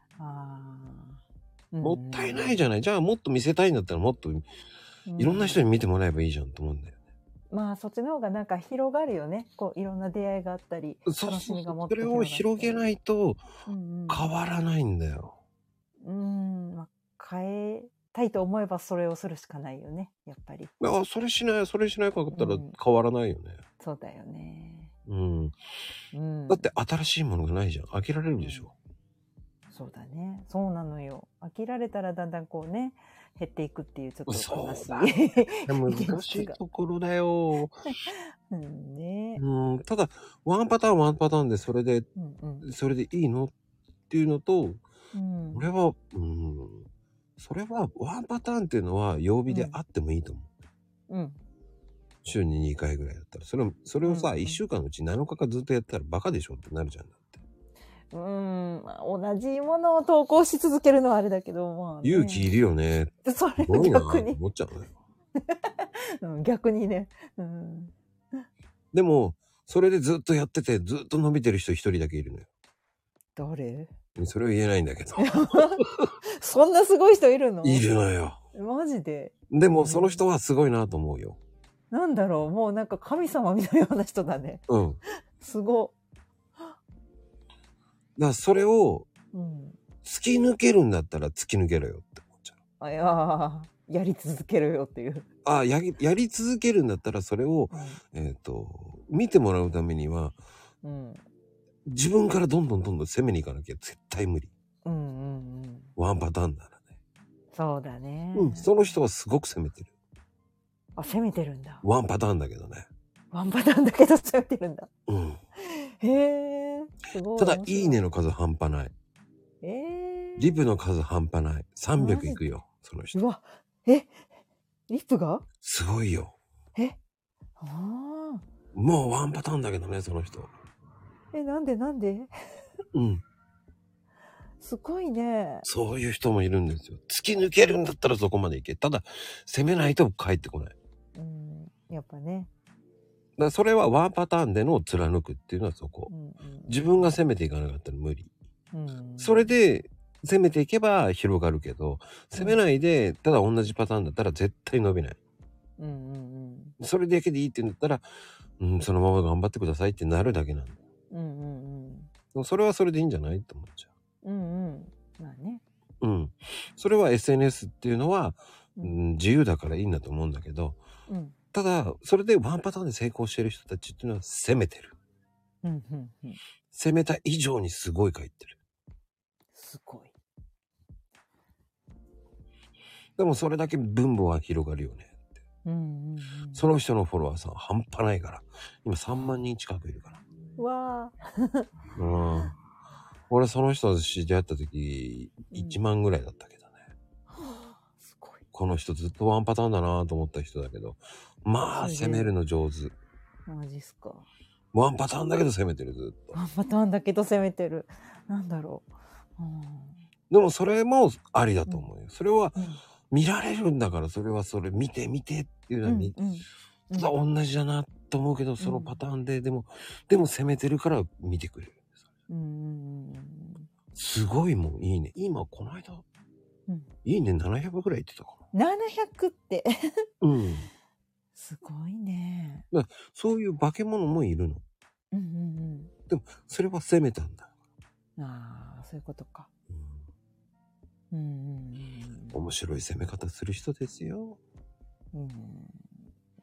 Speaker 1: もったいないじゃない。じゃあ、もっと見せたいんだったら、もっと、いろんな人に見てもらえばいいじゃんと思うんだよ。
Speaker 11: まあそっちの方がなんか広がるよね。こういろんな出会いがあったり、
Speaker 1: そう
Speaker 11: 楽しみがもっ
Speaker 1: そ
Speaker 11: と
Speaker 1: れを広げないと、
Speaker 11: うん
Speaker 1: 変わらないんだよ。
Speaker 11: うん。うん。まあ変えたいと思えばそれをするしかないよね。やっぱり。
Speaker 1: あ、それしない、それしないかったら変わらないよね。
Speaker 11: そうだよね。
Speaker 1: うん。
Speaker 11: うん
Speaker 1: だって新しいものがないじゃん。飽きられるでしょ。
Speaker 11: そうだね。そうなのよ。飽きられたらだんだんこうね、減っていくっていうちょっと悲しい。
Speaker 1: 難しいところだよ。
Speaker 11: うんね。
Speaker 1: うん。ただ、ワンパターンワンパターンでそれで、
Speaker 11: うん
Speaker 1: それでいいのっていうのと、
Speaker 11: うん。
Speaker 1: 俺は、うん。それは、ワンパターンっていうのは曜日であってもいいと思う。
Speaker 11: うん。
Speaker 1: 週に2回ぐらいだったら。それを、それをさ、1週間のうち7日間ずっとやったらバカでしょってなるじゃん。
Speaker 11: うん。まあ同じものを投稿し続けるのはあれだけど、まあ、ね。
Speaker 1: 勇気いるよね。
Speaker 11: それ
Speaker 1: すごいな
Speaker 11: 逆
Speaker 1: って
Speaker 11: に、
Speaker 1: 思っちゃうね。
Speaker 11: うん逆にね。うん。
Speaker 1: でも、それでずっとやってて、ずっと伸びてる人一人だけいるのよ。
Speaker 11: 誰
Speaker 1: それは言えないんだけど。
Speaker 11: そんなすごい人いるの
Speaker 1: いるのよ。
Speaker 11: マジで。
Speaker 1: でも、その人はすごいなと思うよ。
Speaker 11: なんだろう。もうなんか神様みたいな人だね。
Speaker 1: うん。だか
Speaker 11: すご。
Speaker 1: ら、それを
Speaker 11: うん。
Speaker 1: 突き抜けるんだったら突き抜けろよって。
Speaker 11: あいやーやり続けるよっていう。
Speaker 1: ああ、やり、やり続けるんだったら、それを、えっ、と、見てもらうためには、
Speaker 11: うん。
Speaker 1: 自分からどんどんどんどん攻めに行かなきゃ絶対無理。
Speaker 11: うんうんうん。
Speaker 1: ワンパターンだな。
Speaker 11: そうだね。
Speaker 1: うん。その人はすごく攻めてる。
Speaker 11: あ、攻めてるんだ。
Speaker 1: ワンパターンだけどね。
Speaker 11: ワンパターンだけど攻めてるんだ。
Speaker 1: うん。
Speaker 11: へえ。すごい。
Speaker 1: ただ、いいねの数半端ない。
Speaker 11: ええ
Speaker 1: リブの数半端ない。300いくよ。その人。
Speaker 11: うわ、え、リップが
Speaker 1: すごいよ。
Speaker 11: ああ。
Speaker 1: もうワンパターンだけどね、その人。
Speaker 11: え、なんでなんで
Speaker 1: うん。
Speaker 11: すごいね。
Speaker 1: そういう人もいるんですよ。突き抜けるんだったらそこまで行け。ただ、攻めないと帰ってこない。だか
Speaker 11: やっぱね。
Speaker 1: らそれはワンパターンでの貫くっていうのはそこ。自分が攻めていかなかったら無理。それで、攻めていけば広がるけど、攻めないで、ただ同じパターンだったら絶対伸びない。
Speaker 11: うんうん
Speaker 1: それだけでいいって言うんだったら、うん、そのまま頑張ってくださいってなるだけなんだ。
Speaker 11: うんうんうん。
Speaker 1: でもそれはそれでいいんじゃないと思っちゃ
Speaker 11: うんうん。まあね。
Speaker 1: う。うん。それは SNS っていうのは、うん、自由だからいいんだと思うんだけど、
Speaker 11: うん。
Speaker 1: ただ、それでワンパターンで成功してる人たちっていうのは攻めてる。
Speaker 11: うんうんうん。
Speaker 1: 攻めた以上にすごい書いてる。
Speaker 11: すごい。
Speaker 1: でもそれだけ分母は広がるよね。
Speaker 11: うん
Speaker 1: その人のフォロワーさん半端ないから。今3万人近くいるから。
Speaker 11: うん。わあ。
Speaker 1: うん。俺その人と知り合った時、1万ぐらいだったけどね。この人ずっとワンパターンだなと思った人だけど、まあ
Speaker 11: すげえ
Speaker 1: 攻めるの上手。
Speaker 11: マジっすか。
Speaker 1: ワンパターンだけど攻めてるずっと。
Speaker 11: ワンパターンだけど攻めてる。なんだろう。
Speaker 1: でもそれもありだと思うよ。それは見られるんだから、それはそれ見て見てっていうのは見、ただ同じだなと思うけど、そのパターンで、でも、でも攻めてるから見てくれる。すごいもん、いいね。今、この間、
Speaker 11: うん
Speaker 1: いいね700ぐらい言ってたか
Speaker 11: うん。700って。
Speaker 1: な。うん。
Speaker 11: すごいね。
Speaker 1: だからそういう化け物もいるの。
Speaker 11: うんうん
Speaker 1: でも、それは責めたんだ。
Speaker 11: うん。ああ、そういうことか。うん
Speaker 1: 面白い攻め方する人ですよ。
Speaker 11: うんうん。うん。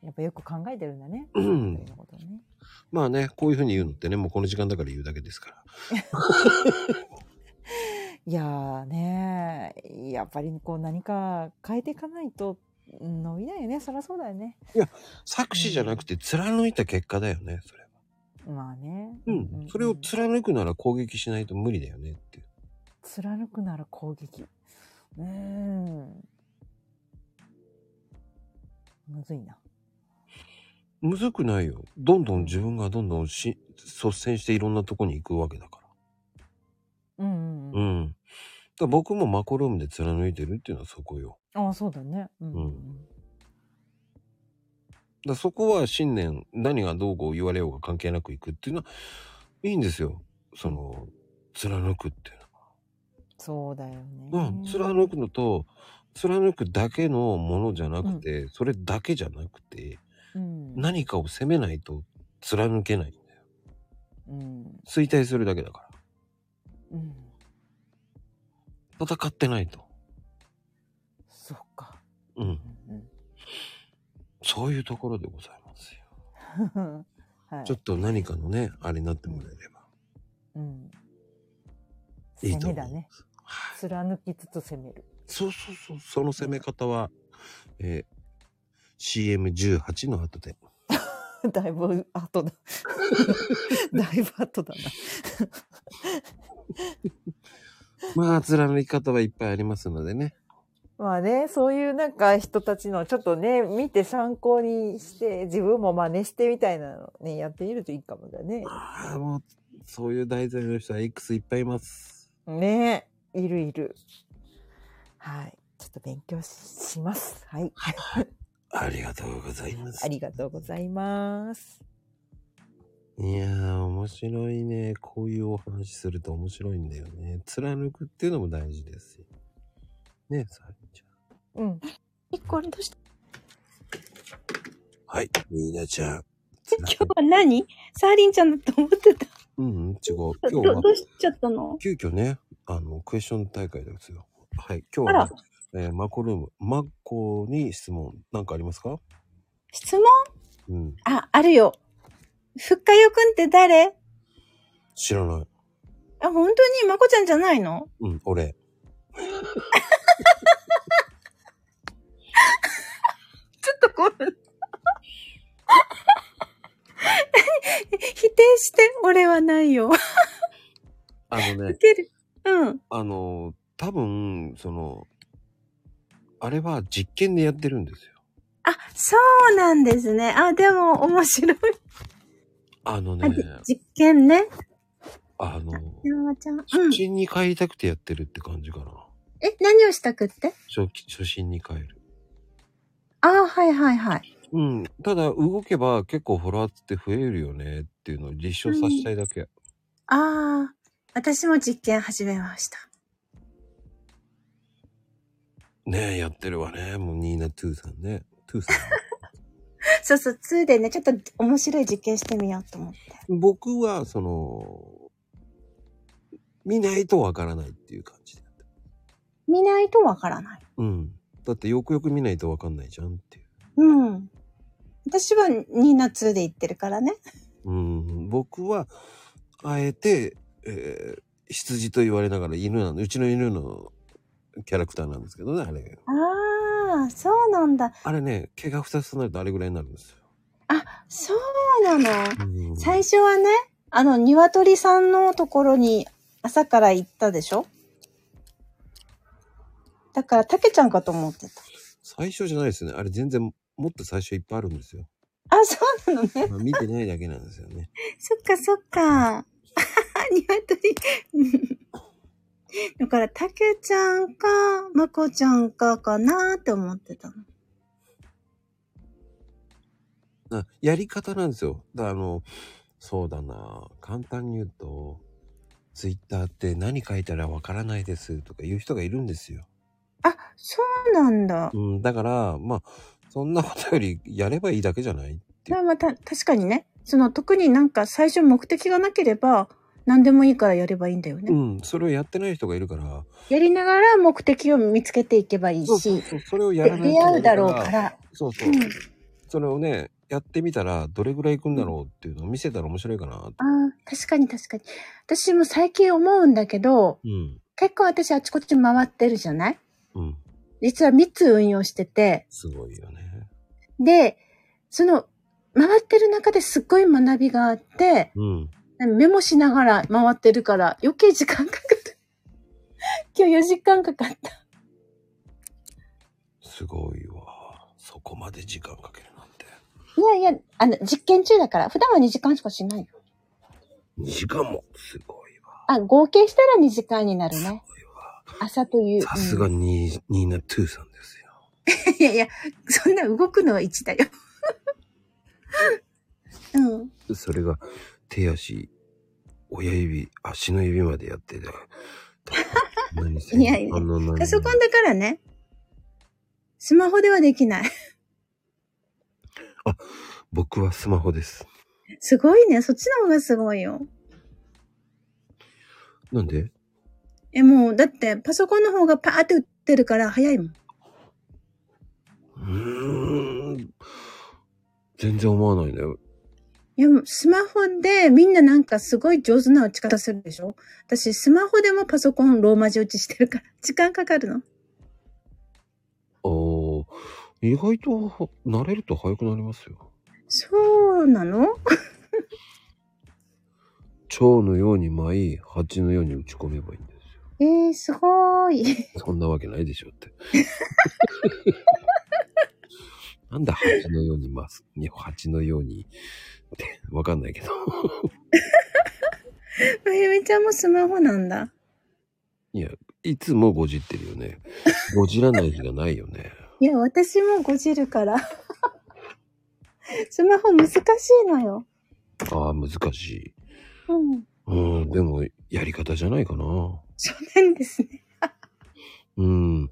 Speaker 11: やっぱよく考えてるんだね。
Speaker 1: うん。
Speaker 11: ことね
Speaker 1: まあね、こういうふうに言うのってね、もうこの時間だから言うだけですから。
Speaker 11: いやーねー、やっぱりこう何か変えていかないとうん伸びないよね。そりゃそうだよね。
Speaker 1: いや、作詞じゃなくて貫いた結果だよね、それ。
Speaker 11: まあね。
Speaker 1: うん。それを貫くなら攻撃しないと無理だよねっていう。
Speaker 11: 貫くなら攻撃。うーん。むずいな。
Speaker 1: むずくないよ。どんどん自分がどんどんし率先していろんなとこに行くわけだか
Speaker 11: う
Speaker 1: ら。
Speaker 11: んうんう。
Speaker 1: うんん。だから僕もマコルームで貫いてるっていうのはそこよ。
Speaker 11: ああ、そうだね。うん。
Speaker 1: うん。だからそこは信念、何がどうこう言われようが関係なく行くっていうのは、いいんですよ。その、貫くっていう
Speaker 11: そうだよね。
Speaker 1: のは。うん。貫くのと、貫くだけのものじゃなくて、それだけじゃなくて、
Speaker 11: うん。
Speaker 1: 何かを責めないと貫けない。
Speaker 11: うん。
Speaker 1: 衰退するだけだか
Speaker 11: うん。
Speaker 1: ら。戦ってないと。
Speaker 11: そっか。
Speaker 1: うん。
Speaker 11: うん
Speaker 1: そういうところでございますよ。
Speaker 11: はい。
Speaker 1: ちょっと何かのね、あれになってもらえれば。
Speaker 11: うん。
Speaker 1: いい
Speaker 11: 攻
Speaker 1: と思
Speaker 11: め
Speaker 1: う
Speaker 11: だね。貫きつつ攻める。
Speaker 1: そうそうそう、その攻め方は、えー、CM18 の後で。
Speaker 11: だいぶ後 だ。だいぶ後だ
Speaker 1: まあ、貫き方はいっぱいありますのでね。
Speaker 11: な。 まあね、そういうなんか人たちのちょっとね、見て参考にして、自分も真似してみたいなのね、やってみるといいかもだね。
Speaker 1: ああ、もう、そういう題材の人は X いっぱいいます。
Speaker 11: ねいるいる。はい。ちょっと勉強しします。はい。
Speaker 1: ありがとうございます。
Speaker 11: ありがとうございます。
Speaker 1: いやー、面白いね。こういうお話すると面白いんだよね。貫くっていうのも大事ですよ。ねえ、さあち
Speaker 11: うん。
Speaker 12: これどうした
Speaker 1: ゃん。はい、みーなちゃん。
Speaker 12: 今日は何サーリンちゃんだと思ってた。
Speaker 1: うん、うん違う。今日
Speaker 12: ど
Speaker 1: は
Speaker 12: ど、うしちゃったの
Speaker 1: 急遽ね、あの、クエスチョン大会ですよ。はい、今日
Speaker 12: あ
Speaker 1: は
Speaker 12: ら
Speaker 1: ね、えーマコルーム、マッコに質問、なんかありますか
Speaker 12: 質問
Speaker 1: うん、
Speaker 12: あ、あるよ。ふっかよくんって誰あ、
Speaker 1: 知らない。
Speaker 12: 本当にまこちゃんじゃないの
Speaker 1: うん、俺。
Speaker 12: ちょっとごめん。否定して、俺はないよ。
Speaker 1: あの ね、
Speaker 12: 出る。うん。
Speaker 1: あの、多分、その、あれは実験でやってるんですよ。
Speaker 12: あ、そうなんですね。あ、でも面白い。
Speaker 1: あのね、
Speaker 12: 実験ね。
Speaker 1: あの、
Speaker 12: 山ちゃん。
Speaker 1: 初心に帰りたくてやってるって感じかな。
Speaker 12: え、何をしたくって
Speaker 1: 初期初心に帰る。
Speaker 12: あーはいはいはい。
Speaker 1: うん。ただ、動けば結構フォロワーって増えるよねっていうのを立証させたいだけ。
Speaker 12: ああ、私も実験始めました。
Speaker 1: ねえ、やってるわね。もう、ニーナ・トゥーさんね。トゥーさ
Speaker 12: そうそう、2でね、ちょっと面白い実験してみようと思って。
Speaker 1: ん。 僕は、その、見ないとわからないっていう感じで。
Speaker 12: 見ないとわからない。
Speaker 1: うん。だって、よくよく見ないとわかんないじゃんっていう。
Speaker 12: うん。私はニーナ2で行ってるからね。
Speaker 1: うん。僕は、あえて、えー羊と言われながら犬なの。うちの犬のキャラクターなんですけどね、あれ。
Speaker 12: ああ、そうなんだ。
Speaker 1: あれね、毛が2つとなるとあれぐらいになるんですよ。
Speaker 12: そうなの。最初はね、あの、鶏さんのところに朝から行ったでしょだから、たけちゃんかと思ってた。
Speaker 1: 最初じゃないですね。あれ全然、もっと最初いっぱいあるんですよ。
Speaker 12: あ、そうなのね。
Speaker 1: まあ見てないだけなんですよね。
Speaker 12: そっかそっか。 鶏。 だから、たけちゃんか、まこちゃんかかなーって思ってたの。
Speaker 1: なやり方なんですよ。だあの、そうだな。簡単に言うと、ツイッターって何書いたらわからないですとか言う人がいるんですよ。
Speaker 12: そうなんだ。
Speaker 1: うん、だから、まあ、そんなことよりやればいいだけじゃない
Speaker 12: まあまあ、た、確かにね。その特になんか最初目的がなければ何でもいいからやればいいんだよね。
Speaker 1: うん、それをやってない人がいるから、
Speaker 12: やりながら目的を見つけていけばいい
Speaker 1: そう
Speaker 12: し、
Speaker 1: そうそれをやらないと
Speaker 12: 出会うだろうから。
Speaker 1: そうそう。それをね、やってみたらどれぐらいいくんだろうっていうのを見せたら面白いかな。
Speaker 12: ああ、確かに確かに。私も最近思うんだけど、
Speaker 1: うん。
Speaker 12: 結構私あちこち回ってるじゃない
Speaker 1: うん。
Speaker 12: 実は3つ運用してて、
Speaker 1: すごいよね。
Speaker 12: で、その回ってる中ですっごい学びがあって、
Speaker 1: うん。
Speaker 12: メモしながら回ってるから余計時間かかる。 今日4時間かかった。
Speaker 1: すごいわ。そこまで時間かけるなんて。
Speaker 12: いやいや、あの、実験中だから、普段は2時間しかしないよ。
Speaker 1: 2時間も。すごい。
Speaker 12: あ、合計したら2時間になるね。朝という。
Speaker 1: さすがに、ニーナトゥーさんです。
Speaker 12: うん いやいや、そんな動くのは1だよ。 うん。
Speaker 1: それが手足、親指、足の指までやってて。何せ
Speaker 12: いやいや
Speaker 1: あの何
Speaker 12: パソコンだからね。スマホではできない。
Speaker 1: 僕はスマホです。
Speaker 12: すごいね。そっちの方がすごいよ。
Speaker 1: なんで
Speaker 12: え、もう、だって、パソコンの方がパーって打ってるから早いもん。
Speaker 1: うーん。全然思わないんだよ。
Speaker 12: いや、もうスマホでみんななんかすごい上手な打ち方するでしょ私、スマホでもパソコンローマ字打ちしてるから、時間かかるの。
Speaker 1: おー意外と慣れると早くなりますよ。
Speaker 12: そうなの
Speaker 1: 蝶のように舞い、蜂のように打ち込めばいいんだよ。
Speaker 12: えー、すごーい。
Speaker 1: そんなわけないでしょって。なんだ蜂のようにます。ね蜂のようにって、わかんないけど。
Speaker 12: まゆみちゃんもスマホなんだ。
Speaker 1: いや、いつもごじってるよね。ごじらない日がないよね。
Speaker 12: いや、私もごじるから。スマホ難しいのよ。
Speaker 1: ああ、難しい。
Speaker 12: うん。
Speaker 1: うん、でも、やり方じゃないかな。
Speaker 12: そうなんですね。
Speaker 1: うん。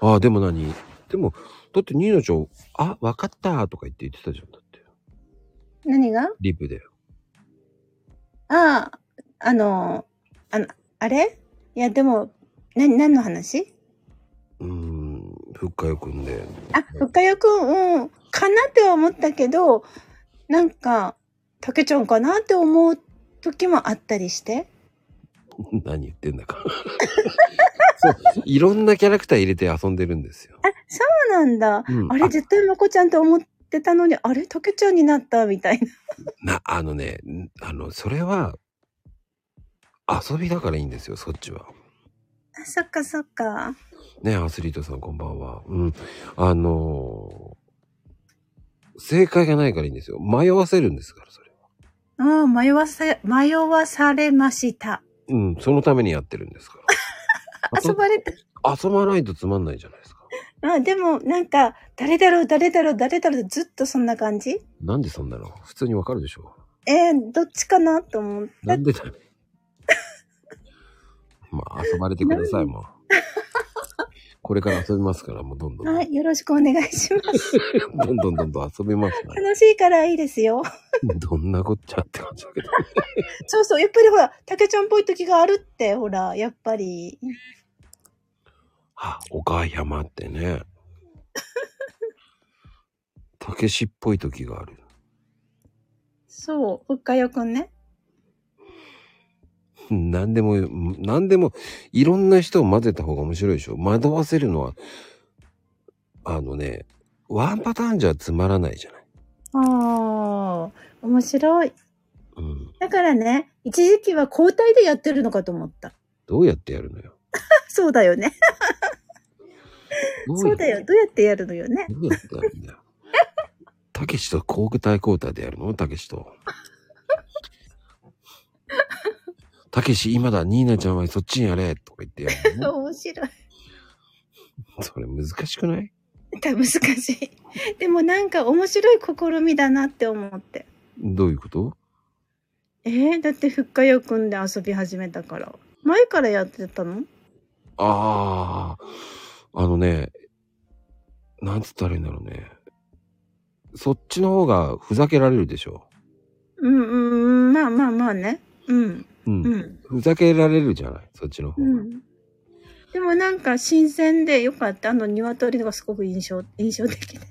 Speaker 1: ああ、でも何でも、だって、ニーナちゃん、あ、わかったとか言って言ってたじゃん。
Speaker 12: 何が
Speaker 1: リプで。
Speaker 12: ああ、あの、あの、あれいや、でも、な、何の話
Speaker 1: うん、ふっかよくん で。
Speaker 12: あ、深谷くん、うん、かなって思ったけど、なんか、たけちゃんかなって思う時もあったりして。
Speaker 1: 何言ってんだか。 そう、いろんなキャラクター入れて遊んでるんですよ。
Speaker 12: あ、そうなんだ。
Speaker 1: うん
Speaker 12: あれ、
Speaker 1: あ
Speaker 12: 絶対まこちゃんと思ってたのに、あれ、たけちゃんになった、みたいな。
Speaker 1: な、あのね、んあの、それは、遊びだからいいんですよ、そっちは。
Speaker 12: あ そっかそっか。
Speaker 1: ね、アスリートさんこんばんは。うん。あのー正解がないからいいんですよ。迷わせるんですから、それ。
Speaker 12: うん、迷わせ、迷わされました。
Speaker 1: うん、そのためにやってるんですから。
Speaker 12: 遊ばれた。
Speaker 1: 遊ばないとつまんないじゃないですか。
Speaker 12: あ、でも、なんか、誰だろう、誰だろう、誰だろう、ずっとそんな感じ
Speaker 1: なんでそんなの普通にわかるでしょ
Speaker 12: えー、どっちかなと思う。
Speaker 1: なんでだ まあ、遊ばれてください、もう。これから遊びますから、もうどんどん。
Speaker 12: はい、よろしくお願いし ます。
Speaker 1: どんどんどんどん遊びますから。
Speaker 12: 楽しいからいいですよ。
Speaker 1: どんなこっちゃって感じだけど。
Speaker 12: そうそう、やっぱりほら、たけちゃんっぽい時があるって、ほら、やっぱり。
Speaker 1: あ、お母山ってね。 たけしっぽい時がある。
Speaker 12: そう、ふっかよくんね。
Speaker 1: 何でも、何でも、いろんな人を混ぜた方が面白いでしょ。惑わせるのは、あのね、ワンパターンじゃつまらないじゃない。
Speaker 12: ああ、面白い。だからね、一時期は交代でやってるのかと思った。
Speaker 1: どうやってやるのよ。
Speaker 12: そうだよね。
Speaker 1: どう
Speaker 12: そ
Speaker 1: や
Speaker 12: うだよ。どうやってやるのよね。
Speaker 1: どうやってやる んだよ。たけしと交代交代でやるのたけしと。たけし、今だ、ニーナちゃんはそっちにやれとか言ってやるのね。
Speaker 12: 面白い。
Speaker 1: それ難しくない
Speaker 12: 難しい。でもなんか面白い試みだなって思って。
Speaker 1: どういうこと
Speaker 12: えー、だってふっかよくんで遊び始めたから。前からやってたの
Speaker 1: ああ、あのね、なんつったらいいんだろうね。そっちの方がふざけられるでしょ。
Speaker 12: うんうん、まあまあまあね。うん。
Speaker 1: うん
Speaker 12: うん。
Speaker 1: ふざけられるじゃない、そっちの方。
Speaker 12: うん。でもなんか新鮮でよかった。あの鶏がすごく印象、印象的で。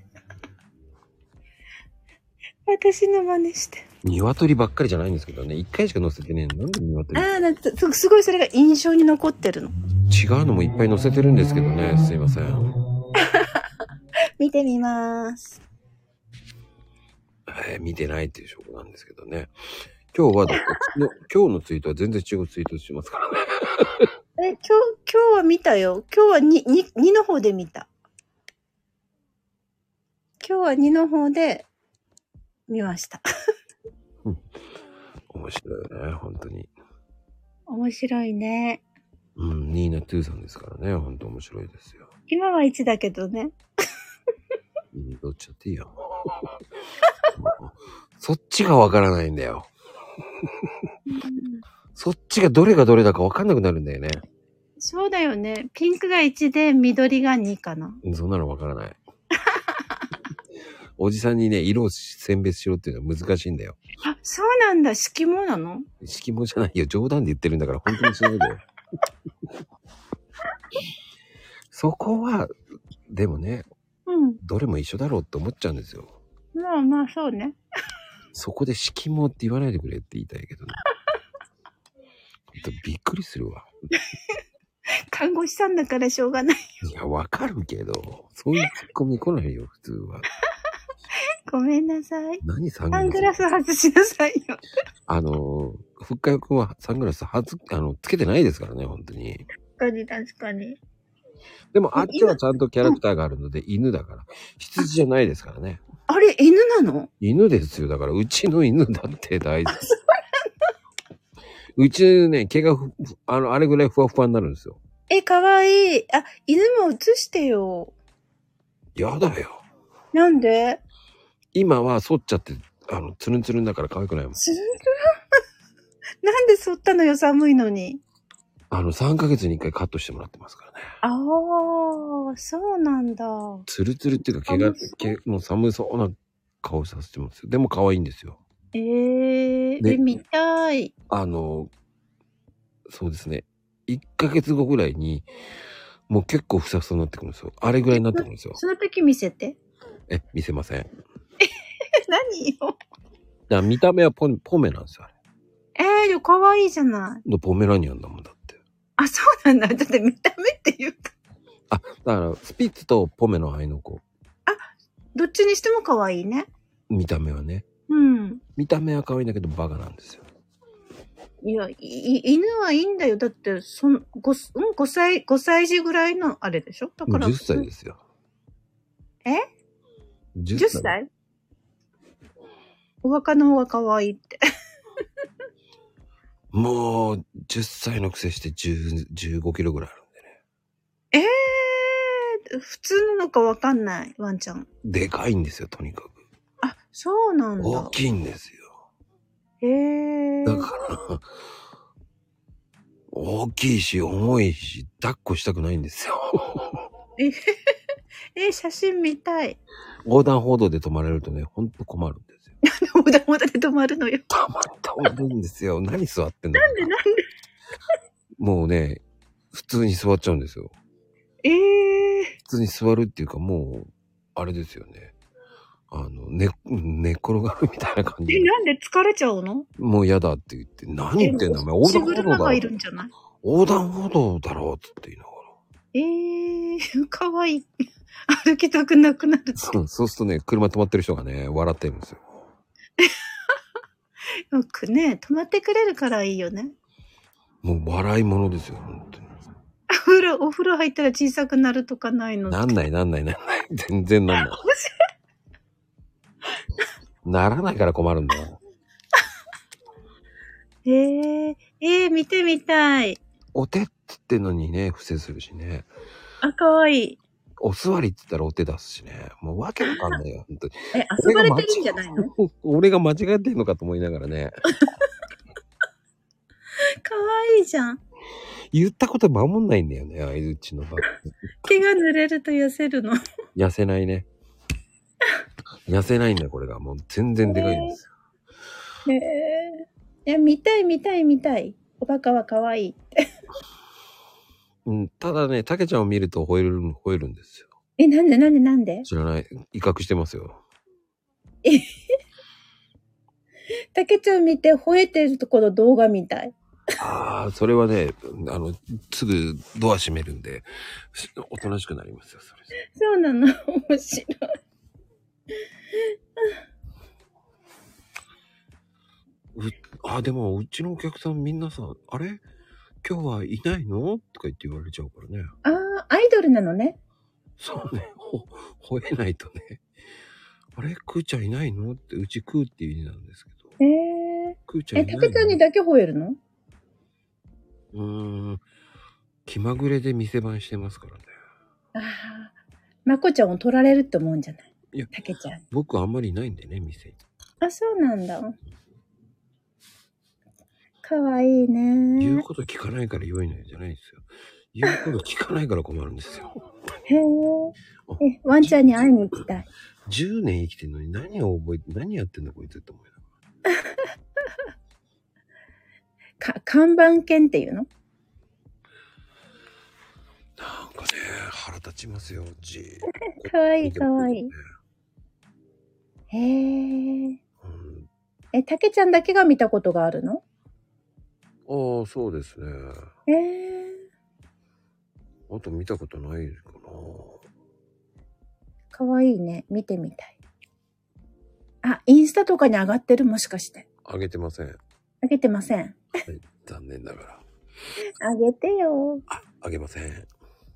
Speaker 12: 私の真似して。
Speaker 1: 鶏ばっかりじゃないんですけどね、一回しか乗せてねえのなんで鶏
Speaker 12: ああ、なんかすすごいそれが印象に残ってるの。
Speaker 1: 違うのもいっぱい乗せてるんですけどね、すいません。
Speaker 12: 見てみます。
Speaker 1: えー見てないっていう証拠なんですけどね。今日はだって、の今日のツイートは全然違うツイートしてますからね。
Speaker 12: え、今日、今日は見たよ。今日はにに2の方で見た。今日は2の方で見ました。
Speaker 1: 面白いね、本当に。
Speaker 12: 面白いね。
Speaker 1: うん、ニーナ・トゥーさんですからね、本当面白いですよ。
Speaker 12: 今は1だけどね。
Speaker 1: うん、どっちだっていいよ。 そっちがわからないんだよ。そっちがどれがどれだかわかんなくなるんだよね。
Speaker 12: そうだよね。ピンクが1で緑が2かな。
Speaker 1: そんなのわからない。 おじさんにね、色を選別しろっていうのは難しいんだよ。
Speaker 12: あ、そうなんだ。色盲なの
Speaker 1: 色もじゃないよ。冗談で言ってるんだから、本当にしないでよ。 そこは、でもね、
Speaker 12: うん。
Speaker 1: どれも一緒だろうって思っちゃうんですよ。
Speaker 12: まあまあ、そうね。
Speaker 1: そこで色もって言わないでくれって言いたいけどね。ほんとびっくりするわ。
Speaker 12: 看護師さんだからしょうがない。
Speaker 1: いや、わかるけど、そういうツッコミ来ないよ、普通は。
Speaker 12: ごめんなさい。
Speaker 1: 何サング
Speaker 12: サン
Speaker 1: ラス
Speaker 12: グラス外しなさいよ。
Speaker 1: あのー、ふっかよくんはサングラスはず、あの、つけてないですからね、本当に。
Speaker 12: 確かに、確かに。
Speaker 1: でも、あっちはちゃんとキャラクターがあるので、犬だから。羊じゃないですからね。
Speaker 12: あれ、犬なの
Speaker 1: 犬ですよ。だから、うちの犬だって大事。うちね、毛がふ、あの、あれぐらいふわふわになるんですよ。
Speaker 12: え、かわいい。あ、犬も映してよ。
Speaker 1: やだよ。
Speaker 12: なんで
Speaker 1: 今は剃っちゃって、あの、ツルンツルンだから可愛くないもん。
Speaker 12: すんごい なんで剃ったのよ、寒いのに。
Speaker 1: あの、3ヶ月に1回カットしてもらってますからね。
Speaker 12: ああ、そうなんだ。
Speaker 1: ツルツルっていうか、毛が、毛、もう寒そうな顔させてますよ。でも可愛いんですよ。
Speaker 12: えー、
Speaker 1: ね
Speaker 12: え、見たい。
Speaker 1: あの、そうですね。1ヶ月後ぐらいに、もう結構ふさふさになってくるんですよ。あれぐらいになってくるんですよ。
Speaker 12: その時見せて。
Speaker 1: え、見せません。
Speaker 12: 何よ。
Speaker 1: だから見た目はポンポメなんですよ。あ
Speaker 12: えー、でもかわいいじゃない。
Speaker 1: れポメラニアンだもんだ。
Speaker 12: あ、そうなんだ。だって見た目っていうか、
Speaker 1: あ、だから、スピッツとポメの愛の子。
Speaker 12: どっちにしてもかわいいね。
Speaker 1: 見た目はね。
Speaker 12: うん。
Speaker 1: 見た目は可愛いんだけど、バカなんですよ。
Speaker 12: いや、いい犬はいいんだよ。だって、その、ご、うん、5歳、5歳児ぐらいのあれでしょだから。
Speaker 1: 10歳ですよ。
Speaker 12: え
Speaker 1: 10
Speaker 12: ?10 歳お若の方が可愛いって。
Speaker 1: もう、10歳のくせして10 15キロぐらいある。
Speaker 12: ええー、普通なのかわかんない、ワンちゃん。
Speaker 1: でかいんですよ、とにかく。
Speaker 12: あ、そうなん
Speaker 1: 大
Speaker 12: だ。
Speaker 1: きいんですよ。
Speaker 12: ええ
Speaker 1: だから、大きいし、重いし、抱っこしたくないんですよ。
Speaker 12: え へへへえ、写真見たい。
Speaker 1: 横断歩道で止まれるとね、ほんと困るんですよ。
Speaker 12: おだおだで止まるのよ。
Speaker 1: 止まるんですよ。 何座ってんだ
Speaker 12: なんでなんで
Speaker 1: もうね、普通に座っちゃうんですよ。
Speaker 12: ええ
Speaker 1: 普通に座るっていうか、もう、あれですよね。あの、寝、寝っ転がるみたいな感じ
Speaker 12: え、
Speaker 1: で。
Speaker 12: なんで疲れちゃうの
Speaker 1: もう嫌だって言って、何言ってんだお前、
Speaker 12: 押
Speaker 1: 横
Speaker 12: し
Speaker 1: 断歩道
Speaker 12: 車が
Speaker 1: だ
Speaker 12: い
Speaker 1: ろ
Speaker 12: るん。じゃない
Speaker 1: 横断歩道だろうって言って
Speaker 12: ええー、かわいい。 歩きたくなくなる。
Speaker 1: そうそうするとね、車止まってる人がね、笑ってるんですよ。
Speaker 12: よくね、止まってくれるからいいよね。
Speaker 1: もう笑い物ですよ、本当に。
Speaker 12: お風呂、お風呂入ったら小さくなるとかないの。面
Speaker 1: なんないなんない なんない。全然なんない。
Speaker 12: 白い。
Speaker 1: ならないから困るんだよ。
Speaker 12: ええええ見てみたい。
Speaker 1: お手って言ってんのにね、伏せするしね。
Speaker 12: あ、かわいい。
Speaker 1: お座りって言ったらお手出すしね。もうわけわかんないよ、本当に。
Speaker 12: え、遊ばれてるんじゃないの
Speaker 1: 俺が間違えてんのかと思いながらね。
Speaker 12: かわいいじゃん。
Speaker 1: 言ったこと守んないんだよね、あいうちの場合。
Speaker 12: 毛が濡れると痩せるの。
Speaker 1: 痩せないね。痩せないんだよ、これが。もう全然でかいんですよ。
Speaker 12: へえ。いや、見たい見たい見たい。おバカは可愛い。
Speaker 1: うん、ただね、たけちゃんを見ると吠える、吠えるんですよ。
Speaker 12: え、なんでなんでなんで
Speaker 1: 知らない。威嚇してますよ。
Speaker 12: えへへたけちゃん見て吠えてるところ動画みたい。
Speaker 1: ああ、それはね、あの、すぐドア閉めるんで、しおとなしくなりますよ、それ。
Speaker 12: そうな の。面白い。
Speaker 1: うあ、でも、うちのお客さんみんなさ、あれ今日はいないのとか言って言われちゃうからね。
Speaker 12: ああ、アイドルなのね。
Speaker 1: そうね、ほ吠えないとね。あれクーちゃんいないのって、うちクーっていう意味なんですけど。
Speaker 12: へえ。
Speaker 1: クーちゃん
Speaker 12: え、
Speaker 1: い
Speaker 12: た
Speaker 1: な
Speaker 12: け
Speaker 1: い
Speaker 12: ちゃんにだけ吠えるの
Speaker 1: うーん。気まぐれで店番してますからね。
Speaker 12: ああ。まこちゃんを取られるって思うんじゃない
Speaker 1: いや、
Speaker 12: たけちゃん。
Speaker 1: 僕あんまりいないんでね、店に。
Speaker 12: あ、そうなんだ。かわいい
Speaker 1: 言う
Speaker 12: ね。
Speaker 1: こと聞かないから良いのじゃないんですよ。言うこと聞かないから困るんですよ。
Speaker 12: へえ。え、ワンちゃんに会いに行きたい。
Speaker 1: 10年生きてるのに何を覚えて、何やってんだこいつって思う。
Speaker 12: か、看板犬っていう
Speaker 1: な
Speaker 12: の
Speaker 1: んかね、腹立ちますよ、う ち。
Speaker 12: かわいいかわいい。へえ。え、たけちゃんだけが見たことがあるの
Speaker 1: ああ、そうですね。
Speaker 12: ええ。
Speaker 1: あと見たことないかな。
Speaker 12: かわいいね。見てみたい。あ、インスタとかに上がってるもしかして。
Speaker 1: あげてません。
Speaker 12: 上げてません。
Speaker 1: 残念ながら。
Speaker 12: あげてよ。
Speaker 1: あげません。
Speaker 12: あ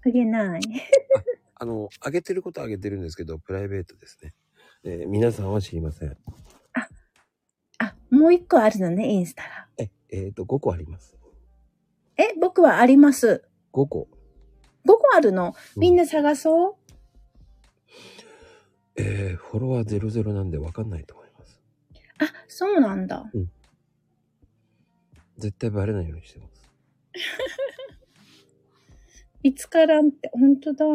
Speaker 12: げない。
Speaker 1: あの、あげてることはあげてるんですけど、プライベートですね。えー皆さんは知りません。
Speaker 12: もう一個あるのね、インスタが。
Speaker 1: え、えっ、と、5個あります。
Speaker 12: え、僕はあります。
Speaker 1: 5個。
Speaker 12: 5個あるの。みんな探そう。
Speaker 1: えーフォロワー00なんで分かんないと思います。
Speaker 12: あ、そうなんだ。
Speaker 1: 絶対バレないようにしてます。
Speaker 12: いつからんって、本当だ。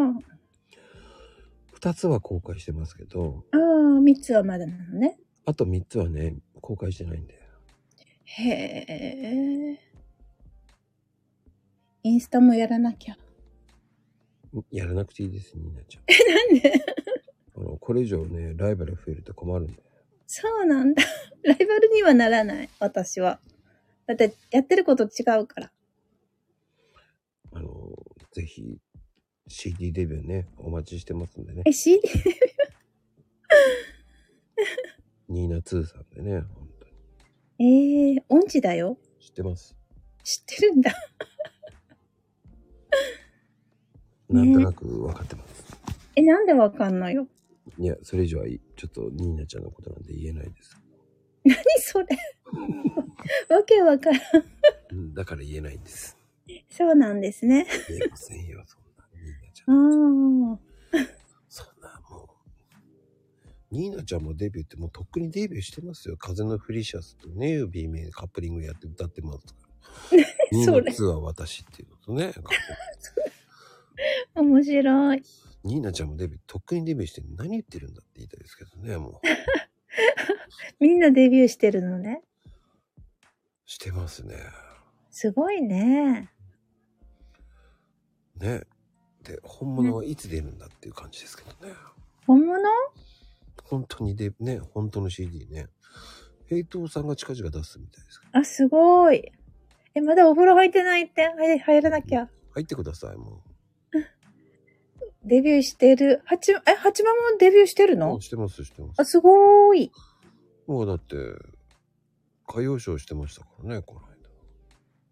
Speaker 1: 2つは公開してますけど、
Speaker 12: ああ、3つはまだなのね。
Speaker 1: あと3つはね、公開してないんで。
Speaker 12: へえ。インスタもやらなきゃ。
Speaker 1: やらなくていいです、みんなちゃん。
Speaker 12: え、なんで
Speaker 1: あの、これ以上ね、ライバル増えると困るんで。
Speaker 12: そうなんだ。ライバルにはならない、私は。だって、やってること違うから。
Speaker 1: あの、ぜひ、CD デビューね、お待ちしてますんでね。
Speaker 12: え、CD?
Speaker 1: ニーナ2さんでね、
Speaker 12: ええー、 音痴だよ。
Speaker 1: 知ってます。
Speaker 12: 知ってるんだ。
Speaker 1: なんとなく分かってます。
Speaker 12: え、なんでわかんのよ。
Speaker 1: いや、それ以上はいい。ちょっと、ニーナちゃんのことなんで言えないです。
Speaker 12: 何それ。 わけわからん。
Speaker 1: うんだから言えないんです。
Speaker 12: そうなんですね。
Speaker 1: 言えませんよ。
Speaker 12: ああ。
Speaker 1: ニーナちゃんもデビューってもうとっくにデビューしてますよ。風のフリシャスとね、B 名カップリングやって歌ってますから。ニー
Speaker 12: そ
Speaker 1: ナ
Speaker 12: れ
Speaker 1: 2は私っていうのとね。
Speaker 12: 面白い。
Speaker 1: ニーナちゃんもデビュー、とっくにデビューして何言ってるんだって言いたいですけどね、もう。
Speaker 12: みんなデビューしてるのね。
Speaker 1: してますね。
Speaker 12: すごいね。
Speaker 1: ね。で、本物はいつ出るんだっていう感じですけどね。
Speaker 12: 本物
Speaker 1: 本当にで、ね、本当の CD ね。平等さんが近々出すみたいですけ
Speaker 12: あ、すごい。え、まだお風呂入ってないって。はい、入らなきゃ。
Speaker 1: ど。入ってください、も
Speaker 12: デビューしてる。はち、え、はちまもデビューしてる
Speaker 1: う。も
Speaker 12: の
Speaker 1: うしてます、してます。
Speaker 12: あ、すごーい。
Speaker 1: もうだって、歌謡ショーしてましたからね、これ。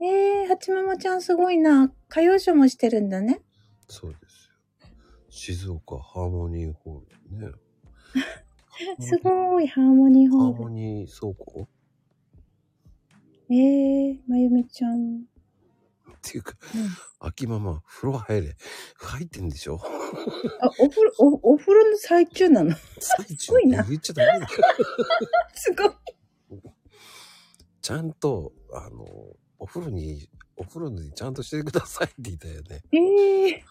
Speaker 12: えー、はちまもちゃんすごいな。歌謡ショーもしてるんだね。
Speaker 1: そうですよ。静岡ハーモニーホールね。
Speaker 12: すごーい、ハーモニー
Speaker 1: ハ
Speaker 12: ホ
Speaker 1: ー
Speaker 12: ール。
Speaker 1: モニー倉庫
Speaker 12: えー、まゆみちゃん。
Speaker 1: っていうか、秋ママ、風呂入れ。入ってんでしょ
Speaker 12: あ、お風呂、お、お風呂の最中なの。
Speaker 1: 最中って言っちゃダメだよ。
Speaker 12: すごい。
Speaker 1: ちゃんと、あの、お風呂に、お風呂にちゃんとしてくださいって言ったよね。
Speaker 12: ええ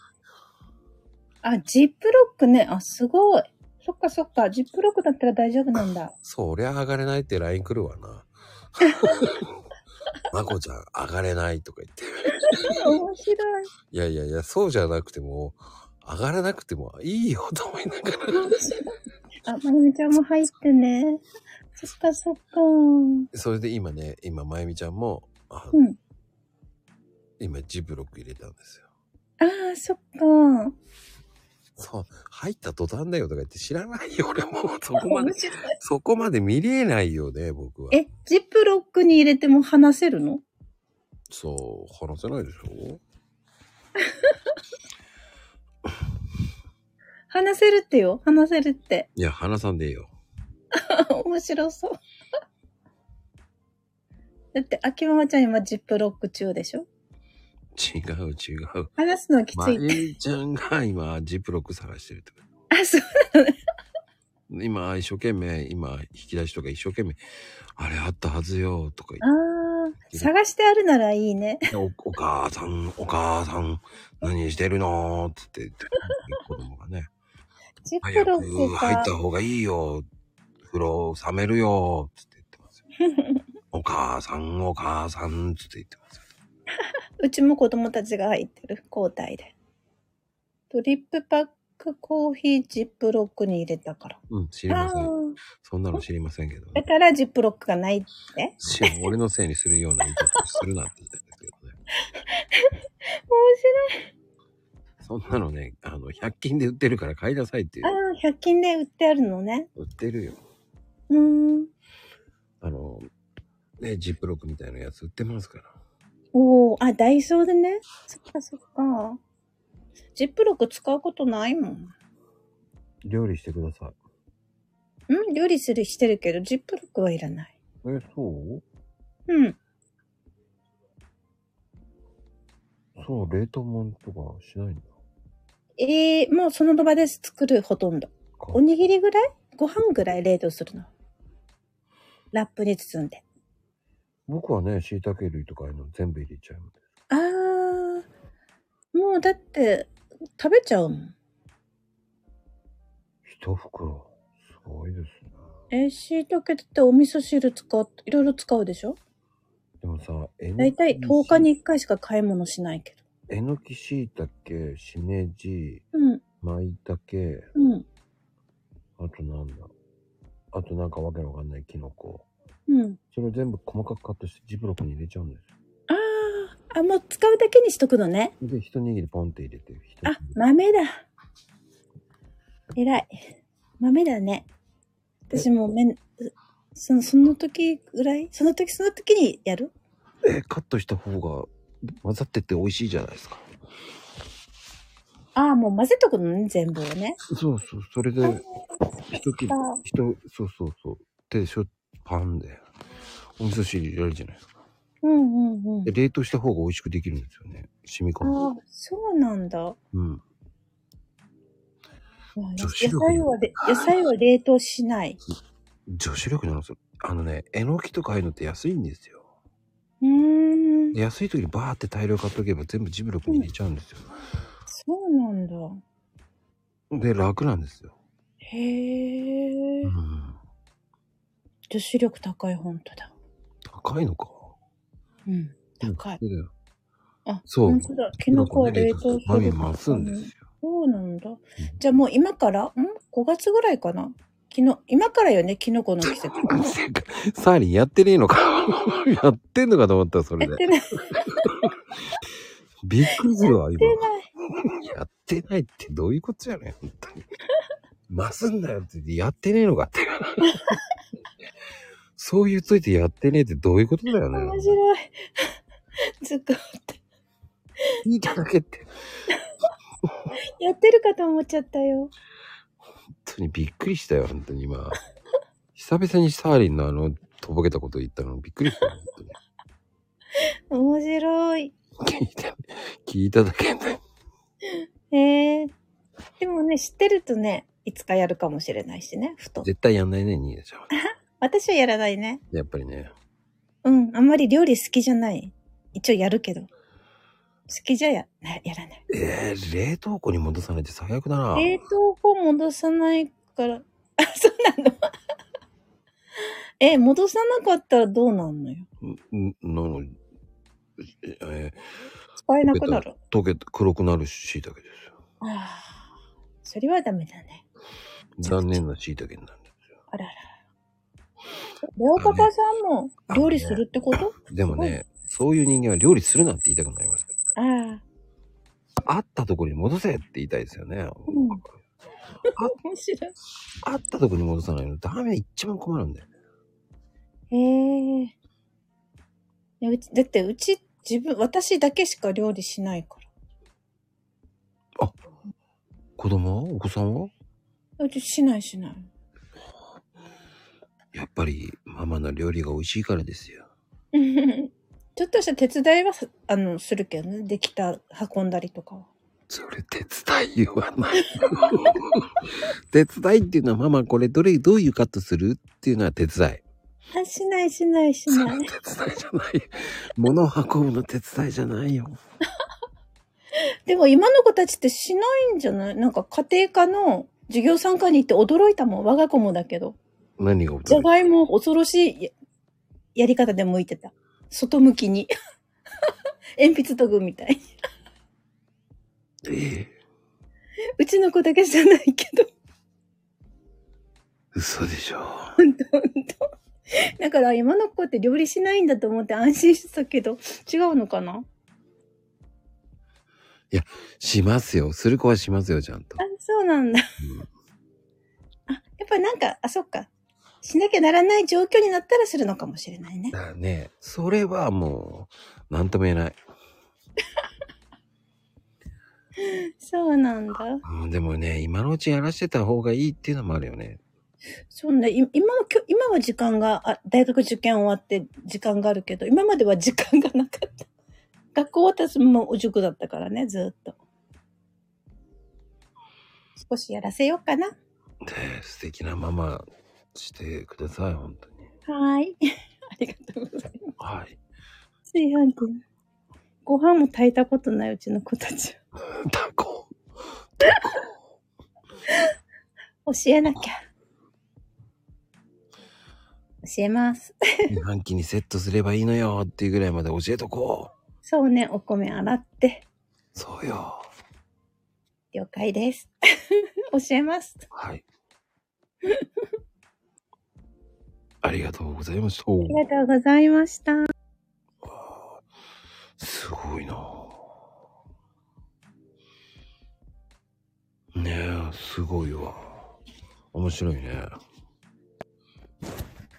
Speaker 12: あ、ジップロックね。あ、すごい。そっかそっか。ジップロックだったら大丈夫なんだ。
Speaker 1: そりゃ上がれないって LINE 来るわな。まこちゃん上がれないとか言って。
Speaker 12: 面白い。
Speaker 1: いやいやいや、そうじゃなくても、上がらなくてもいいよと思いながら。
Speaker 12: あ、まゆみちゃんも入ってね。そっかそっか。
Speaker 1: それで今ね、今、まゆみちゃんも、あ
Speaker 12: うん。
Speaker 1: 今、ジブロック入れたんですよ。
Speaker 12: ああ、そっか。
Speaker 1: そう、入った途端だよとか言って知らないよ、俺 も。そこまで
Speaker 12: 面白い、
Speaker 1: そこまで見れないよね、僕は。
Speaker 12: え、ジップロックに入れても話せるの
Speaker 1: そう、話せないでしょ
Speaker 12: 話せるってよ。話せるって。
Speaker 1: いや、話さんでいいよ。
Speaker 12: 面白そう。だって、秋ママちゃん今ジップロック中でしょ
Speaker 1: 違う、違う。
Speaker 12: 話すのはき
Speaker 1: ま
Speaker 12: ついって。
Speaker 1: ゆみちゃんが今、ジップロック探してるとか。
Speaker 12: あ、そう
Speaker 1: 今、一生懸命、今、引き出しとか一生懸命、あれあったはずよ、とか言って。
Speaker 12: ああ、探してあるならいいね。
Speaker 1: おお母さん、お母さん、何してるのって言って、子供がね、
Speaker 12: ジッ
Speaker 1: 早
Speaker 12: プロ
Speaker 1: く
Speaker 12: ック
Speaker 1: 入っ
Speaker 12: か
Speaker 1: た。方がいいよ、風呂冷めるよ、つって言ってますよ。お母さん、お母さん、つって言ってますよ。
Speaker 12: うちも子供たちが入ってる。交代で。トリップパックコーヒージップロックに入れたから。
Speaker 1: うん、知りませ
Speaker 12: あ
Speaker 1: ん。
Speaker 12: ー
Speaker 1: そんなの知りませんけどね。
Speaker 12: だからジップロックがない って。
Speaker 1: し俺のせいにするような言い方をするなって言ったんですけどね。そんなのね、あの、100均で売ってるから買いなさいっていう。
Speaker 12: 面白い。ああ、100均で売ってあるのね。
Speaker 1: 売ってるよ。
Speaker 12: うーん。
Speaker 1: あの、ね、ジップロックみたいなやつ売ってますから。
Speaker 12: おお、あ、ダイソーでね。そっかそっか。ジップロック使うことないもん。
Speaker 1: 料理してください。
Speaker 12: ん料理するしてるけど、ジップロックはいらない。
Speaker 1: え、そう
Speaker 12: うん。
Speaker 1: そう、冷凍もんとかしないんだ。
Speaker 12: えー、もうその場で作る、ほとんど。おにぎりぐらいご飯ぐらい冷凍するの。ラップに包んで。
Speaker 1: 僕はね、椎茸類とかああいうの全部入れちゃう。
Speaker 12: あー、もうだって、食べちゃうもん。
Speaker 1: 一袋。すごいですね。
Speaker 12: えー、椎茸だってお味噌汁使う、いろいろ使うでしょ
Speaker 1: でもさ、え
Speaker 12: だ
Speaker 1: の
Speaker 12: いたい10日に1回しか買い物しないけど。
Speaker 1: えのき椎茸、しめじ、
Speaker 12: うん、
Speaker 1: まいたけ、
Speaker 12: うん、
Speaker 1: あとなんだ。あとなんかわけのわかんないキノコ。
Speaker 12: うん。
Speaker 1: それを全部細かくカットしてジブロックに入れちゃうんですよ。
Speaker 12: あー、あ、もう使うだけにしとくのね。
Speaker 1: で、一握りポンって入れて。
Speaker 12: あ、豆だ。偉い。豆だね。私もうめん、その、その時ぐらいその時その時にやる
Speaker 1: え、 カットした方が混ざってて美味しいじゃないですか。
Speaker 12: ああ、もう混ぜとくのね、全部をね。
Speaker 1: そうそう、それで、一切り、一、そうそうそう。手でしょ、パンで。お味噌汁入れられるじゃないですか。
Speaker 12: うんうんうん。
Speaker 1: で冷凍した方が美味しくできるんですよね。染み込む。
Speaker 12: ああ、そうなんだ。
Speaker 1: うん。
Speaker 12: まあ
Speaker 1: 女
Speaker 12: 野
Speaker 1: 子力
Speaker 12: 菜はで、野菜は冷凍しない。
Speaker 1: 女子力なんですよ。あのね、えのきとかああいうのって安いんですよ。
Speaker 12: うーん、
Speaker 1: で安い時にバーって大量買っとけば全部ジブロックに入れちゃうんですよ。
Speaker 12: そうなんだ。
Speaker 1: で、楽なんですよ。
Speaker 12: へえ。女子力高い、本当だ。
Speaker 1: 高いのか。
Speaker 12: うん、高い。
Speaker 1: うん
Speaker 12: あ、
Speaker 1: そう
Speaker 12: 本当だ。キノコは冷凍す
Speaker 1: マミ
Speaker 12: る。
Speaker 1: 増すんですよ。
Speaker 12: そうなんだ。じゃあもう今から、ん ?5 月ぐらいかな昨日、今からよね、キノコの季節。
Speaker 1: サーリンやってねえのか。 やってんのかと思った、それ
Speaker 12: やっ
Speaker 1: で。
Speaker 12: てない。
Speaker 1: びっくりするわ、今。
Speaker 12: や
Speaker 1: やってないってどういうことやねん、本当に。増すんだよって言って、やってねえのかって。そう言っといてやってねえってどういうことだよね。
Speaker 12: 面白い。ずっと。
Speaker 1: いいだけって。
Speaker 12: やってるかと思っちゃったよ。
Speaker 1: 本当にびっくりしたよ、本当に今。久々にサーリンのあの、とぼけたこと言ったのびっくりしたよ。
Speaker 12: 面白い。
Speaker 1: 聞いただけで。
Speaker 12: へえ。でもね、知ってるとね、いつかやるかもしれないしね、ふと。
Speaker 1: 絶対やんないね、ニーナちゃんは。
Speaker 12: 私はやらないね。
Speaker 1: やっぱりね。
Speaker 12: うん、あんまり料理好きじゃない。一応やるけど。好きじゃや、なやらない。
Speaker 1: えー、冷凍庫に戻さないって最悪だな。
Speaker 12: 冷凍庫戻さないから。あ、そうなの え、戻さなかったらどうなんのよ。
Speaker 1: んの、えー、
Speaker 12: 使えなくなる。
Speaker 1: 溶けて黒くなる椎茸で
Speaker 12: ああ、それはダメだね。
Speaker 1: す。残念な椎茸になる。
Speaker 12: あらら。レオパパさんも料理するってこと
Speaker 1: でもね、そういう人間は料理するなんて言いたくなります。
Speaker 12: ああ、
Speaker 1: あったところに戻せって言いたいですよね。あっ
Speaker 12: うん。面白い。
Speaker 1: たところに戻さないのダメ一番困るんだよ。
Speaker 12: へえいやうちだってうち自分私だけしか料理しないか
Speaker 1: 子供はお子さんは
Speaker 12: らうちしないし ない
Speaker 1: やっぱりママの料理が美味しいからですよ。
Speaker 12: うんちょっとした手伝いはすあのするけどねできた運んだりとかは
Speaker 1: 伝いはない。 手伝いっていうのはママこれどれどういうカットするっていうのは手 伝い。
Speaker 12: あしないしないしない
Speaker 1: 手伝いじゃない。物を運ぶの手伝いじゃないよ。
Speaker 12: でも今の子たちってしないんじゃないなんか家庭科の授業参加に行って驚いたもん我が子もだけど
Speaker 1: 何が起
Speaker 12: じ
Speaker 1: こ
Speaker 12: ゃ
Speaker 1: る
Speaker 12: がいも恐ろしいややり方で向いてた。外向きに。 鉛筆研ぐみたいに。うちの子だけじゃないけど。
Speaker 1: 嘘でしょ。
Speaker 12: ほんとほんと。だから今の子って料理しないんだと思って安心してたけど、違うのかな
Speaker 1: しますよ。する子はしますよ、ちゃんと。
Speaker 12: あ、そうなんだ。あ、やっぱなんか、あ、そっか。しなきゃならない状況になったらするのかもしれないね。
Speaker 1: だからね、それはもう、なんとも言えない。
Speaker 12: そうなんだ。
Speaker 1: うんでもね、今のうちやらしてた方がいいっていうのもあるよね。
Speaker 12: そんな、い今は、きょ今は時間があ、大学受験終わって時間があるけど、今までは時間がなかった。 学校終わったらもう塾だったからね、ずーっと。少しやらせようかな。
Speaker 1: で、素敵なママしてください、本当に。
Speaker 12: はーい。 ありがとうございます。
Speaker 1: はい。
Speaker 12: 炊飯器。ご飯も炊いたことないうちの子たちは。
Speaker 1: タコ。
Speaker 12: 教えなきゃ。教えます。
Speaker 1: 自販機にセットすればいいのよっていうぐらいまで教えとこ
Speaker 12: そうね、お米洗って。
Speaker 1: う。そうよ。
Speaker 12: 了解です。 教えます。
Speaker 1: はい。ありがとうございました。
Speaker 12: ありがとうございました。
Speaker 1: すごいなぁねえ、すごいわ。面白いね。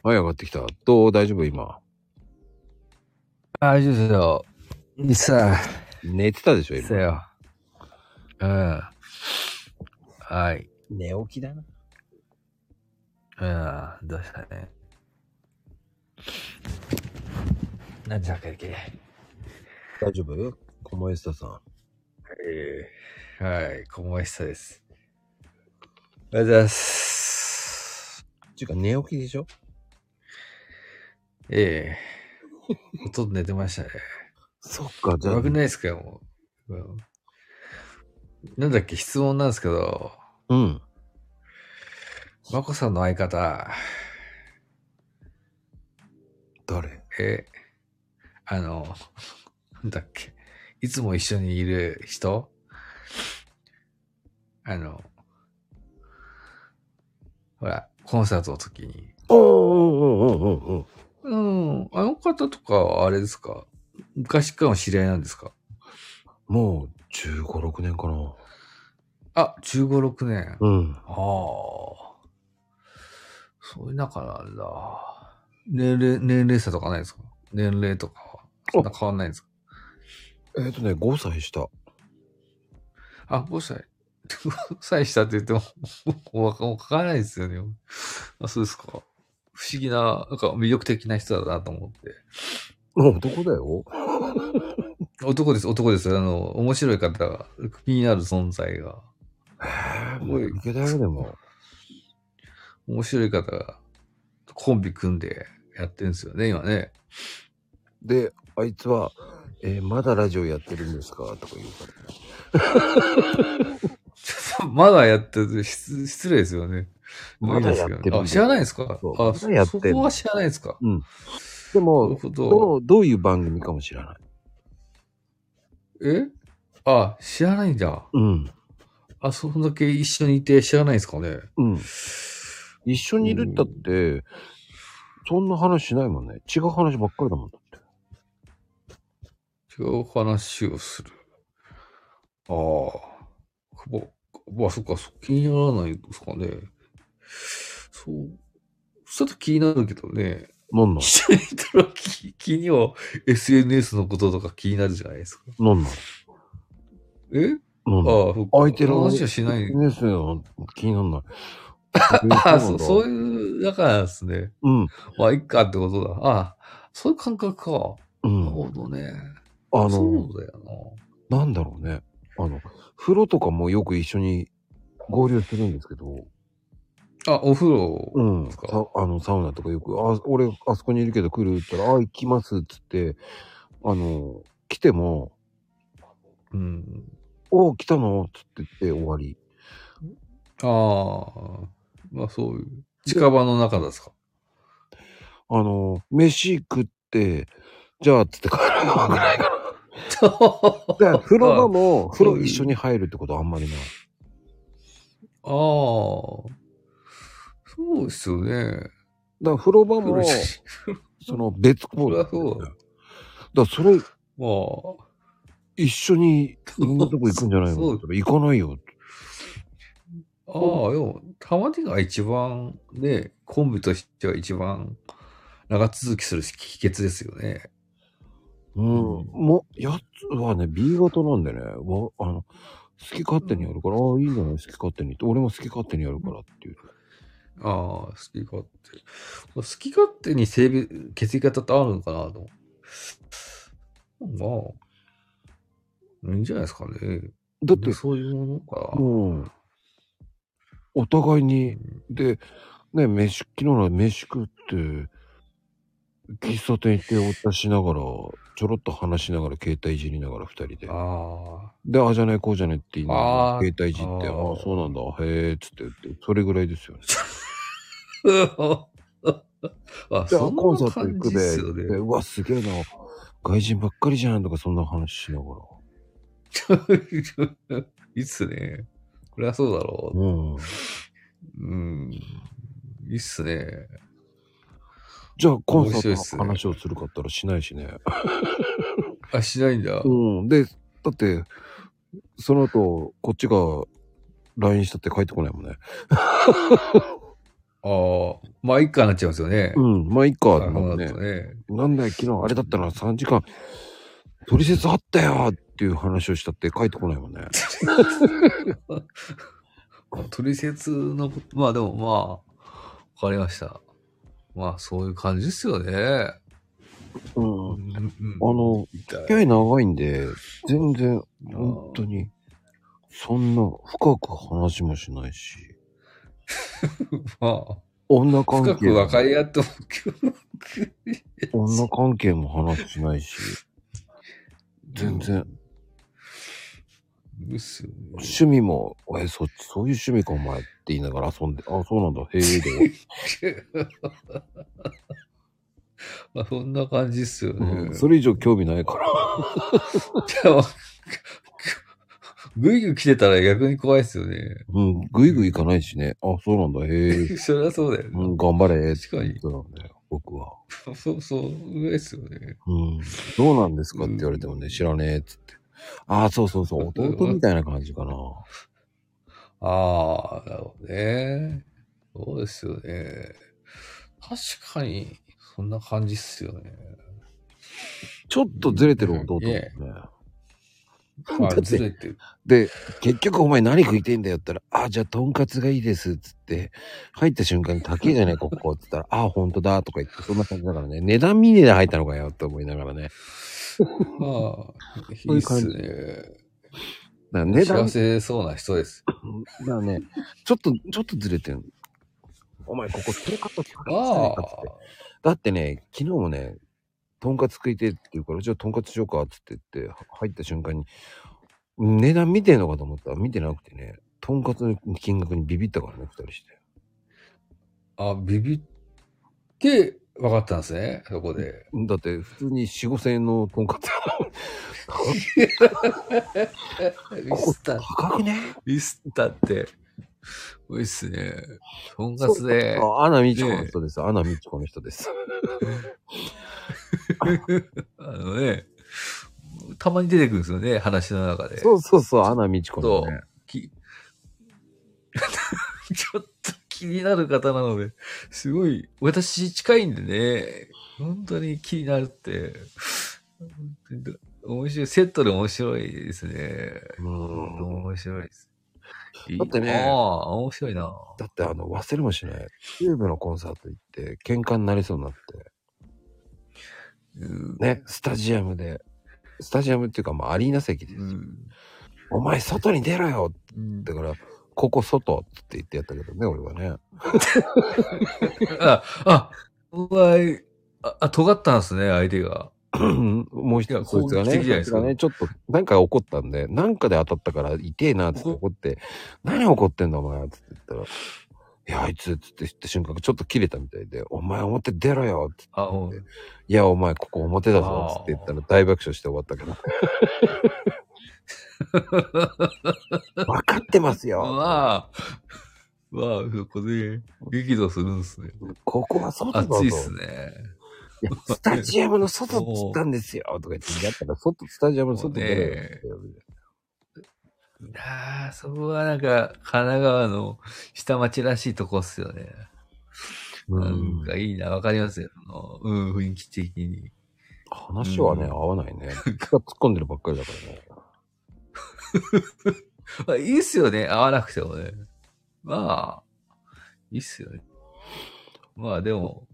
Speaker 1: はい、上がってきた。どう大丈夫今。
Speaker 5: 大丈夫ですよ。さあ。
Speaker 1: 寝てたでしょ今。
Speaker 5: そうよ。うん。はい。
Speaker 1: 寝起きだな。
Speaker 5: うん、どうしたね。なんじゃっけ。
Speaker 1: 大丈夫コモエスタさん。
Speaker 5: ええはい、こもえしたです。おはようございます。
Speaker 1: ちゅうか、寝起きでしょ
Speaker 5: ええほとんど寝てましたね。
Speaker 1: そっか、
Speaker 5: じゃあ。くないですか、もう。うんなんだっけ、質問なんですけど。
Speaker 1: うん。
Speaker 5: まこさんの相方。
Speaker 1: 誰
Speaker 5: え、あの、なんだっけ。いつも一緒にいる人あの、ほら、コンサートの時に。
Speaker 1: おおおおお
Speaker 5: うん、あの方とかはあれですか昔からの知り合いなんですか
Speaker 1: もう15、6年かな。
Speaker 5: あ、15、6年。
Speaker 1: うん。
Speaker 5: ああ。そういう中なんだ。年齢、年齢差とかないですか年齢とかは。そんな変わんないんですか
Speaker 1: えっ、とね、5歳下。
Speaker 5: あ、5歳。5歳下って言っても、もうわかもう変わらないですよね。あ、そうですか。不思議な、なんか魅力的な人だなと思って。
Speaker 1: 男だよ。
Speaker 5: 男です、男です。あの、面白い方が、気になる存在が。
Speaker 1: へもういけたよ、でも。
Speaker 5: 面白い方が、コンビ組んでやってるんですよね、今ね。
Speaker 1: で、あいつは、えーまだラジオやってるんですかとか言うから。
Speaker 5: まだやってる、失失礼ですよね。
Speaker 1: まだやってるんだよ
Speaker 5: あ知らないですか
Speaker 1: そう
Speaker 5: あ、
Speaker 1: ま
Speaker 5: そ
Speaker 1: だやってんの
Speaker 5: こは知らないですか
Speaker 1: うん。でも、
Speaker 5: ど
Speaker 1: どうどういう番組かも知らない。
Speaker 5: えあ、知らないんだ。
Speaker 1: うん。
Speaker 5: あ、そんだけ一緒にいて知らないですかね。
Speaker 1: うん。一緒にいるったって、そんな話しないもんね。違う話ばっかりだもん。
Speaker 5: 違う話をする。ああ。ままあ、そっか、そう気にならないですかね。そう。ちょっと気になるけどね。
Speaker 1: なんなん
Speaker 5: 一緒にいたら気気には SNS のこととか気になるじゃないですか。
Speaker 1: なんなん
Speaker 5: え
Speaker 1: な
Speaker 5: あ
Speaker 1: んだ
Speaker 5: あそっか
Speaker 1: 相手の
Speaker 5: 話はしない
Speaker 1: ですよ。気になんない。
Speaker 5: あそうそう
Speaker 1: う。
Speaker 5: いう、だからですね。
Speaker 1: うん。
Speaker 5: まあ、いっかってことだ。ああ、そういう感覚か。
Speaker 1: うん。
Speaker 5: なるほどね。
Speaker 1: あの
Speaker 5: そうだよ
Speaker 1: なんだろうね。あの、風呂とかもよく一緒に合流するんですけど。
Speaker 5: あ、お風呂
Speaker 1: うん。さあの、サウナとかよく、あ、俺、あそこにいるけど来るって言ったら、あ、行きますっつって、あの、来ても、
Speaker 5: うん。
Speaker 1: お来たのっつって言って終わり。
Speaker 5: な。ああ。まあ、そういう。近場の中ですか。
Speaker 1: あの、飯食って、じゃあ、つって帰るのぐらいか
Speaker 5: な。
Speaker 1: だから風呂場も、
Speaker 5: あ
Speaker 1: 風呂一緒に入るってことはあんまりない。
Speaker 5: ああ。そうですよね。
Speaker 1: だから風呂場も、その別行動だ、だからそれ、一緒にいろんなとこ行くんじゃないの行かないよ。
Speaker 5: ああ、でも、玉手が一番ね、コンビとしては一番長続きする秘訣ですよね。
Speaker 1: うん。もう、やつはね、B 型なんでね、わあの、好き勝手にやるから、ああ、いいんじゃない好き勝手にって。俺も好き勝手にやるからっていう。
Speaker 5: ああ、好き勝手。好き勝手に性別、血液型ってあるのかなと。まあ、いいんじゃないですかね。
Speaker 1: だって、
Speaker 5: そういうものか。
Speaker 1: うん。お互いに、で、ね、飯、昨日の飯食って、喫茶店行ってお茶しながら、ちょろっと話しながら、携帯いじりながら二人で。
Speaker 5: ああ。
Speaker 1: で、ああじゃねえ、こうじゃねえって言いなが
Speaker 5: あ
Speaker 1: ら、
Speaker 5: ー
Speaker 1: 携帯いじって、ああー、そうなんだ、へえ、つって言って、それぐらいですよ ね。
Speaker 5: あ、
Speaker 1: じゃあ
Speaker 5: そん
Speaker 1: コンサ
Speaker 5: な
Speaker 1: ート行
Speaker 5: 感
Speaker 1: く
Speaker 5: じ
Speaker 1: べ
Speaker 5: で
Speaker 1: っ
Speaker 5: す
Speaker 1: て
Speaker 5: よね。
Speaker 1: うわ、すげえな。外人ばっかりじゃんとか、そんな話しながら。
Speaker 5: いいっすね。これはそうだろう。うん。いいっすね。
Speaker 1: じゃあ、コンサ
Speaker 5: 面白いっ
Speaker 1: ー
Speaker 5: す
Speaker 1: ト
Speaker 5: ね
Speaker 1: の話をするかったらしないしね。
Speaker 5: あ、しないんだ。
Speaker 1: うん。で、だって、その後、こっちが LINE したって帰ってこないもんね。
Speaker 5: ああ、まあ、いっかになっちゃいますよね。
Speaker 1: うん、まあいいかってな
Speaker 5: こう
Speaker 1: る
Speaker 5: な
Speaker 1: ね
Speaker 5: るとね。
Speaker 1: なんだよ、昨日あれだったな、3時間、取説あったよっていう話をしたって帰ってこないも んね。
Speaker 5: 取説のこと、まあでもまあ、わかりました。まあ、そういう感じですよね。
Speaker 1: うん。
Speaker 5: あ
Speaker 1: の、
Speaker 5: 付
Speaker 1: き合い長いんで、全然、本当に、そんな深く話もしないし。
Speaker 5: まあ、
Speaker 1: 女関係
Speaker 5: 深く分かり合っても、
Speaker 1: 女関係も話しないし、全然。趣味も、え、そっち、そういう趣味か、お前って言いながら遊んで、あ、そうなんだ、へえ、で。
Speaker 5: まあ、そんな感じっすよね。
Speaker 1: うんそれ以上興味ないから。
Speaker 5: でも、ぐいぐい来てたら逆に怖いっすよね。
Speaker 1: うん、ぐいぐい行かないしね。あ、そうなんだ、へ え。
Speaker 5: そりゃそうだよね。
Speaker 1: うん、頑張れ。
Speaker 5: 確かに。
Speaker 1: そうなんだよ、僕は。
Speaker 5: そう、そう、上っすよね。
Speaker 1: うん、どうなんですかって言われてもね、知らねえっつって。ああ、そうそ うそう、弟みたいな感じかな。
Speaker 5: ああ、なるほどね。そうですよね。確かに、そんな感じっすよね。
Speaker 1: ちょっとずれてる弟だね。
Speaker 5: まあ
Speaker 1: だって
Speaker 5: ずれてる。
Speaker 1: で、結局お前何食いてんだよって言ったら、あ、じゃあとんかつがいいですっつって、入った瞬間に高いじゃない、ここって言ったら、あ、本当だとか言って、そんな感じだからね、値段見ねえで入ったのかよって思いながらね。
Speaker 5: まあ、い
Speaker 1: そう
Speaker 5: い
Speaker 1: い
Speaker 5: っ
Speaker 1: う感
Speaker 5: す
Speaker 1: じ
Speaker 5: ね。
Speaker 1: だから値段
Speaker 5: 幸せそうな人です。
Speaker 1: だからね、ちょっと、ちょっとずれてる。お前こことんかつ高いじゃないかっつって。だってね、昨日もね、とんかつ食いてえって言うから、じゃあとんかつしようかっつって言って、入った瞬間に、値段見てんのかと思ったら見てなくてね、とんかつの金額にビビったからね、二人して。
Speaker 5: あ、ビビって、分かったんですね、そこで。
Speaker 1: だって、普通に4、5千円のとんかつ。
Speaker 5: ミスター。
Speaker 1: 高くね
Speaker 5: ミスターって。多いっすね。とんかつで。
Speaker 1: あアナミチコの人です。アナミチコの人 です。
Speaker 5: あのね、たまに出てくるんですよね、話の中で。
Speaker 1: そうそうそう、アナミチコの
Speaker 5: と
Speaker 1: ね。
Speaker 5: き ちょっと気になる方なので、すごい、私近いんでね、本当に気になるって、本当に面白い、セットで面白いですね。面白いです。
Speaker 1: だってね
Speaker 5: ああ、面白いな。
Speaker 1: だってあの、忘れもしない。キューブのコンサート行って、喧嘩になりそうになって。ね、スタジアムで、スタジアムっていうか、まあ、アリーナ席ですよ。お前、外に出ろよだから、ここ外って言ってやったけどね、俺はね。
Speaker 5: あ、あ、お前、あ、あ尖ったんですね、相手が。
Speaker 1: もう一つ、そいつがね、そいつがね、ちょっと、なんか怒ったんで、なんかで当たったから、痛えな、つって怒って、何怒ってんだ、お前、つって言ったら、いや、あいつ、つって言った瞬間、ちょっと切れたみたいで、お前表出ろよ、つって言って、いや、お前、ここ表だぞ、つって言ったら、大爆笑して終わった けど。分かってますよ。
Speaker 5: わあ、わあ、そこで激怒するんですね。
Speaker 1: ここは外だぞ
Speaker 5: 暑いっすね。
Speaker 1: いやスタジアムの外っつったんですよとか言って、だったら外、スタジアムの外出ろよって言われて
Speaker 5: ああ、そこはなんか、神奈川の下町らしいとこっすよね。なんかいいな、わかりますよ。そのうん、雰囲気的に。
Speaker 1: 話はね、合わないね。口が突っ込んでるばっかりだからね。
Speaker 5: まあ、いいっすよね、合わなくてもね。まあ、いいっすよね。まあでも、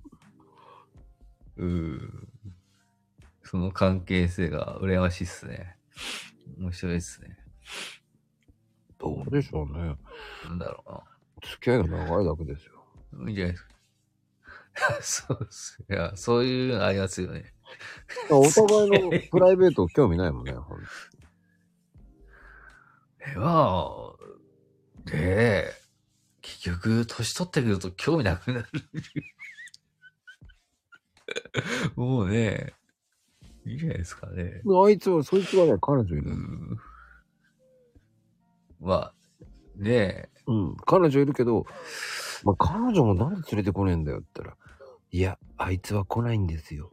Speaker 5: うーその関係性が羨ましいっすね。面白いっすね。
Speaker 1: どうでしょうね。
Speaker 5: なんだろうな。
Speaker 1: 付き合いが長いだけですよ。
Speaker 5: いいんじゃないですか。 そうっす。いや、そういうのありますよね。
Speaker 1: お互いのプライベート興味ない もんね。ほんと
Speaker 5: え、まあ、で、結局、年取ってくると興味なくなる。もうね、いいじゃないですかね。
Speaker 1: あいつは、そいつはね、彼女いる。
Speaker 5: まあ、ねえ。
Speaker 1: うん、彼女いるけど、まあ、彼女もなんで連れてこねえんだよって言ったら、いや、あいつは来ないんですよ。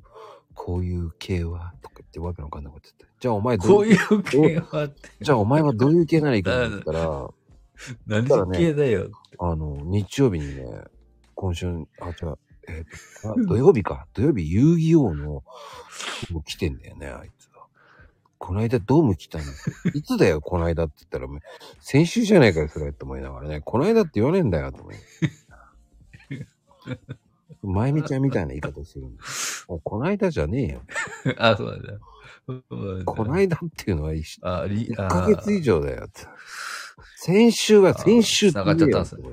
Speaker 1: こういう系は、とか言ってわけのわかんないこと言って。じゃあお前どういう、
Speaker 5: こういう系はって。
Speaker 1: じゃあお前はどういう系ならいいかなって言ったら、
Speaker 5: 何
Speaker 1: だね、
Speaker 5: 系だよ。
Speaker 1: あの、日曜日にね、今週、あ、違う、えーとあ土曜日か。土曜日、遊戯王の、来てんだよね、あいつは。この間ドーム来たん だよ。いつだよ、この間って言ったら、先週じゃないかよ、それって思いながらね、この間って言わねえんだよ、と思い ながら。まゆみちゃんみたいな言い方するんだよ。もうこの間じゃねえよ。
Speaker 5: あ、そうなんだ。そうなんだ
Speaker 1: この間っていうのは1
Speaker 5: あ、り、あ
Speaker 1: ヶ月以上だよって。先週は先週って
Speaker 5: 繋が
Speaker 1: 言
Speaker 5: っ
Speaker 1: え
Speaker 5: ちゃ
Speaker 1: よ
Speaker 5: ったんで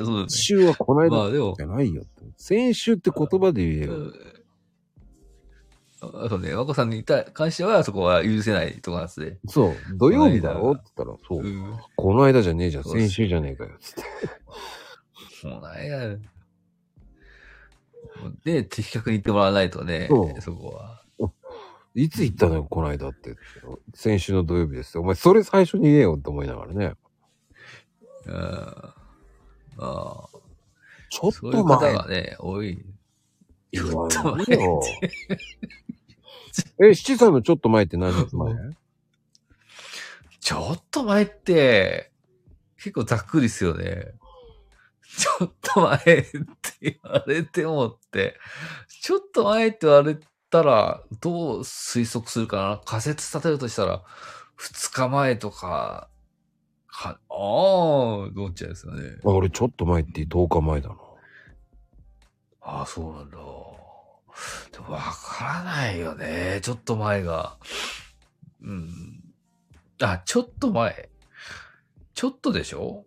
Speaker 5: すね。そう
Speaker 1: 先週はこの
Speaker 5: まあで
Speaker 1: 間
Speaker 5: も
Speaker 1: じゃないよって。先週って言葉で言えよ。
Speaker 5: あそうね、和子さんにた関しては、そこは許せないとこなんですね。
Speaker 1: そう、土曜日だろって言ったら、そう、この間じゃねえじゃん、
Speaker 5: そうです
Speaker 1: 先週じゃねえかよ、つって。
Speaker 5: こないや。で、的確に言ってもらわないとね、
Speaker 1: そう
Speaker 5: そこは。
Speaker 1: いつ行ったのよ、この間って。先週の土曜日ですよ。お前、それ最初に言えよって思いながらね。
Speaker 5: うん。ああ。
Speaker 1: ちょっ
Speaker 5: そういう
Speaker 1: と
Speaker 5: 方
Speaker 1: 前。
Speaker 5: がね、多い。
Speaker 1: ち
Speaker 5: ょっと
Speaker 1: いい
Speaker 5: 前
Speaker 1: よ。 え、七さんのちょっと前って何です前
Speaker 5: ちょっと前って、結構ざっくりですよね。ちょっと前って言われてもって、ちょっと前って言われたら、どう推測するかな仮説立てるとしたら、2日前とか、か、ああ、どっちですよね。
Speaker 1: あ俺、ちょっと前って10日前だな。
Speaker 5: ああ、そうなんだ。でもわからないよね。ちょっと前が。うん。あ、ちょっと前。ちょっとでしょ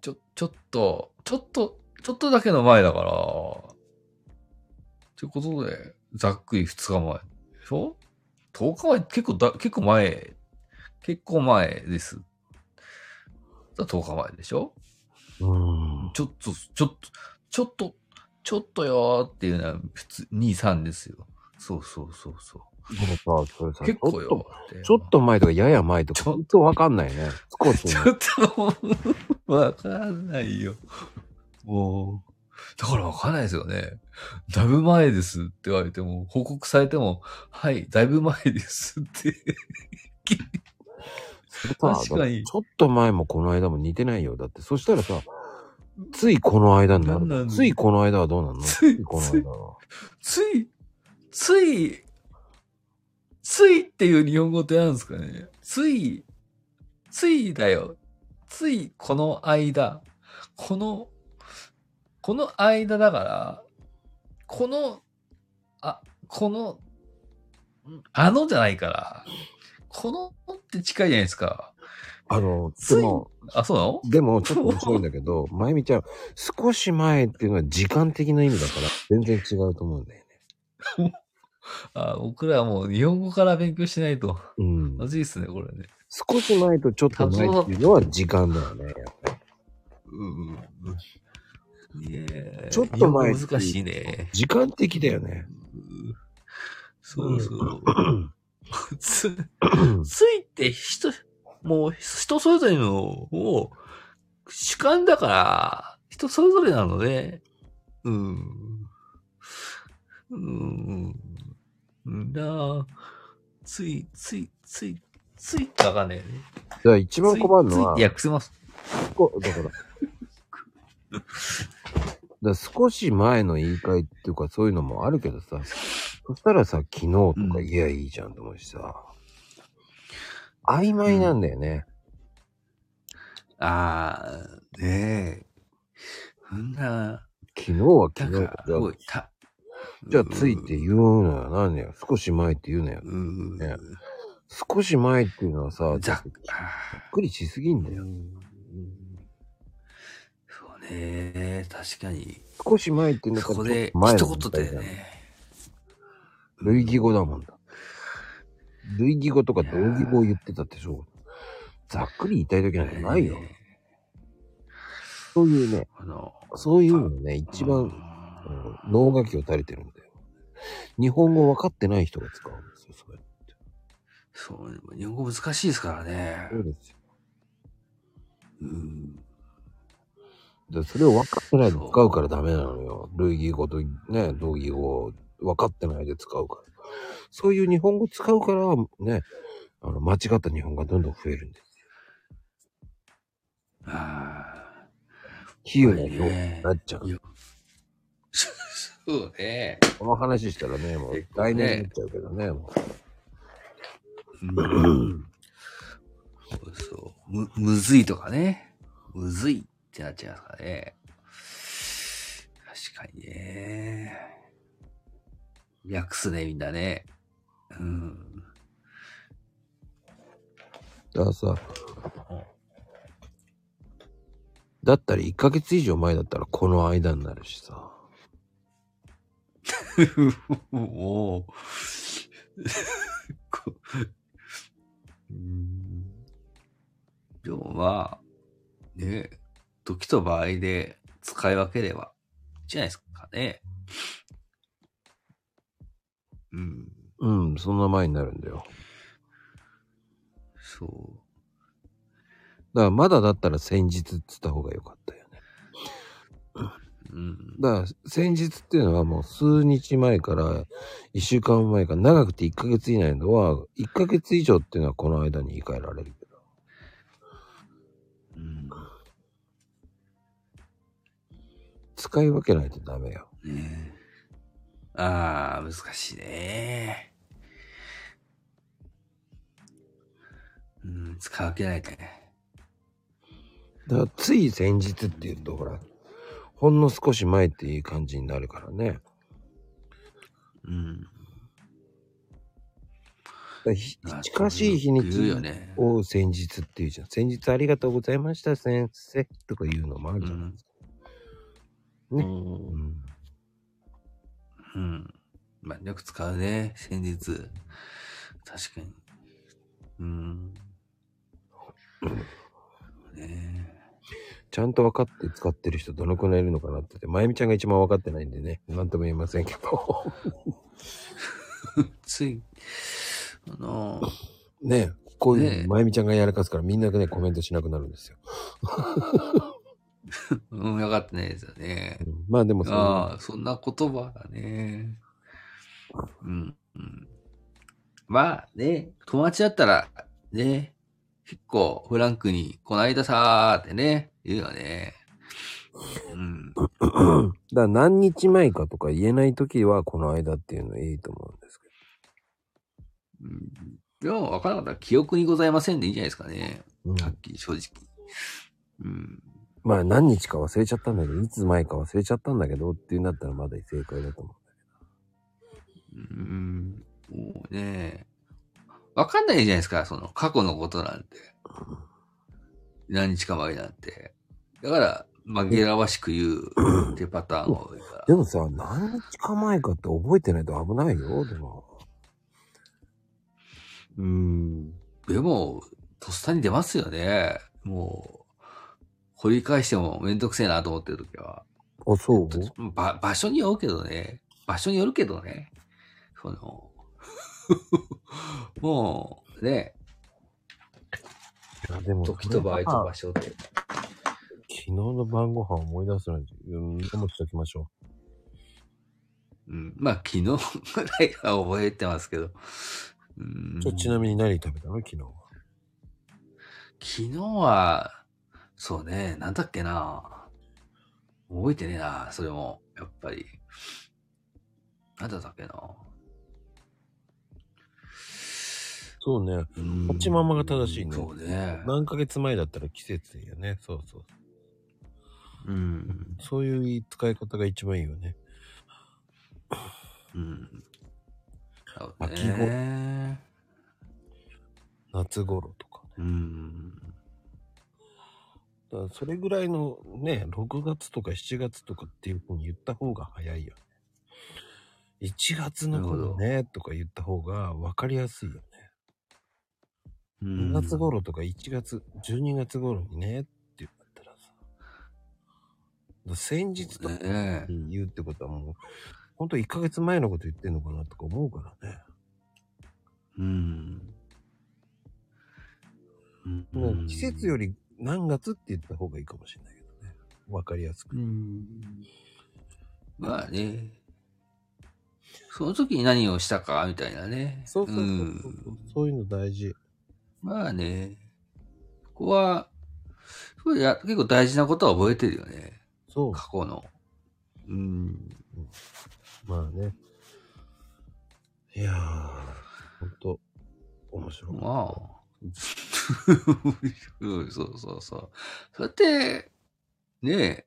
Speaker 5: ちょ、ちょっと、ちょっと、ちょっとだけの前だから。ということで、ざっくり2日前。でしょ ?10 日前結構だ、結構前結構前です。だ10日前でしょうん。ちょっと、ちょっと、ちょっと、ちょっとよーっていうのは、普通、2、3ですよ。そうそうそうそう。
Speaker 1: もうさ、それさ、
Speaker 5: 結構
Speaker 1: ち
Speaker 5: よ
Speaker 1: ょっと、ちょっと前とかやや前とか、本当わかんないね。少 しね。
Speaker 5: わかんないよ。もう、だからわかんないですよね。だいぶ前ですって言われても、報告されても、はい、だいぶ前ですって。
Speaker 1: 確かに。ちょっと前もこの間も似てないよ。だって、そしたらさ、ついこの間になる。ついこの間はどうなのついこの間は。
Speaker 5: つい、つい、ついっていう日本語ってなんですかね。つい、ついだよ。ついこの間。この、この間だから、この、あ、この、あのじゃないから、このって近いじゃないですか。
Speaker 1: あの、でも、
Speaker 5: あ、そうなの
Speaker 1: でも、ちょっと面白いんだけ ど、まゆみちゃん、少し前っていうのは時間的な意味だから、全然違うと思うんだよね。
Speaker 5: あ僕らはもう日本語から勉強しないと。うん。まずいっすね、これね。
Speaker 1: 少し前とちょっと前っていうのは時間だよね。
Speaker 5: うん。
Speaker 1: ちょっと前ってう
Speaker 5: 難しいね。
Speaker 1: 時間的だよね。
Speaker 5: そうそう。つ、ついって人、もう人それぞれのを主観だから、人それぞれなので、うん。うん。うんだつい、つい、つい、ついってわかんないよね。
Speaker 1: じゃあ一番困るのは、
Speaker 5: ついついって訳せます。
Speaker 1: こだから。だから少し前の言い換えっていうかそういうのもあるけどさ、そしたらさ、昨日とか、いや、いいじゃんと思うしさ、曖昧なんだよね。
Speaker 5: ああ、ねえ。そんな、
Speaker 1: 昨日は昨日
Speaker 5: すごい、た、
Speaker 1: じゃあ、ついて言うのよ、なんだよ。少し前って言うのよ。ね、少し前っていうのはさ、ざっくりしすぎんだよ。
Speaker 5: ねえ、確かに。
Speaker 1: 少し前っていうのは
Speaker 5: そこで、
Speaker 1: ちょっと
Speaker 5: 一言だよね。
Speaker 1: 類義語だもんだ。類義語とか同義語を言ってたってそう。ざっくり言いたい時なんてないよ。そういうね、そういうのね、一番、うん脳書きを垂れてるんだよ。日本語分かってない人が使うんですよ、それ。
Speaker 5: そう、でも日本語難しいですからね。
Speaker 1: そうですよ。でそれを分かってないで使うからダメなのよ。類義語とね、同義語を分かってないで使うから。そういう日本語使うから、ね、あの、間違った日本語がどんどん増えるんですよ。
Speaker 5: あ
Speaker 1: あ。比喩のようになっちゃう。
Speaker 5: そうね。
Speaker 1: この話したらね、もう来年になっちゃうけどね、も
Speaker 5: そうそう。む、むずいとかね。むずいってなっちゃいますからね。確かにね。略すね、みんなね。うん。
Speaker 1: う。だから さ、だったら1ヶ月以上前だったらこの間になるしさ。
Speaker 5: もう、こうんでもまあ、ね、時と場合で使い分ければ、いいじゃないですかね。うん。
Speaker 1: うん、そんな前になるんだよ。
Speaker 5: そう。
Speaker 1: だからまだだったら先日って言った方が良かったよね。
Speaker 5: うん。
Speaker 1: だから先日っていうのはもう数日前から1週間前から長くて1ヶ月以内のは1ヶ月以上っていうのはこの間に言い換えられるけど。使い分けないとダメよ。
Speaker 5: ああ、難しいね。うん、使い分けないとね。
Speaker 1: だからつい先日っていうとほら、ほんの少し前っていう感じになるからね。
Speaker 5: うん。
Speaker 1: ひ近しい日にちを先日っていうじゃん。先日ありがとうございました先生とかいうのもあるじゃないですか。ね。
Speaker 5: うん。まあ、よく使うね。先日。確かに。うん。
Speaker 1: ちゃんと分かって使ってる人どのくらいいるのかなってて、まゆみちゃんが一番分かってないんでね、なんとも言えませんけど。
Speaker 5: つい、あの
Speaker 1: ねえこういうのまゆみちゃんがやらかすからみんながね、コメントしなくなるんですよ。
Speaker 5: うん、分かってないですよね。
Speaker 1: まあでもそう
Speaker 5: ああ、そんな言葉がね。うん、うん。まあね、友達だったら、ね、結構フランクに、こないださーってね、言うよね。うん。
Speaker 1: だから何日前かとか言えないときは、この間っていうのいいと思うんですけ
Speaker 5: いや、わからなかったら記憶にございませんでいいんじゃないですかね。はっきり正直。うん。
Speaker 1: ど。まあ何日か忘れちゃったんだけど、いつ前か忘れちゃったんだけどっていうんだったらまだ正解だと思
Speaker 5: うん。もうね、わかんないじゃないですか、その過去のことなんて。何日か前なんて。だから、紛らわしく言うってパターンが多い。
Speaker 1: う。でもさ、何日か前かって覚えてないと危ないよ、でも。
Speaker 5: うん。でも、とっさに出ますよね。もう、掘り返してもめんどくせえなと思ってるときは。
Speaker 1: あ、そう
Speaker 5: ば、場所によるけどね。場所によるけどね。その、 もう、ね。
Speaker 1: でも
Speaker 5: 時と場合と場所で。
Speaker 1: 昨日の晩ご飯思い出すのに、うん、メモしときましょ
Speaker 5: うん、まあ、昨日ぐらいは覚えてますけど。うん
Speaker 1: う。ちょちなみに何食べたの昨日は。
Speaker 5: 昨日は、そうね、なんだっけな。覚えてねえな、それも、やっぱり。なんだったっけな。
Speaker 1: そうね。こっちママが正しいね。そう
Speaker 5: ね。
Speaker 1: 何ヶ月前だったら季節いいよね。そうそう。
Speaker 5: うん。
Speaker 1: そういう使い方が一番いいよね。
Speaker 5: うん。
Speaker 1: 秋頃。夏頃とかね。
Speaker 5: うん。
Speaker 1: だからそれぐらいのね、6月とか7月とかっていうふうに言った方が早いよね。1月のことね、とか言った方が分かりやすいよね。2月頃とか1月、12月頃にね、って言ったらさ。だから先日とか言うってことはもう、ほんと1ヶ月前のこと言ってんのかなとか思うからね。
Speaker 5: うん。
Speaker 1: もう季節より何月って言った方がいいかもしれないけどね。わかりやすく。
Speaker 5: まあね。その時に何をしたか、みたいなね。
Speaker 1: そうそうそうそう
Speaker 5: うん
Speaker 1: そういうの大事。
Speaker 5: まあね。ここは、そういや結構大事なことは覚えてるよね。
Speaker 1: そう。
Speaker 5: 過去の。うん。
Speaker 1: まあね。いやー、ほんと、面白い。
Speaker 5: まあ。 うんそうそうそう。そうやって、ねえ、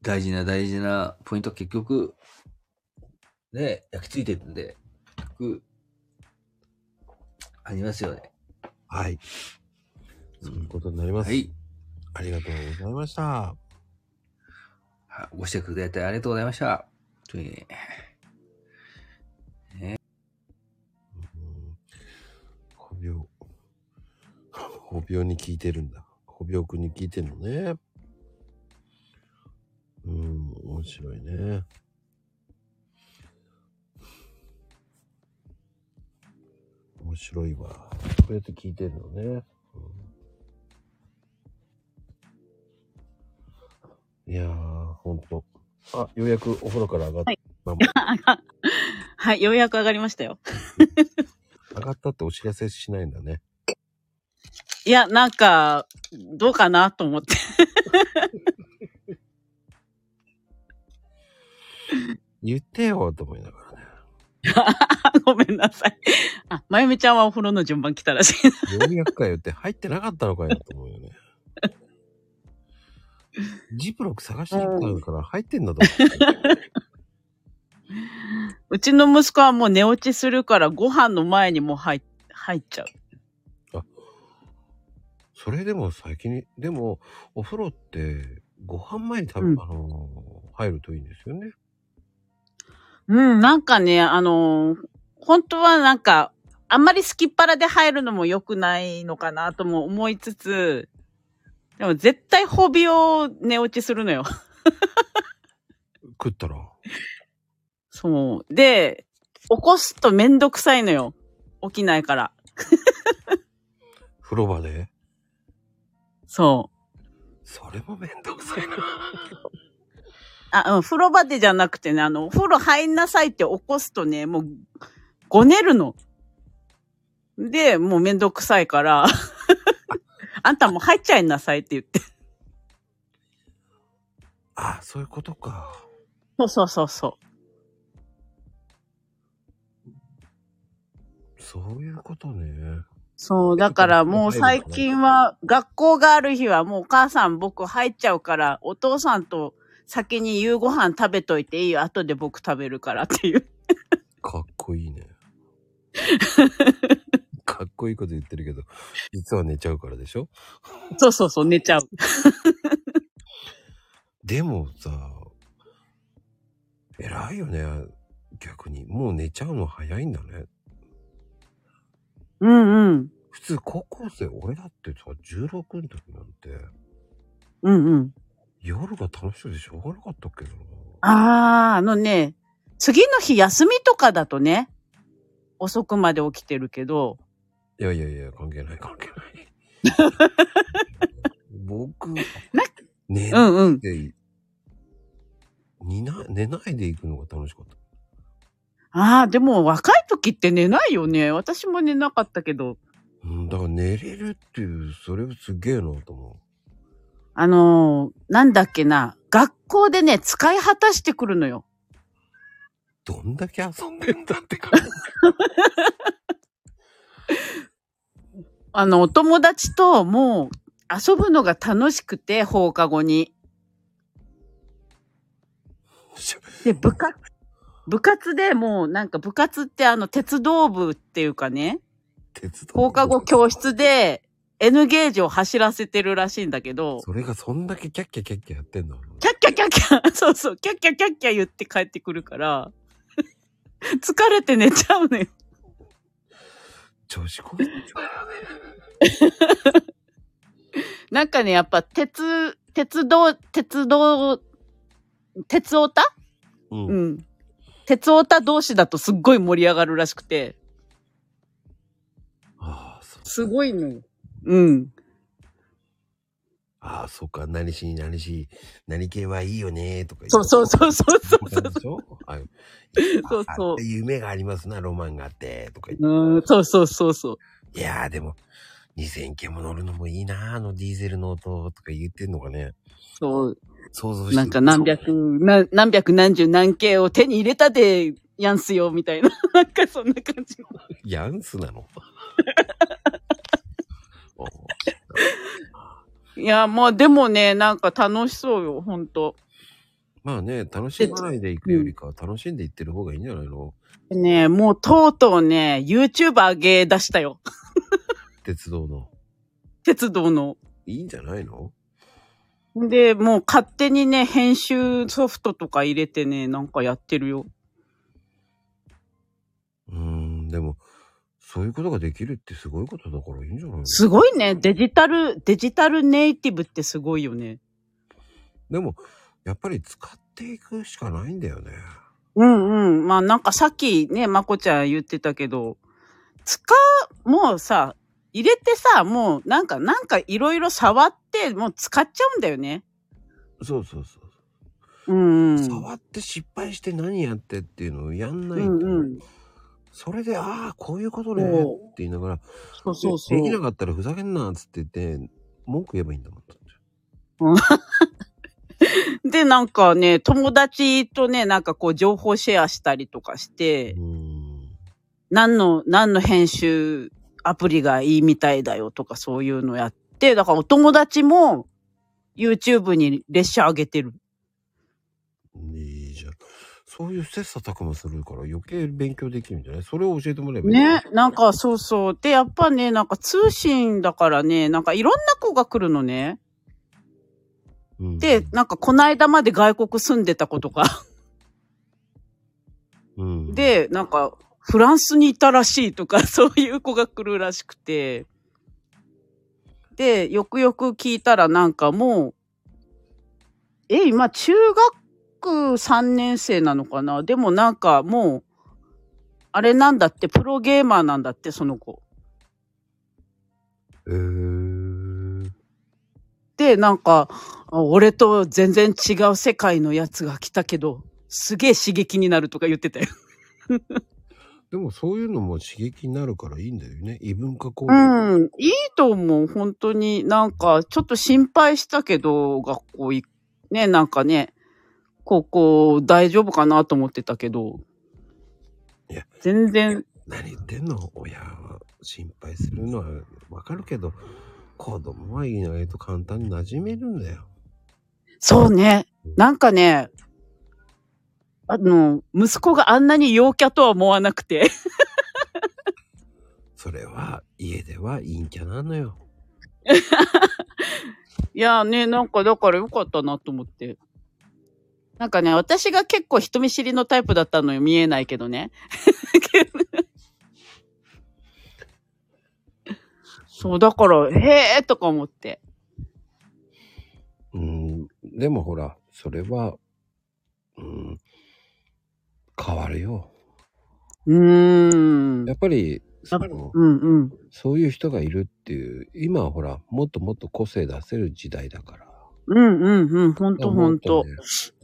Speaker 5: 大事な大事なポイントは結局、ねえ、焼き付いてるんで、結局、ありますよね。
Speaker 1: はい。そういうことになります。
Speaker 5: はい。
Speaker 1: ありがとうございました。
Speaker 5: ごしてくれてありがとうございました。本当にね。ね
Speaker 1: 小病。小病に聞いてるんだ。小病くんに聞いてるのね。うん、面白いね。面白いわ。こうやって聞いてるのね。うん、いやー、ほんと。あ、ようやくお風呂から上がった。ママ
Speaker 13: はい、ようやく上がりましたよ。
Speaker 1: 上がったってお知らせしないんだね。
Speaker 13: いや、なんか、どうかなと思って。
Speaker 1: 言ってよ、と思いながら。
Speaker 13: ごめんなさい。あ、まゆみちゃんはお風呂の順番来たらしい。
Speaker 1: 400回言って入ってなかったのかよと思うよね。ジプロック探してきたのから入ってんだと思って。
Speaker 13: うちの息子はもう寝落ちするから、ご飯の前にもう入入っちゃう。
Speaker 1: それでも先に、でもお風呂ってご飯前に食べ、あのー、入るといいんですよね。
Speaker 13: うん、なんかね、あのー本当はなんか、あんまりすきっ腹で入るのも良くないのかなとも思いつつ、でも絶対ホビを寝落ちするのよ。
Speaker 1: 食ったら。
Speaker 13: そう。で、起こすとめんどくさいのよ。起きないから。
Speaker 1: 風呂場で
Speaker 13: そう。
Speaker 1: それもめんどくさいな。
Speaker 13: あ、うん、風呂場でじゃなくてね、あの、お風呂入んなさいって起こすとね、もう、ごねるの。で、もうめんどくさい から、あんたもう入っちゃいなさいって言って。
Speaker 1: あ、そういうことか。
Speaker 13: そうそうそうそ
Speaker 1: そういうことね。
Speaker 13: う。そう、だからもう最近は、学校がある日はもうお母さん僕入っちゃうから、お父さんと先に夕ご飯食べといていいよ。後で僕食べるからっていう。
Speaker 1: かっこいいね。かっこいいこと言ってるけど、実は寝ちゃうからでしょ
Speaker 13: そうそうそう、寝ちゃう。
Speaker 1: でもさ、偉いよね。逆に。もう寝ちゃうの早いんだね。
Speaker 13: うんうん。
Speaker 1: 普通高校生、俺だってさ、16の時なんて、
Speaker 13: うんうん。
Speaker 1: 夜が楽しそうでしょうがなかったっけどな。
Speaker 13: ああ、あのね、次の日休みとかだとね、遅くまで起きてるけど、
Speaker 1: いやいやいや、関係ない関係ない。 僕、寝
Speaker 13: うんうん
Speaker 1: で、寝な寝ないで行くのが楽しかった。
Speaker 13: ああ、でも若い時って寝ないよね。私も寝なかったけど、
Speaker 1: うん、だから寝れるっていう、それすげえなと思
Speaker 13: あのーなんだっけな、学校でね、使い果たしてくるのよ。
Speaker 1: う。どんだけ遊んでんだって感
Speaker 13: あの、お友達ともう遊ぶのが楽しくて、放課後に。で、部活、部活でもうなんか部活ってあの、鉄道部っていうかね、放課後教室で N ゲージを走らせてるらしいんだけど、
Speaker 1: それがそんだけキャッキャキャッキャやってんの。
Speaker 13: キャッキャキャッ キャ、そうそう、キャッキャキャッキャ言って帰ってくるから、 疲れて寝ちゃうのよ。
Speaker 1: 調子こいて
Speaker 13: なんかね、やっぱ鉄、鉄道、鉄道、鉄オタ
Speaker 1: うん。
Speaker 13: 鉄オタ同士だとすっごい盛り上がるらしくて。すごいのよ。うん。
Speaker 1: ああ、そっか、何し、何し、何系はいいよねとか言
Speaker 13: そうそうそうそうそう
Speaker 1: そう。でし ょはい。
Speaker 13: そうそう
Speaker 1: あ夢がありますな、ロマンがあって、とか言って。
Speaker 13: うん、そうそうそうそう。
Speaker 1: いやーでも、2000系も乗るのもいいなあのディーゼルの音とか言ってんのがね。
Speaker 13: そう。
Speaker 1: 想像して
Speaker 13: なんか何百、な何百何十何系を手に入れたで、やんすよ、みたいな。なんかそんな感 じ。
Speaker 1: ヤンスなの
Speaker 13: いや、まあでもね、なんか楽しそうよ、ほんと。
Speaker 1: まあね、楽しまないで行くよりかは楽しんで行ってる方がいいんじゃないの
Speaker 13: ねもうとうとうね、YouTube 上げ出したよ。
Speaker 1: 鉄道の。
Speaker 13: 鉄道の。
Speaker 1: いいんじゃないの
Speaker 13: で、もう勝手にね、編集ソフトとか入れてね、なんかやってるよ。
Speaker 1: うん、でも、そういうことができるってすごいことだからいいんじゃないの
Speaker 13: すごいね、デジタル、デジタルネイティブってすごいよね。
Speaker 1: でも、やっぱり使っていくしかないんだよね。
Speaker 13: うんうん。まあなんかさっきね、まこちゃん言ってたけど、使う、もうさ、入れてさ、もうなんか、なんかいろいろ触って、もう使っちゃうんだよね。。
Speaker 1: そうそうそう
Speaker 13: うん、うん。
Speaker 1: 触って失敗して何やってっていうのをやん
Speaker 13: う
Speaker 1: ないと、
Speaker 13: んうん。
Speaker 1: それで、ああ、こういうことね
Speaker 13: そう
Speaker 1: って言いながら、
Speaker 13: そうそうそう
Speaker 1: でできなかったらふざけんなっつって言って、文句言えばいいんだもん。
Speaker 13: で、なん かね、友達とね、なんかこう情報シェアしたりとかして、何の、何の編集アプリがいいみたいだよとかそういうのやって、だからお友達も YouTube に列車上げてる。
Speaker 1: いいじゃん。そういう切磋琢磨するから余計勉強できるんじゃないそれを教えてもらえばいい。
Speaker 13: ね、なんかそうそう。で、やっぱね、なんか通信だからね、なんかいろんな子が来るのね。で、なんかこの間まで外国住んでた子とか。
Speaker 1: うん。
Speaker 13: で、なんか、フランスにいたらしいとか、そういう子が来るらしくて。で、よくよく聞いたらなんかもう、え、今中学3年生なのかなでもなんかもう、あれなんだって、プロゲーマーなんだって、その子。
Speaker 1: えー、
Speaker 13: で、なんか、あ俺と全然違う世界のやつが来たけど、すげえ刺激になるとか言ってたよ。
Speaker 1: でもそういうのも刺激になるからいいんだよね。異文化交
Speaker 13: う
Speaker 1: 流。
Speaker 13: ん、いいと思う、本当に。なんか、ちょっと心配したけど、学校行く、ね、なんかね、高校大丈夫かなと思ってたけど、全然、
Speaker 1: 何言ってんの親は心配するのはわかるけど、子供は意外と簡単に馴染めるんだよ。
Speaker 13: そうね、なんかね、あの、息子があんなに陽キャとは思わなくて。
Speaker 1: それは家では陰キャなのよ。
Speaker 13: いやーね、なんかだからよかったなと思って。なんかね、私が結構人見知りのタイプだったのよ。見えないけどね。 そう、だから、へえーとか思って。
Speaker 1: うん、でもほら、それは、うん、変わるよ。
Speaker 13: うん。
Speaker 1: やっぱり、その
Speaker 13: うんうん。
Speaker 1: そういう人がいるっていう、今はほら、もっともっと個性出せる時代だから。
Speaker 13: うんうんうん。ほんとほんと
Speaker 1: ね。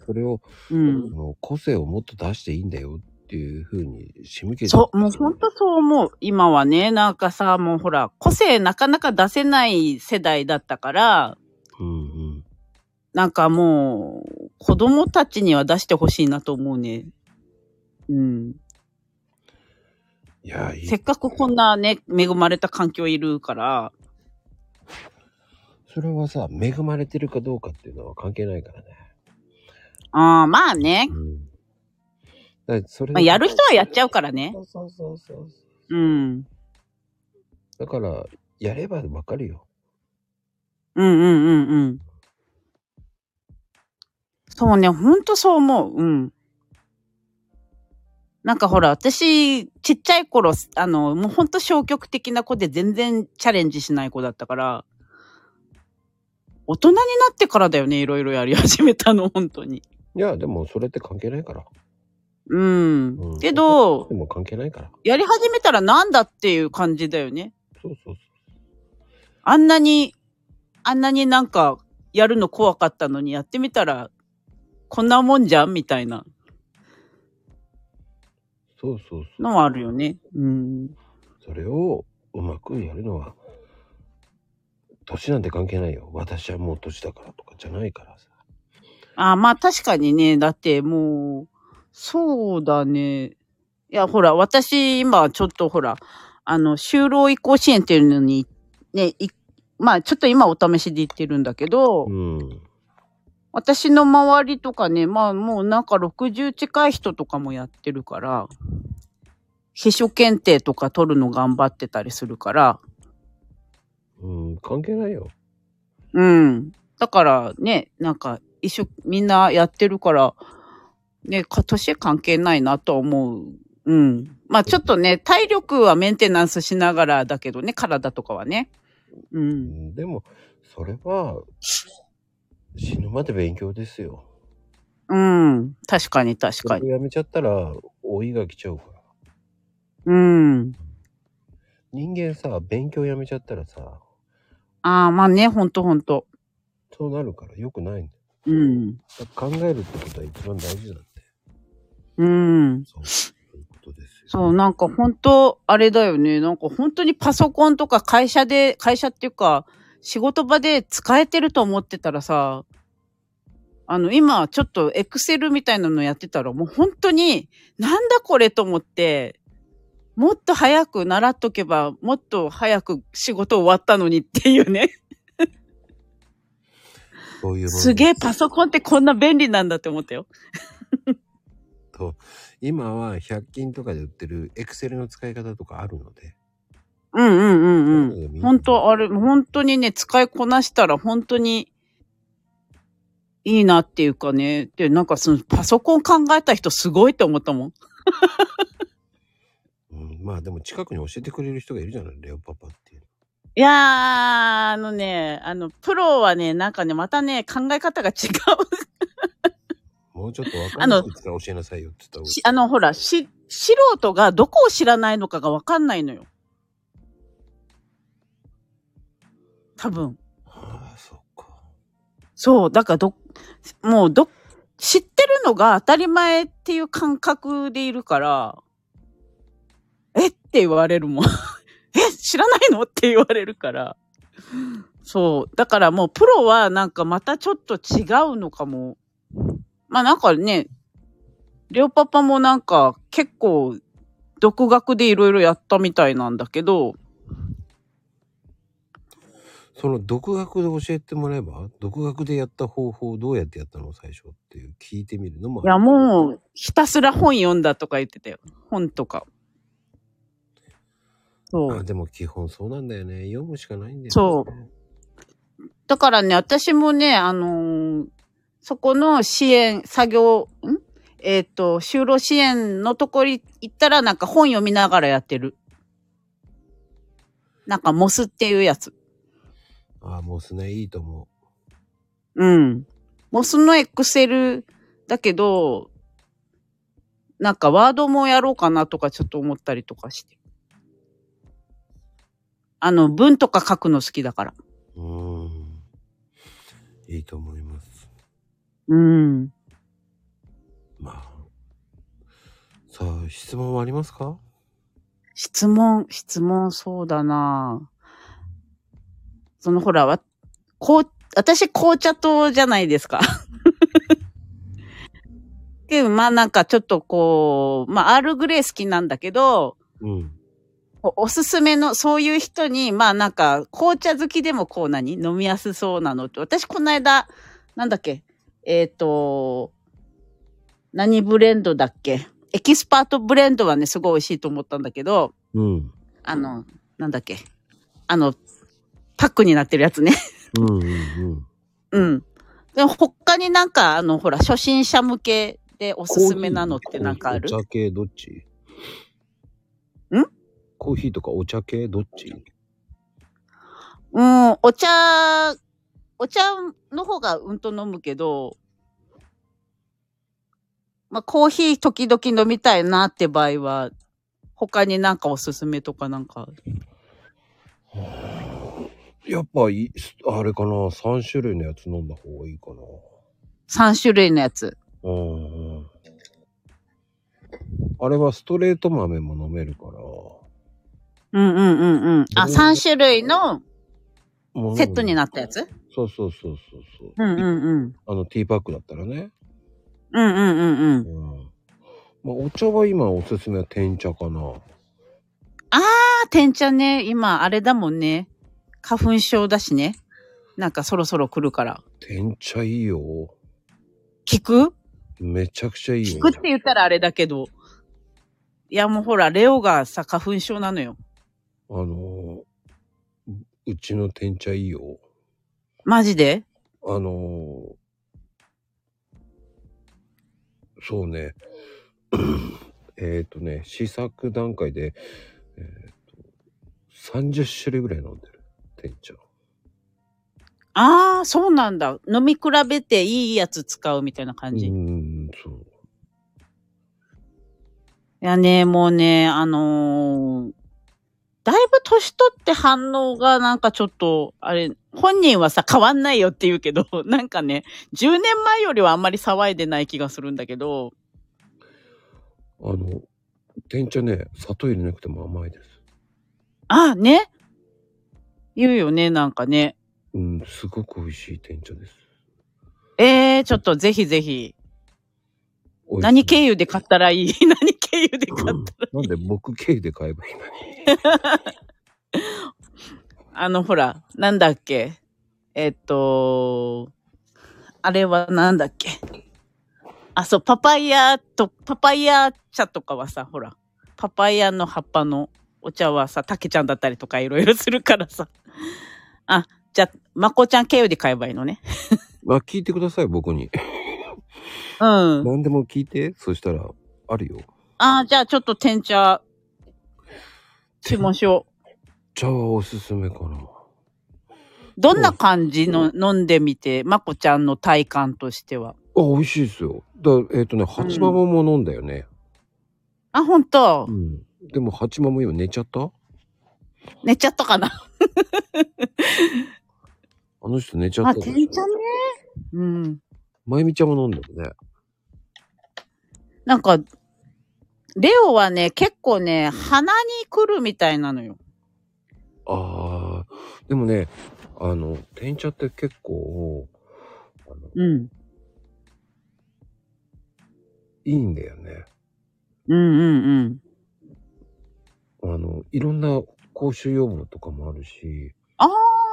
Speaker 1: それを、
Speaker 13: うん
Speaker 1: あの個性をもっと出していいんだよっていうふうに仕向けて
Speaker 13: そう、もうほんとそう思う。今はね、なんかさ、もうほら、個性なかなか出せない世代だったから、なんかもう、子供たちには出してほしいなと思うね。うん。
Speaker 1: いや、いい
Speaker 13: せっかくこんなね、恵まれた環境いるから、
Speaker 1: それはさ、恵まれてるかどうかっていうのは関係ないからね。
Speaker 13: ああ、まあね、
Speaker 1: だからそれ
Speaker 13: まあ、やる人はやっちゃうからね。
Speaker 1: そうそうそう。
Speaker 13: うん。
Speaker 1: だから、やればわかるよ。
Speaker 13: うんうんうんうん。そうね、ほんとそう思う。うん。なんかほら、私、ちっちゃい頃、あの、もうほんと消極的な子で全然チャレンジしない子だったから、大人になってからだよね、いろいろやり始めたの、本当に。
Speaker 1: いや、でもそれって関係ないから。
Speaker 13: うん。
Speaker 1: うん
Speaker 13: けど、
Speaker 1: でも関係ないから。
Speaker 13: やり始めたらなんだっていう感じだよね。
Speaker 1: そうそうそう。
Speaker 13: あんなに、あんなになんか、やるの怖かったのにやってみたら、こんなもんじゃんみたいな
Speaker 1: そうそうそ
Speaker 13: のはあるよね。うん。
Speaker 1: う。それをうまくやるのは、年なんて関係ないよ。私はもう年だからとかじゃないからさ。
Speaker 13: あまあ確かにね、だってもう、そうだね。いや、ほら、私、今、ちょっとほら、あの、就労移行支援っていうのに、ね、いまあ、ちょっと今お試しで行ってるんだけど、私の周りとかね、まあ、もうなんか60近い人とかもやってるから、秘書検定とか取るの頑張ってたりするから、
Speaker 1: うん、関係ないよ。
Speaker 13: うん。だからね、なんか一緒、みんなやってるから、ね、か、年関係ないなとは思う。うん。まあちょっとね、体力はメンテナンスしながらだけどね、体とかはね。うん。
Speaker 1: でも、それは、死ぬまで勉強ですよ。
Speaker 13: うん。確かに確か
Speaker 1: そ
Speaker 13: に。
Speaker 1: れをやめちゃったら、老いが来ちゃうから。
Speaker 13: うん。
Speaker 1: 人間さ、勉強やめちゃったらさ、
Speaker 13: ああ、まあね、ほんとほんと。
Speaker 1: そうなるから良くないんだよ。
Speaker 13: うん。
Speaker 1: だから考えるってことは一番大事なんだよ。
Speaker 13: うん。そう、なんか本当あれだよね。なんか本当にパソコンとか会社で、会社っていうか、仕事場で使えてると思ってたらさ、あの、今、ちょっとエクセルみたいなのやってたら、もう本当に、なんだこれと思って、もっと早く習っとけば、もっと早く仕事終わったのにっていうね。
Speaker 1: そういうもの
Speaker 13: すげえパソコンってこんな便利なんだって思ったよ。
Speaker 1: と、今は100均とかで売ってるエクセルの使い方とかあるので、
Speaker 13: うんうんうんうん。本当あれ、本当にね、使いこなしたら本当にいいなっていうかね。で、なんかそのパソコン考えた人すごいって思ったもん。
Speaker 1: まあでも近くに教えてくれる人がいるじゃない、レオパパって。
Speaker 13: いやー、あのね、あの、プロはね、なんかね、またね、考え方が違う。
Speaker 1: もうちょっとわかんない人から教えなさいよって言った方がいい
Speaker 13: しあの、ほら、し、素人がどこを知らないのかがわかんないのよ。多分。そう、だからど、もうど、知ってるのが当たり前っていう感覚でいるから、えって言われるもん。 え知らないのって言われるから。そう。だからもうプロはなんかまたちょっと違うのかも。まあなんかね、レオパパもなんか結構独学でいろいろやったみたいなんだけど、
Speaker 1: その独学で教えてもらえば、独学でやった方法をどうやってやったの最初っていう聞いてみるのも
Speaker 13: いやもうひたすら本読んだとか言ってたよ。本とか。
Speaker 1: あでも基本そうなんだよね。読むしかないんだよね。
Speaker 13: そう。だからね、私もね、あのーそこの支援、作業、んえっ、と、就労支援のところに行ったら、なんか本読みながらやってる。なんか、モスっていうやつ。
Speaker 1: ああ、もうすね、いいと思
Speaker 13: うん。モスのエクセルだけど、なんかワードもやろうかなとかちょっと思ったりとかして。あの、文とか書くの好きだから。
Speaker 1: う。うーん。いいと思います。
Speaker 13: うん。
Speaker 1: まあ。さあ、質問はありますか
Speaker 13: 質問、質問、そうだなそのほら、わ、こう、私紅茶糖じゃないですか。で、まあなんかちょっとこう、まあアールグレー好きなんだけど、
Speaker 1: うん。
Speaker 13: おおすすめの、そういう人に、まあなんか、紅茶好きでもこう何飲みやすそうなのと。私この間、なんだっけえっ、と、何ブレンドだっけエキスパートブレンドはね、すごい美味しいと思ったんだけど、
Speaker 1: うん。
Speaker 13: あの、なんだっけあの、パックになってるやつね。
Speaker 1: うんうん
Speaker 13: うん。でも他になんか、あの、ほら、初心者向けでおすすめなのってなんかある
Speaker 1: お茶系どっちんコーヒーとかお茶系どっち
Speaker 13: うん、お茶、お茶の方がうんと飲むけど、まあ、コーヒー時々飲みたいなって場合は、他になんかおすすめとかなんかある。
Speaker 1: やっぱい、あれかな、3種類のやつ飲んだ方がいいかな。
Speaker 13: 3種類のやつ。
Speaker 1: うんうん。あれはストレート豆も飲めるか
Speaker 13: う
Speaker 1: ら。
Speaker 13: んうんうんうん。あ、3種類のセットになったやつ
Speaker 1: そうそうそうそうそう。
Speaker 13: うんうんうん。
Speaker 1: あの、ティーパックだったらね。
Speaker 13: うんうんうんうん。
Speaker 1: まあ、お茶は今おすすめは天茶かな。
Speaker 13: あー、てんちゃんね、今あれだもんね。花粉症だしね。なんかそろそろ来るから。
Speaker 1: 天茶いいよ。
Speaker 13: 聞く
Speaker 1: めちゃくちゃいい
Speaker 13: 聞
Speaker 1: よ
Speaker 13: く。って言ったらあれだけど。いやもうほら、レオがさ、花粉症なのよ。
Speaker 1: あのーううちの天茶いいよ。
Speaker 13: マジで
Speaker 1: あのーそうね。 えっとね、試作段階で、えー、と30種類ぐらい飲んでる。天茶。
Speaker 13: ああ、そうなんだ。飲み比べていいやつ使うみたいな感じ。
Speaker 1: うん、そう。
Speaker 13: いやね、もうね、あのーだいぶ年取って反応がなんかちょっと、あれ、本人はさ、変わんないよって言うけど、 なんかね、10年前よりはあんまり騒いでない気がするんだけど、
Speaker 1: あの、天茶ね、砂糖入れなくても甘いです。
Speaker 13: ああ、ね。言うよね、なんかね。
Speaker 1: うん、すごく美味しい天茶です。
Speaker 13: ええー、ちょっとぜひぜひ。
Speaker 1: 美味しい
Speaker 13: 何経由で買ったらい い何経由で買ったらいい
Speaker 1: なんで僕経由で買えばいいのに。
Speaker 13: あの、ほら、なんだっけ。えっと、あれはなんだっけ。あ、そう、パパイヤと、パパイヤ茶とかはさ、ほら、パパイヤの葉っぱのお茶はさ、竹ちゃんだったりとかいろいろするからさ。あ、じゃあ、まこちゃん経由で買えばいいのね。
Speaker 1: まあ、聞いてください、僕に。
Speaker 13: うん。
Speaker 1: 何でも聞いて、そしたら、あるよ。
Speaker 13: あーじゃあちょっと天茶、しましょ
Speaker 1: 茶はおすすめかな。
Speaker 13: う。どんな感じの飲んでみて、まこちゃんの体感としては。
Speaker 1: あ、美味しいですよ。だえっ、とね、八ママも飲んだよね。
Speaker 13: あ、本当。
Speaker 1: でも八ママ今寝ちゃった
Speaker 13: 寝ちゃったかな。
Speaker 1: あの人寝ちゃ
Speaker 13: あ、
Speaker 1: ったで
Speaker 13: て
Speaker 1: し
Speaker 13: ん
Speaker 1: ょ。
Speaker 13: ちゃんね。うん。
Speaker 1: まゆみちゃんも飲んだよね。
Speaker 13: なんか、レオはね、結構ね、鼻に来るみたいなのよ。
Speaker 1: ああ、でもね、あの、天茶って結構、あの
Speaker 13: うん。
Speaker 1: いいんだよね。
Speaker 13: うんうん
Speaker 1: うん。あの、いろんな口臭予防とかもあるし、
Speaker 13: あ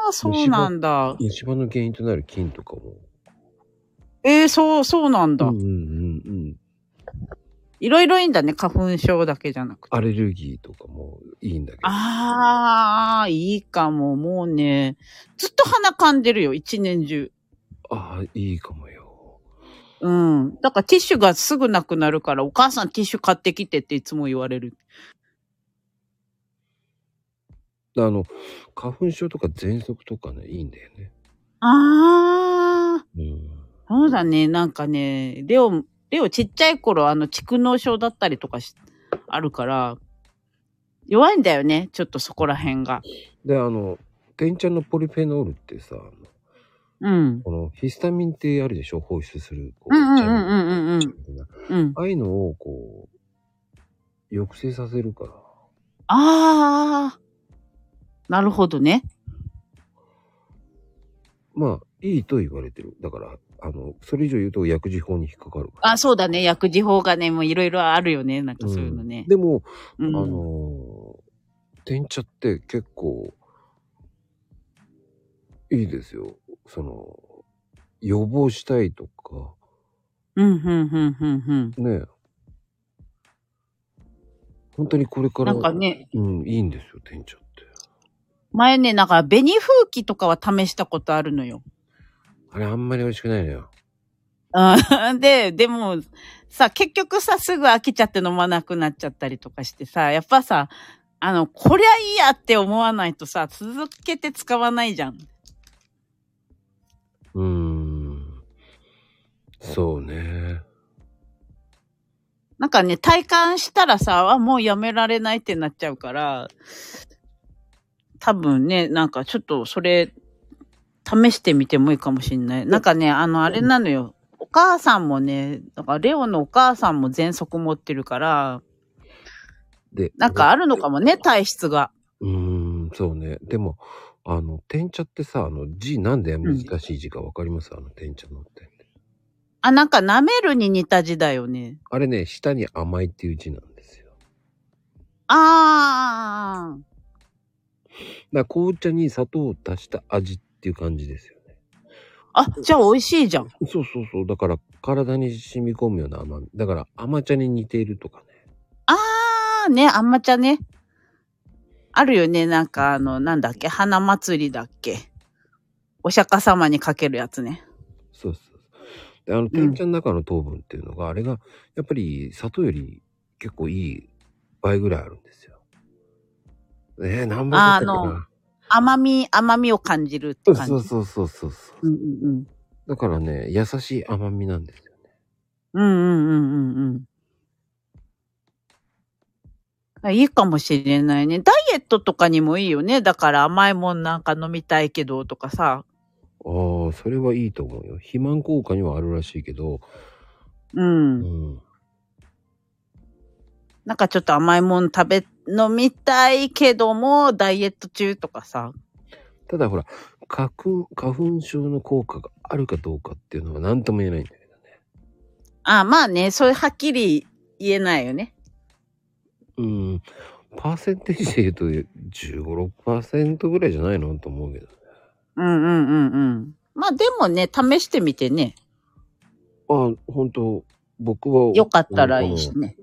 Speaker 13: あ、そうなんだ。
Speaker 1: 虫歯の原因となる菌とかも。
Speaker 13: えー、そう、そうなんだ。
Speaker 1: うんうんうん。
Speaker 13: いろいろいいんだね、花粉症だけじゃなくて。
Speaker 1: アレルギーとかもいいんだけど。
Speaker 13: ああ、いいかも。もうね、ずっと鼻噛んでるよ、一年中。
Speaker 1: ああ、いいかもよ。
Speaker 13: うん。だからティッシュがすぐなくなるから、お母さんティッシュ買ってきてっていつも言われる。
Speaker 1: あの、花粉症とか喘息とかね、いいんだよね。
Speaker 13: ああ、そうだね。なんかね、レオ、レオちっちゃい頃、あの、蓄膿症だったりとかし、あるから、弱いんだよね。ちょっとそこら辺が。
Speaker 1: で、あの、天茶のポリフェノールってさ、
Speaker 13: うん。
Speaker 1: このヒスタミンってあるでしょ放出する。こ
Speaker 13: うんうんうんうんうんうん。うん。
Speaker 1: ああいうのをこう、抑制させるから。
Speaker 13: ああ、なるほどね。
Speaker 1: まあ、いいと言われてる。だから、あの、それ以上言うと薬事法に引っかかる。
Speaker 13: あ、そうだね。薬事法がね、もういろいろあるよね。なんかそういうのね。
Speaker 1: でも、
Speaker 13: うん
Speaker 1: あのー、天茶って結構、いいですよ。その、予防したいとか、
Speaker 13: うん、うん、うん、うん、
Speaker 1: うん。ねえ本当にこれから、
Speaker 13: なんかね
Speaker 1: うん、いいんですよ、天茶。
Speaker 13: 前ね、なんか、紅風紀とかは試したことあるのよ。
Speaker 1: あれ、あんまり美味しくないのよ。
Speaker 13: あー で、でも、さ、結局さ、すぐ飽きちゃって飲まなくなっちゃったりとかしてさ、やっぱさ、あの、こりゃいいやって思わないとさ、続けて使わないじゃん。
Speaker 1: うーん。そうね。
Speaker 13: なんかね、体感したらさ、あ、もうやめられないってなっちゃうから、多分ね、なんかちょっとそれ、試してみてもいいかもしんない。なんかね、あの、あれなのよ。お母さんもね、だからレオのお母さんも喘息持ってるから、
Speaker 1: で、
Speaker 13: なんかあるのかもね、体質が。
Speaker 1: うーん、そうね。でも、あの、天茶ってさ、あの、字なんで難しい字かわかります、あの、天茶のって。
Speaker 13: あ、なんか舐めるに似た字だよね。
Speaker 1: あれね、下に甘いっていう字なんだ。だか
Speaker 13: あー。
Speaker 1: ら紅茶に砂糖を足した味っていう感じですよね。
Speaker 13: あ、じゃあ美味しいじゃん。
Speaker 1: そうそうそう。だから、体に染み込むような甘み。だから、甘茶に似ているとかね。
Speaker 13: あーね、あんまちゃね。あるよね、なんかあの、なんだっけ、花祭りだっけ。お釈迦様にかけるやつね。
Speaker 1: そうそうそう。で、あの、天茶の中の糖分っていうのが、あれが、やっぱり砂糖より結構いい倍ぐらいあるんですよ。えー、何倍だったっけ
Speaker 13: あの
Speaker 1: な。
Speaker 13: 甘み、甘みを感じるって感じ。
Speaker 1: そうそうそうそうそう。
Speaker 13: うんうんうん。
Speaker 1: だからね、優しい甘みなんですよ。
Speaker 13: うんうんうんうんうん。いいかもしれないね。ダイエットとかにもいいよね。だから甘いもんなんか飲みたいけどとかさ。
Speaker 1: ああ、それはいいと思うよ。肥満効果にはあるらしいけど、
Speaker 13: うん。なんかちょっと甘いもん食べ、飲みたいけども、ダイエット中とかさ。
Speaker 1: ただほら、花粉、花粉症の効果があるかどうかっていうのは何とも言えないんだよ。
Speaker 13: あまあね、そういうはっきり言えないよね。
Speaker 1: うん。パーセンテージで言うと15、6%ぐらいじゃないのと思うけど。
Speaker 13: うんうんうんうん。まあでもね、試してみてね。
Speaker 1: ああ、本当僕は。
Speaker 13: よかったらいいしね。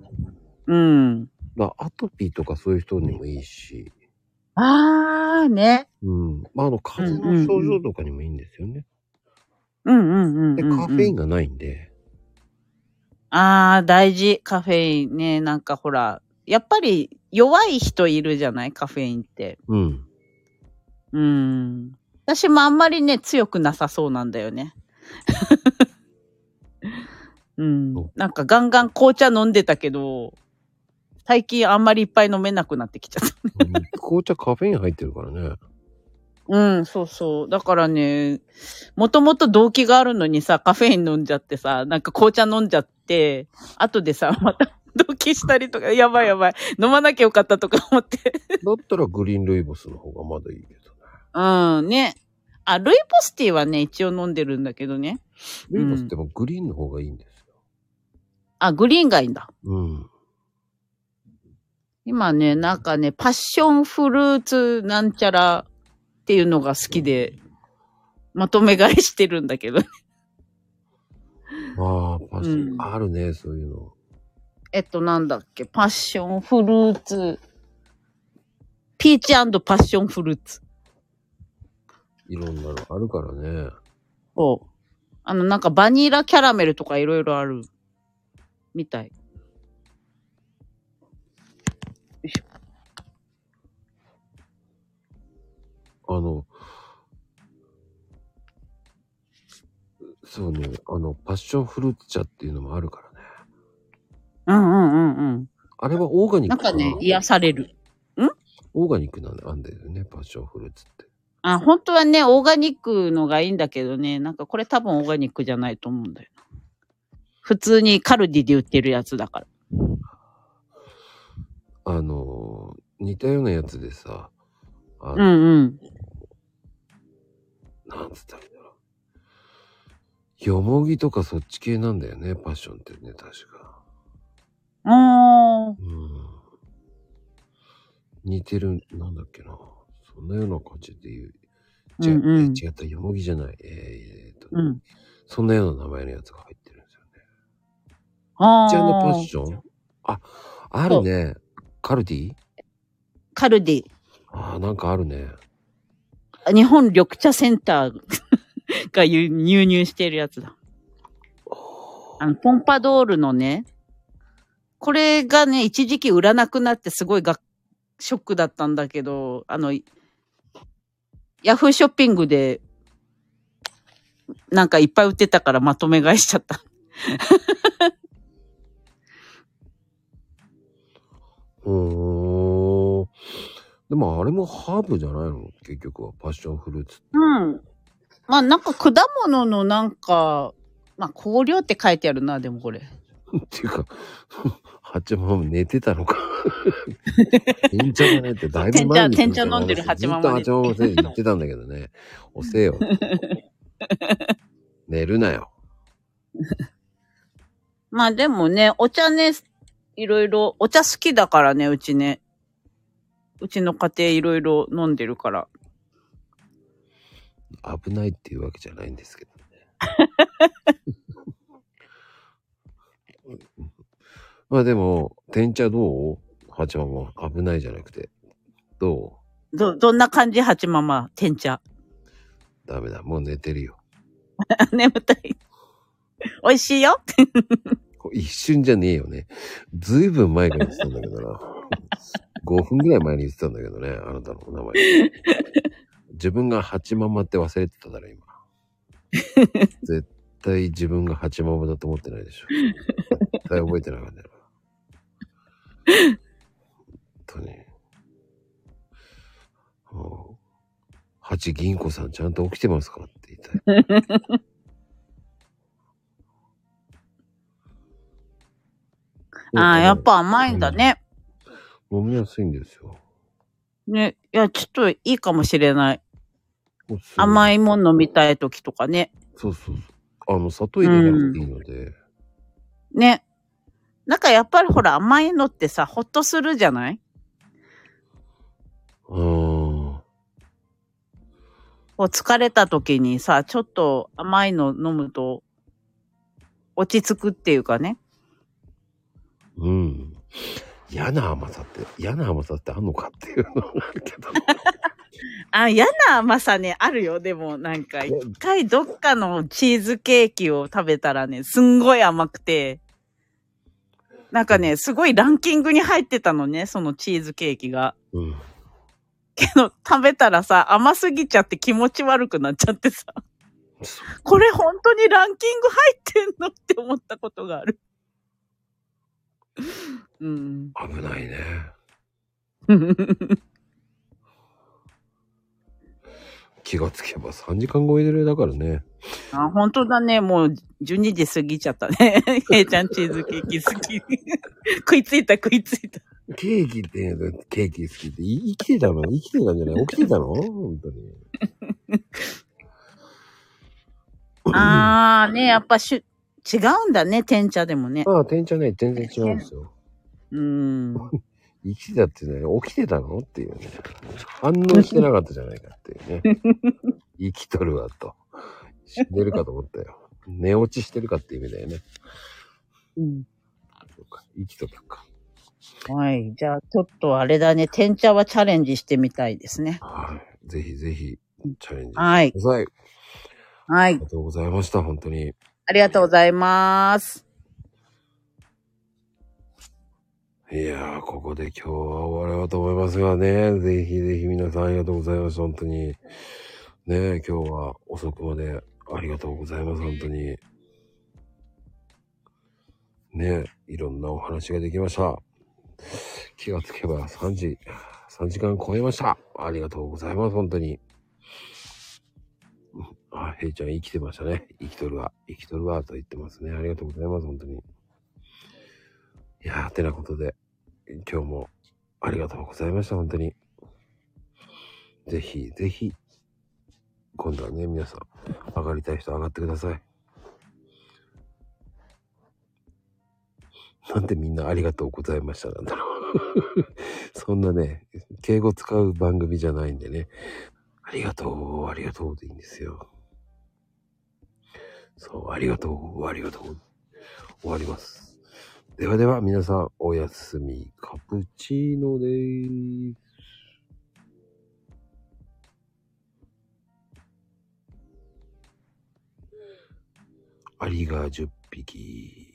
Speaker 13: うん。
Speaker 1: まあ、アトピーとかそういう人にもいいし、
Speaker 13: あーね。
Speaker 1: うん。まあ、あの、風邪の症状とかにもいいんですよね。
Speaker 13: うんうんうんうん、
Speaker 1: で、カフェインがないんで、
Speaker 13: ああ、大事。カフェインね。なんかほら、やっぱり弱い人いるじゃないカフェインって。
Speaker 1: うん。
Speaker 13: うん。私もあんまりね、強くなさそうなんだよね。 うん。なんかガンガン紅茶飲んでたけど、最近あんまりいっぱい飲めなくなってきちゃった。
Speaker 1: 紅茶カフェイン入ってるからね。
Speaker 13: うん、そうそう。だからね、もともと動機があるのにさ、カフェイン飲んじゃってさ、なんか紅茶飲んじゃって、後でさ、 また動機したりとか、やばいやばい、飲まなきゃよかったとか思って。
Speaker 1: だったらグリーンルイボスの方がまだいいけど。
Speaker 13: うん、ね。あ、ルイボスティーはね、一応飲んでるんだけどね。
Speaker 1: ルイボスでもグリーンの方がいいんです。
Speaker 13: あ、グリーンがいいんだ。
Speaker 1: うん。
Speaker 13: 今ね、なんかね、パッションフルーツなんちゃらっていうのが好きで、まとめ買いしてるんだけどね。
Speaker 1: ああ、パッション、あるね、そういうの。
Speaker 13: えっと、なんだっけ、パッションフルーツ。ピーチパッションフルーツ。
Speaker 1: いろんなのあるからね。
Speaker 13: おあの、なんかバニラキャラメルとかいろいろある。みたい。
Speaker 1: あの、そうね、あの、パッションフルーツ茶っていうのもあるからね。
Speaker 13: うんうんうんうん。
Speaker 1: あれはオーガニッ
Speaker 13: な
Speaker 1: ク
Speaker 13: んかね、癒される。
Speaker 1: オーガニックなんあんだよね、パッションフルーツって。
Speaker 13: あ、本当はね、オーガニックのがいいんだけどね、なんかこれ多分オーガニックじゃないと思うんだよな。普通にカルディで売ってるやつだから。
Speaker 1: あの、似たようなやつでさ、あ
Speaker 13: う
Speaker 1: の、
Speaker 13: んうん。
Speaker 1: なんつったらいいんだろう。よもぎとかそっち系なんだよね、パッションってね、確か。
Speaker 13: あー
Speaker 1: 似てる、なんだっけな。そんなような感じで言う。
Speaker 13: う
Speaker 1: 違,、
Speaker 13: んうん
Speaker 1: 違った、よもぎじゃない。えー、っと、
Speaker 13: うん
Speaker 1: そんなような名前のやつが入ってるんですよね。
Speaker 13: あ
Speaker 1: ジャンの
Speaker 13: ー
Speaker 1: パッションあ、あるね。カルディ
Speaker 13: カルディ。
Speaker 1: あーなんかあるね。
Speaker 13: 日本緑茶センター が輸入入してるやつだ。あの、ポンパドールのね、これがね、一時期売らなくなってすごいがショックだったんだけど、あの、ヤフーショッピングで、なんかいっぱい売ってたからまとめ買いしちゃった。
Speaker 1: うーん。でもあれもハーブじゃないの結局は。パッションフルーツ。
Speaker 13: うん。まあなんか果物のなんか、まあ香料って書いてあるな、でもこれ。
Speaker 1: っていうか、 ハチママ寝てたの か。天茶じゃないってだいぶ前に。
Speaker 13: 天茶天茶飲んでる八
Speaker 1: マ
Speaker 13: 幡
Speaker 1: ずっ
Speaker 13: マ
Speaker 1: とハチママ先生言ってたんだけどね。押せよ。寝るなよ。
Speaker 13: まあでもね、お茶ね、いろいろ、お茶好きだからね、うちね。うちの家庭いろいろ飲んでるから。
Speaker 1: 危ないっていうわけじゃないんですけどね。まあでも、天茶どうハチママ危ないじゃなくて。ど
Speaker 13: ど、どんな感じ八ママ、天茶。
Speaker 1: うダメだ。もう寝てるよ。
Speaker 13: 眠たい。美味しいよ。
Speaker 1: こう一瞬じゃねえよね。ずいぶん前から言ってたんだけどな。5分ぐらい前に言ってたんだけどね、あなたのお名前。自分が八ママって忘れてただろ、今。絶対自分が八ママだと思ってないでしょ。絶対覚えてなかったよ。本当に。もう八銀子さんちゃんと起きてますかって言いたい。
Speaker 13: ああ、やっぱ甘いんだね。
Speaker 1: 飲みやすいんですよ。
Speaker 13: ね。いや、ちょっといいかもしれない。
Speaker 1: そう
Speaker 13: 甘いもん飲みたい時とかね。
Speaker 1: そうそうそう。あの、砂糖入れなくていいので。
Speaker 13: ね。なんかやっぱりほら甘いのってさ、ほっとするじゃない
Speaker 1: うん。
Speaker 13: こう疲れた時にさ、ちょっと甘いの飲むと、落ち着くっていうかね。
Speaker 1: うん。嫌な甘さって、嫌な甘さってあんのかっていうのがあるけど。
Speaker 13: あ、嫌な甘さね、あるよ。でも、なんか、一回どっかのチーズケーキを食べたらね、すんごい甘くて、なんかね、すごいランキングに入ってたのね、そのチーズケーキが。
Speaker 1: うん。
Speaker 13: けど、食べたらさ、甘すぎちゃって気持ち悪くなっちゃってさ、これ本当にランキング入ってんのって思ったことがある。うん。
Speaker 1: 危ないね。気がつけば3時間超えでるだからね。
Speaker 13: あ、本当だね。もう12時過ぎちゃったね。 えいちゃんチーズケーキ好き。 食いついた食いついた。
Speaker 1: ケーキって、ケーキ好きって、い生きてたの生きてたんじゃない起きてたの本当に。
Speaker 13: あーね、やっぱしゅ、違うんだね、天茶でもね。
Speaker 1: ああ、天茶ね、全然違うんですよ。
Speaker 13: うん。
Speaker 1: 生きてたってね、起きてたのっていうね。反応してなかったじゃないかっていうね。 生きとるわと。死んでるかと思ったよ。寝落ちしてるかって意味だよね。
Speaker 13: うん。
Speaker 1: そうか、生きとるか。
Speaker 13: はい。じゃあ、ちょっとあれだね、天茶はチャレンジしてみたいですね。
Speaker 1: はい。ぜひぜひ、チャレンジしてくだ
Speaker 13: はい。
Speaker 1: さ
Speaker 13: は
Speaker 1: い。
Speaker 13: い。あり
Speaker 1: がとうございました、本当に。
Speaker 13: ありがとうございます。
Speaker 1: いやー、ここで今日は終わろうと思いますがね、ぜひぜひ皆さんありがとうございます、本当に。ねえ今日は遅くまでありがとうございます、本当に。ねえいろんなお話ができました。気がつけば3時、3時間超えました。ありがとうございます、本当に。あ、ヘイちゃん生きてましたね。生きとるわ、生きとるわ、と言ってますね。ありがとうございます、本当に。いやー、てなことで、今日もありがとうございました、本当に。ぜひ、ぜひ、今度はね、皆さん、上がりたい人上がってください。なんでみんなありがとうございましたなんだろう。 そんなね、敬語使う番組じゃないんでね、ありがとう、ありがとうでいいんですよ。そう、ありがとう、ありがとう。終わります。ではでは皆さん、おやすみ、カプチーノでーす。アリが10匹。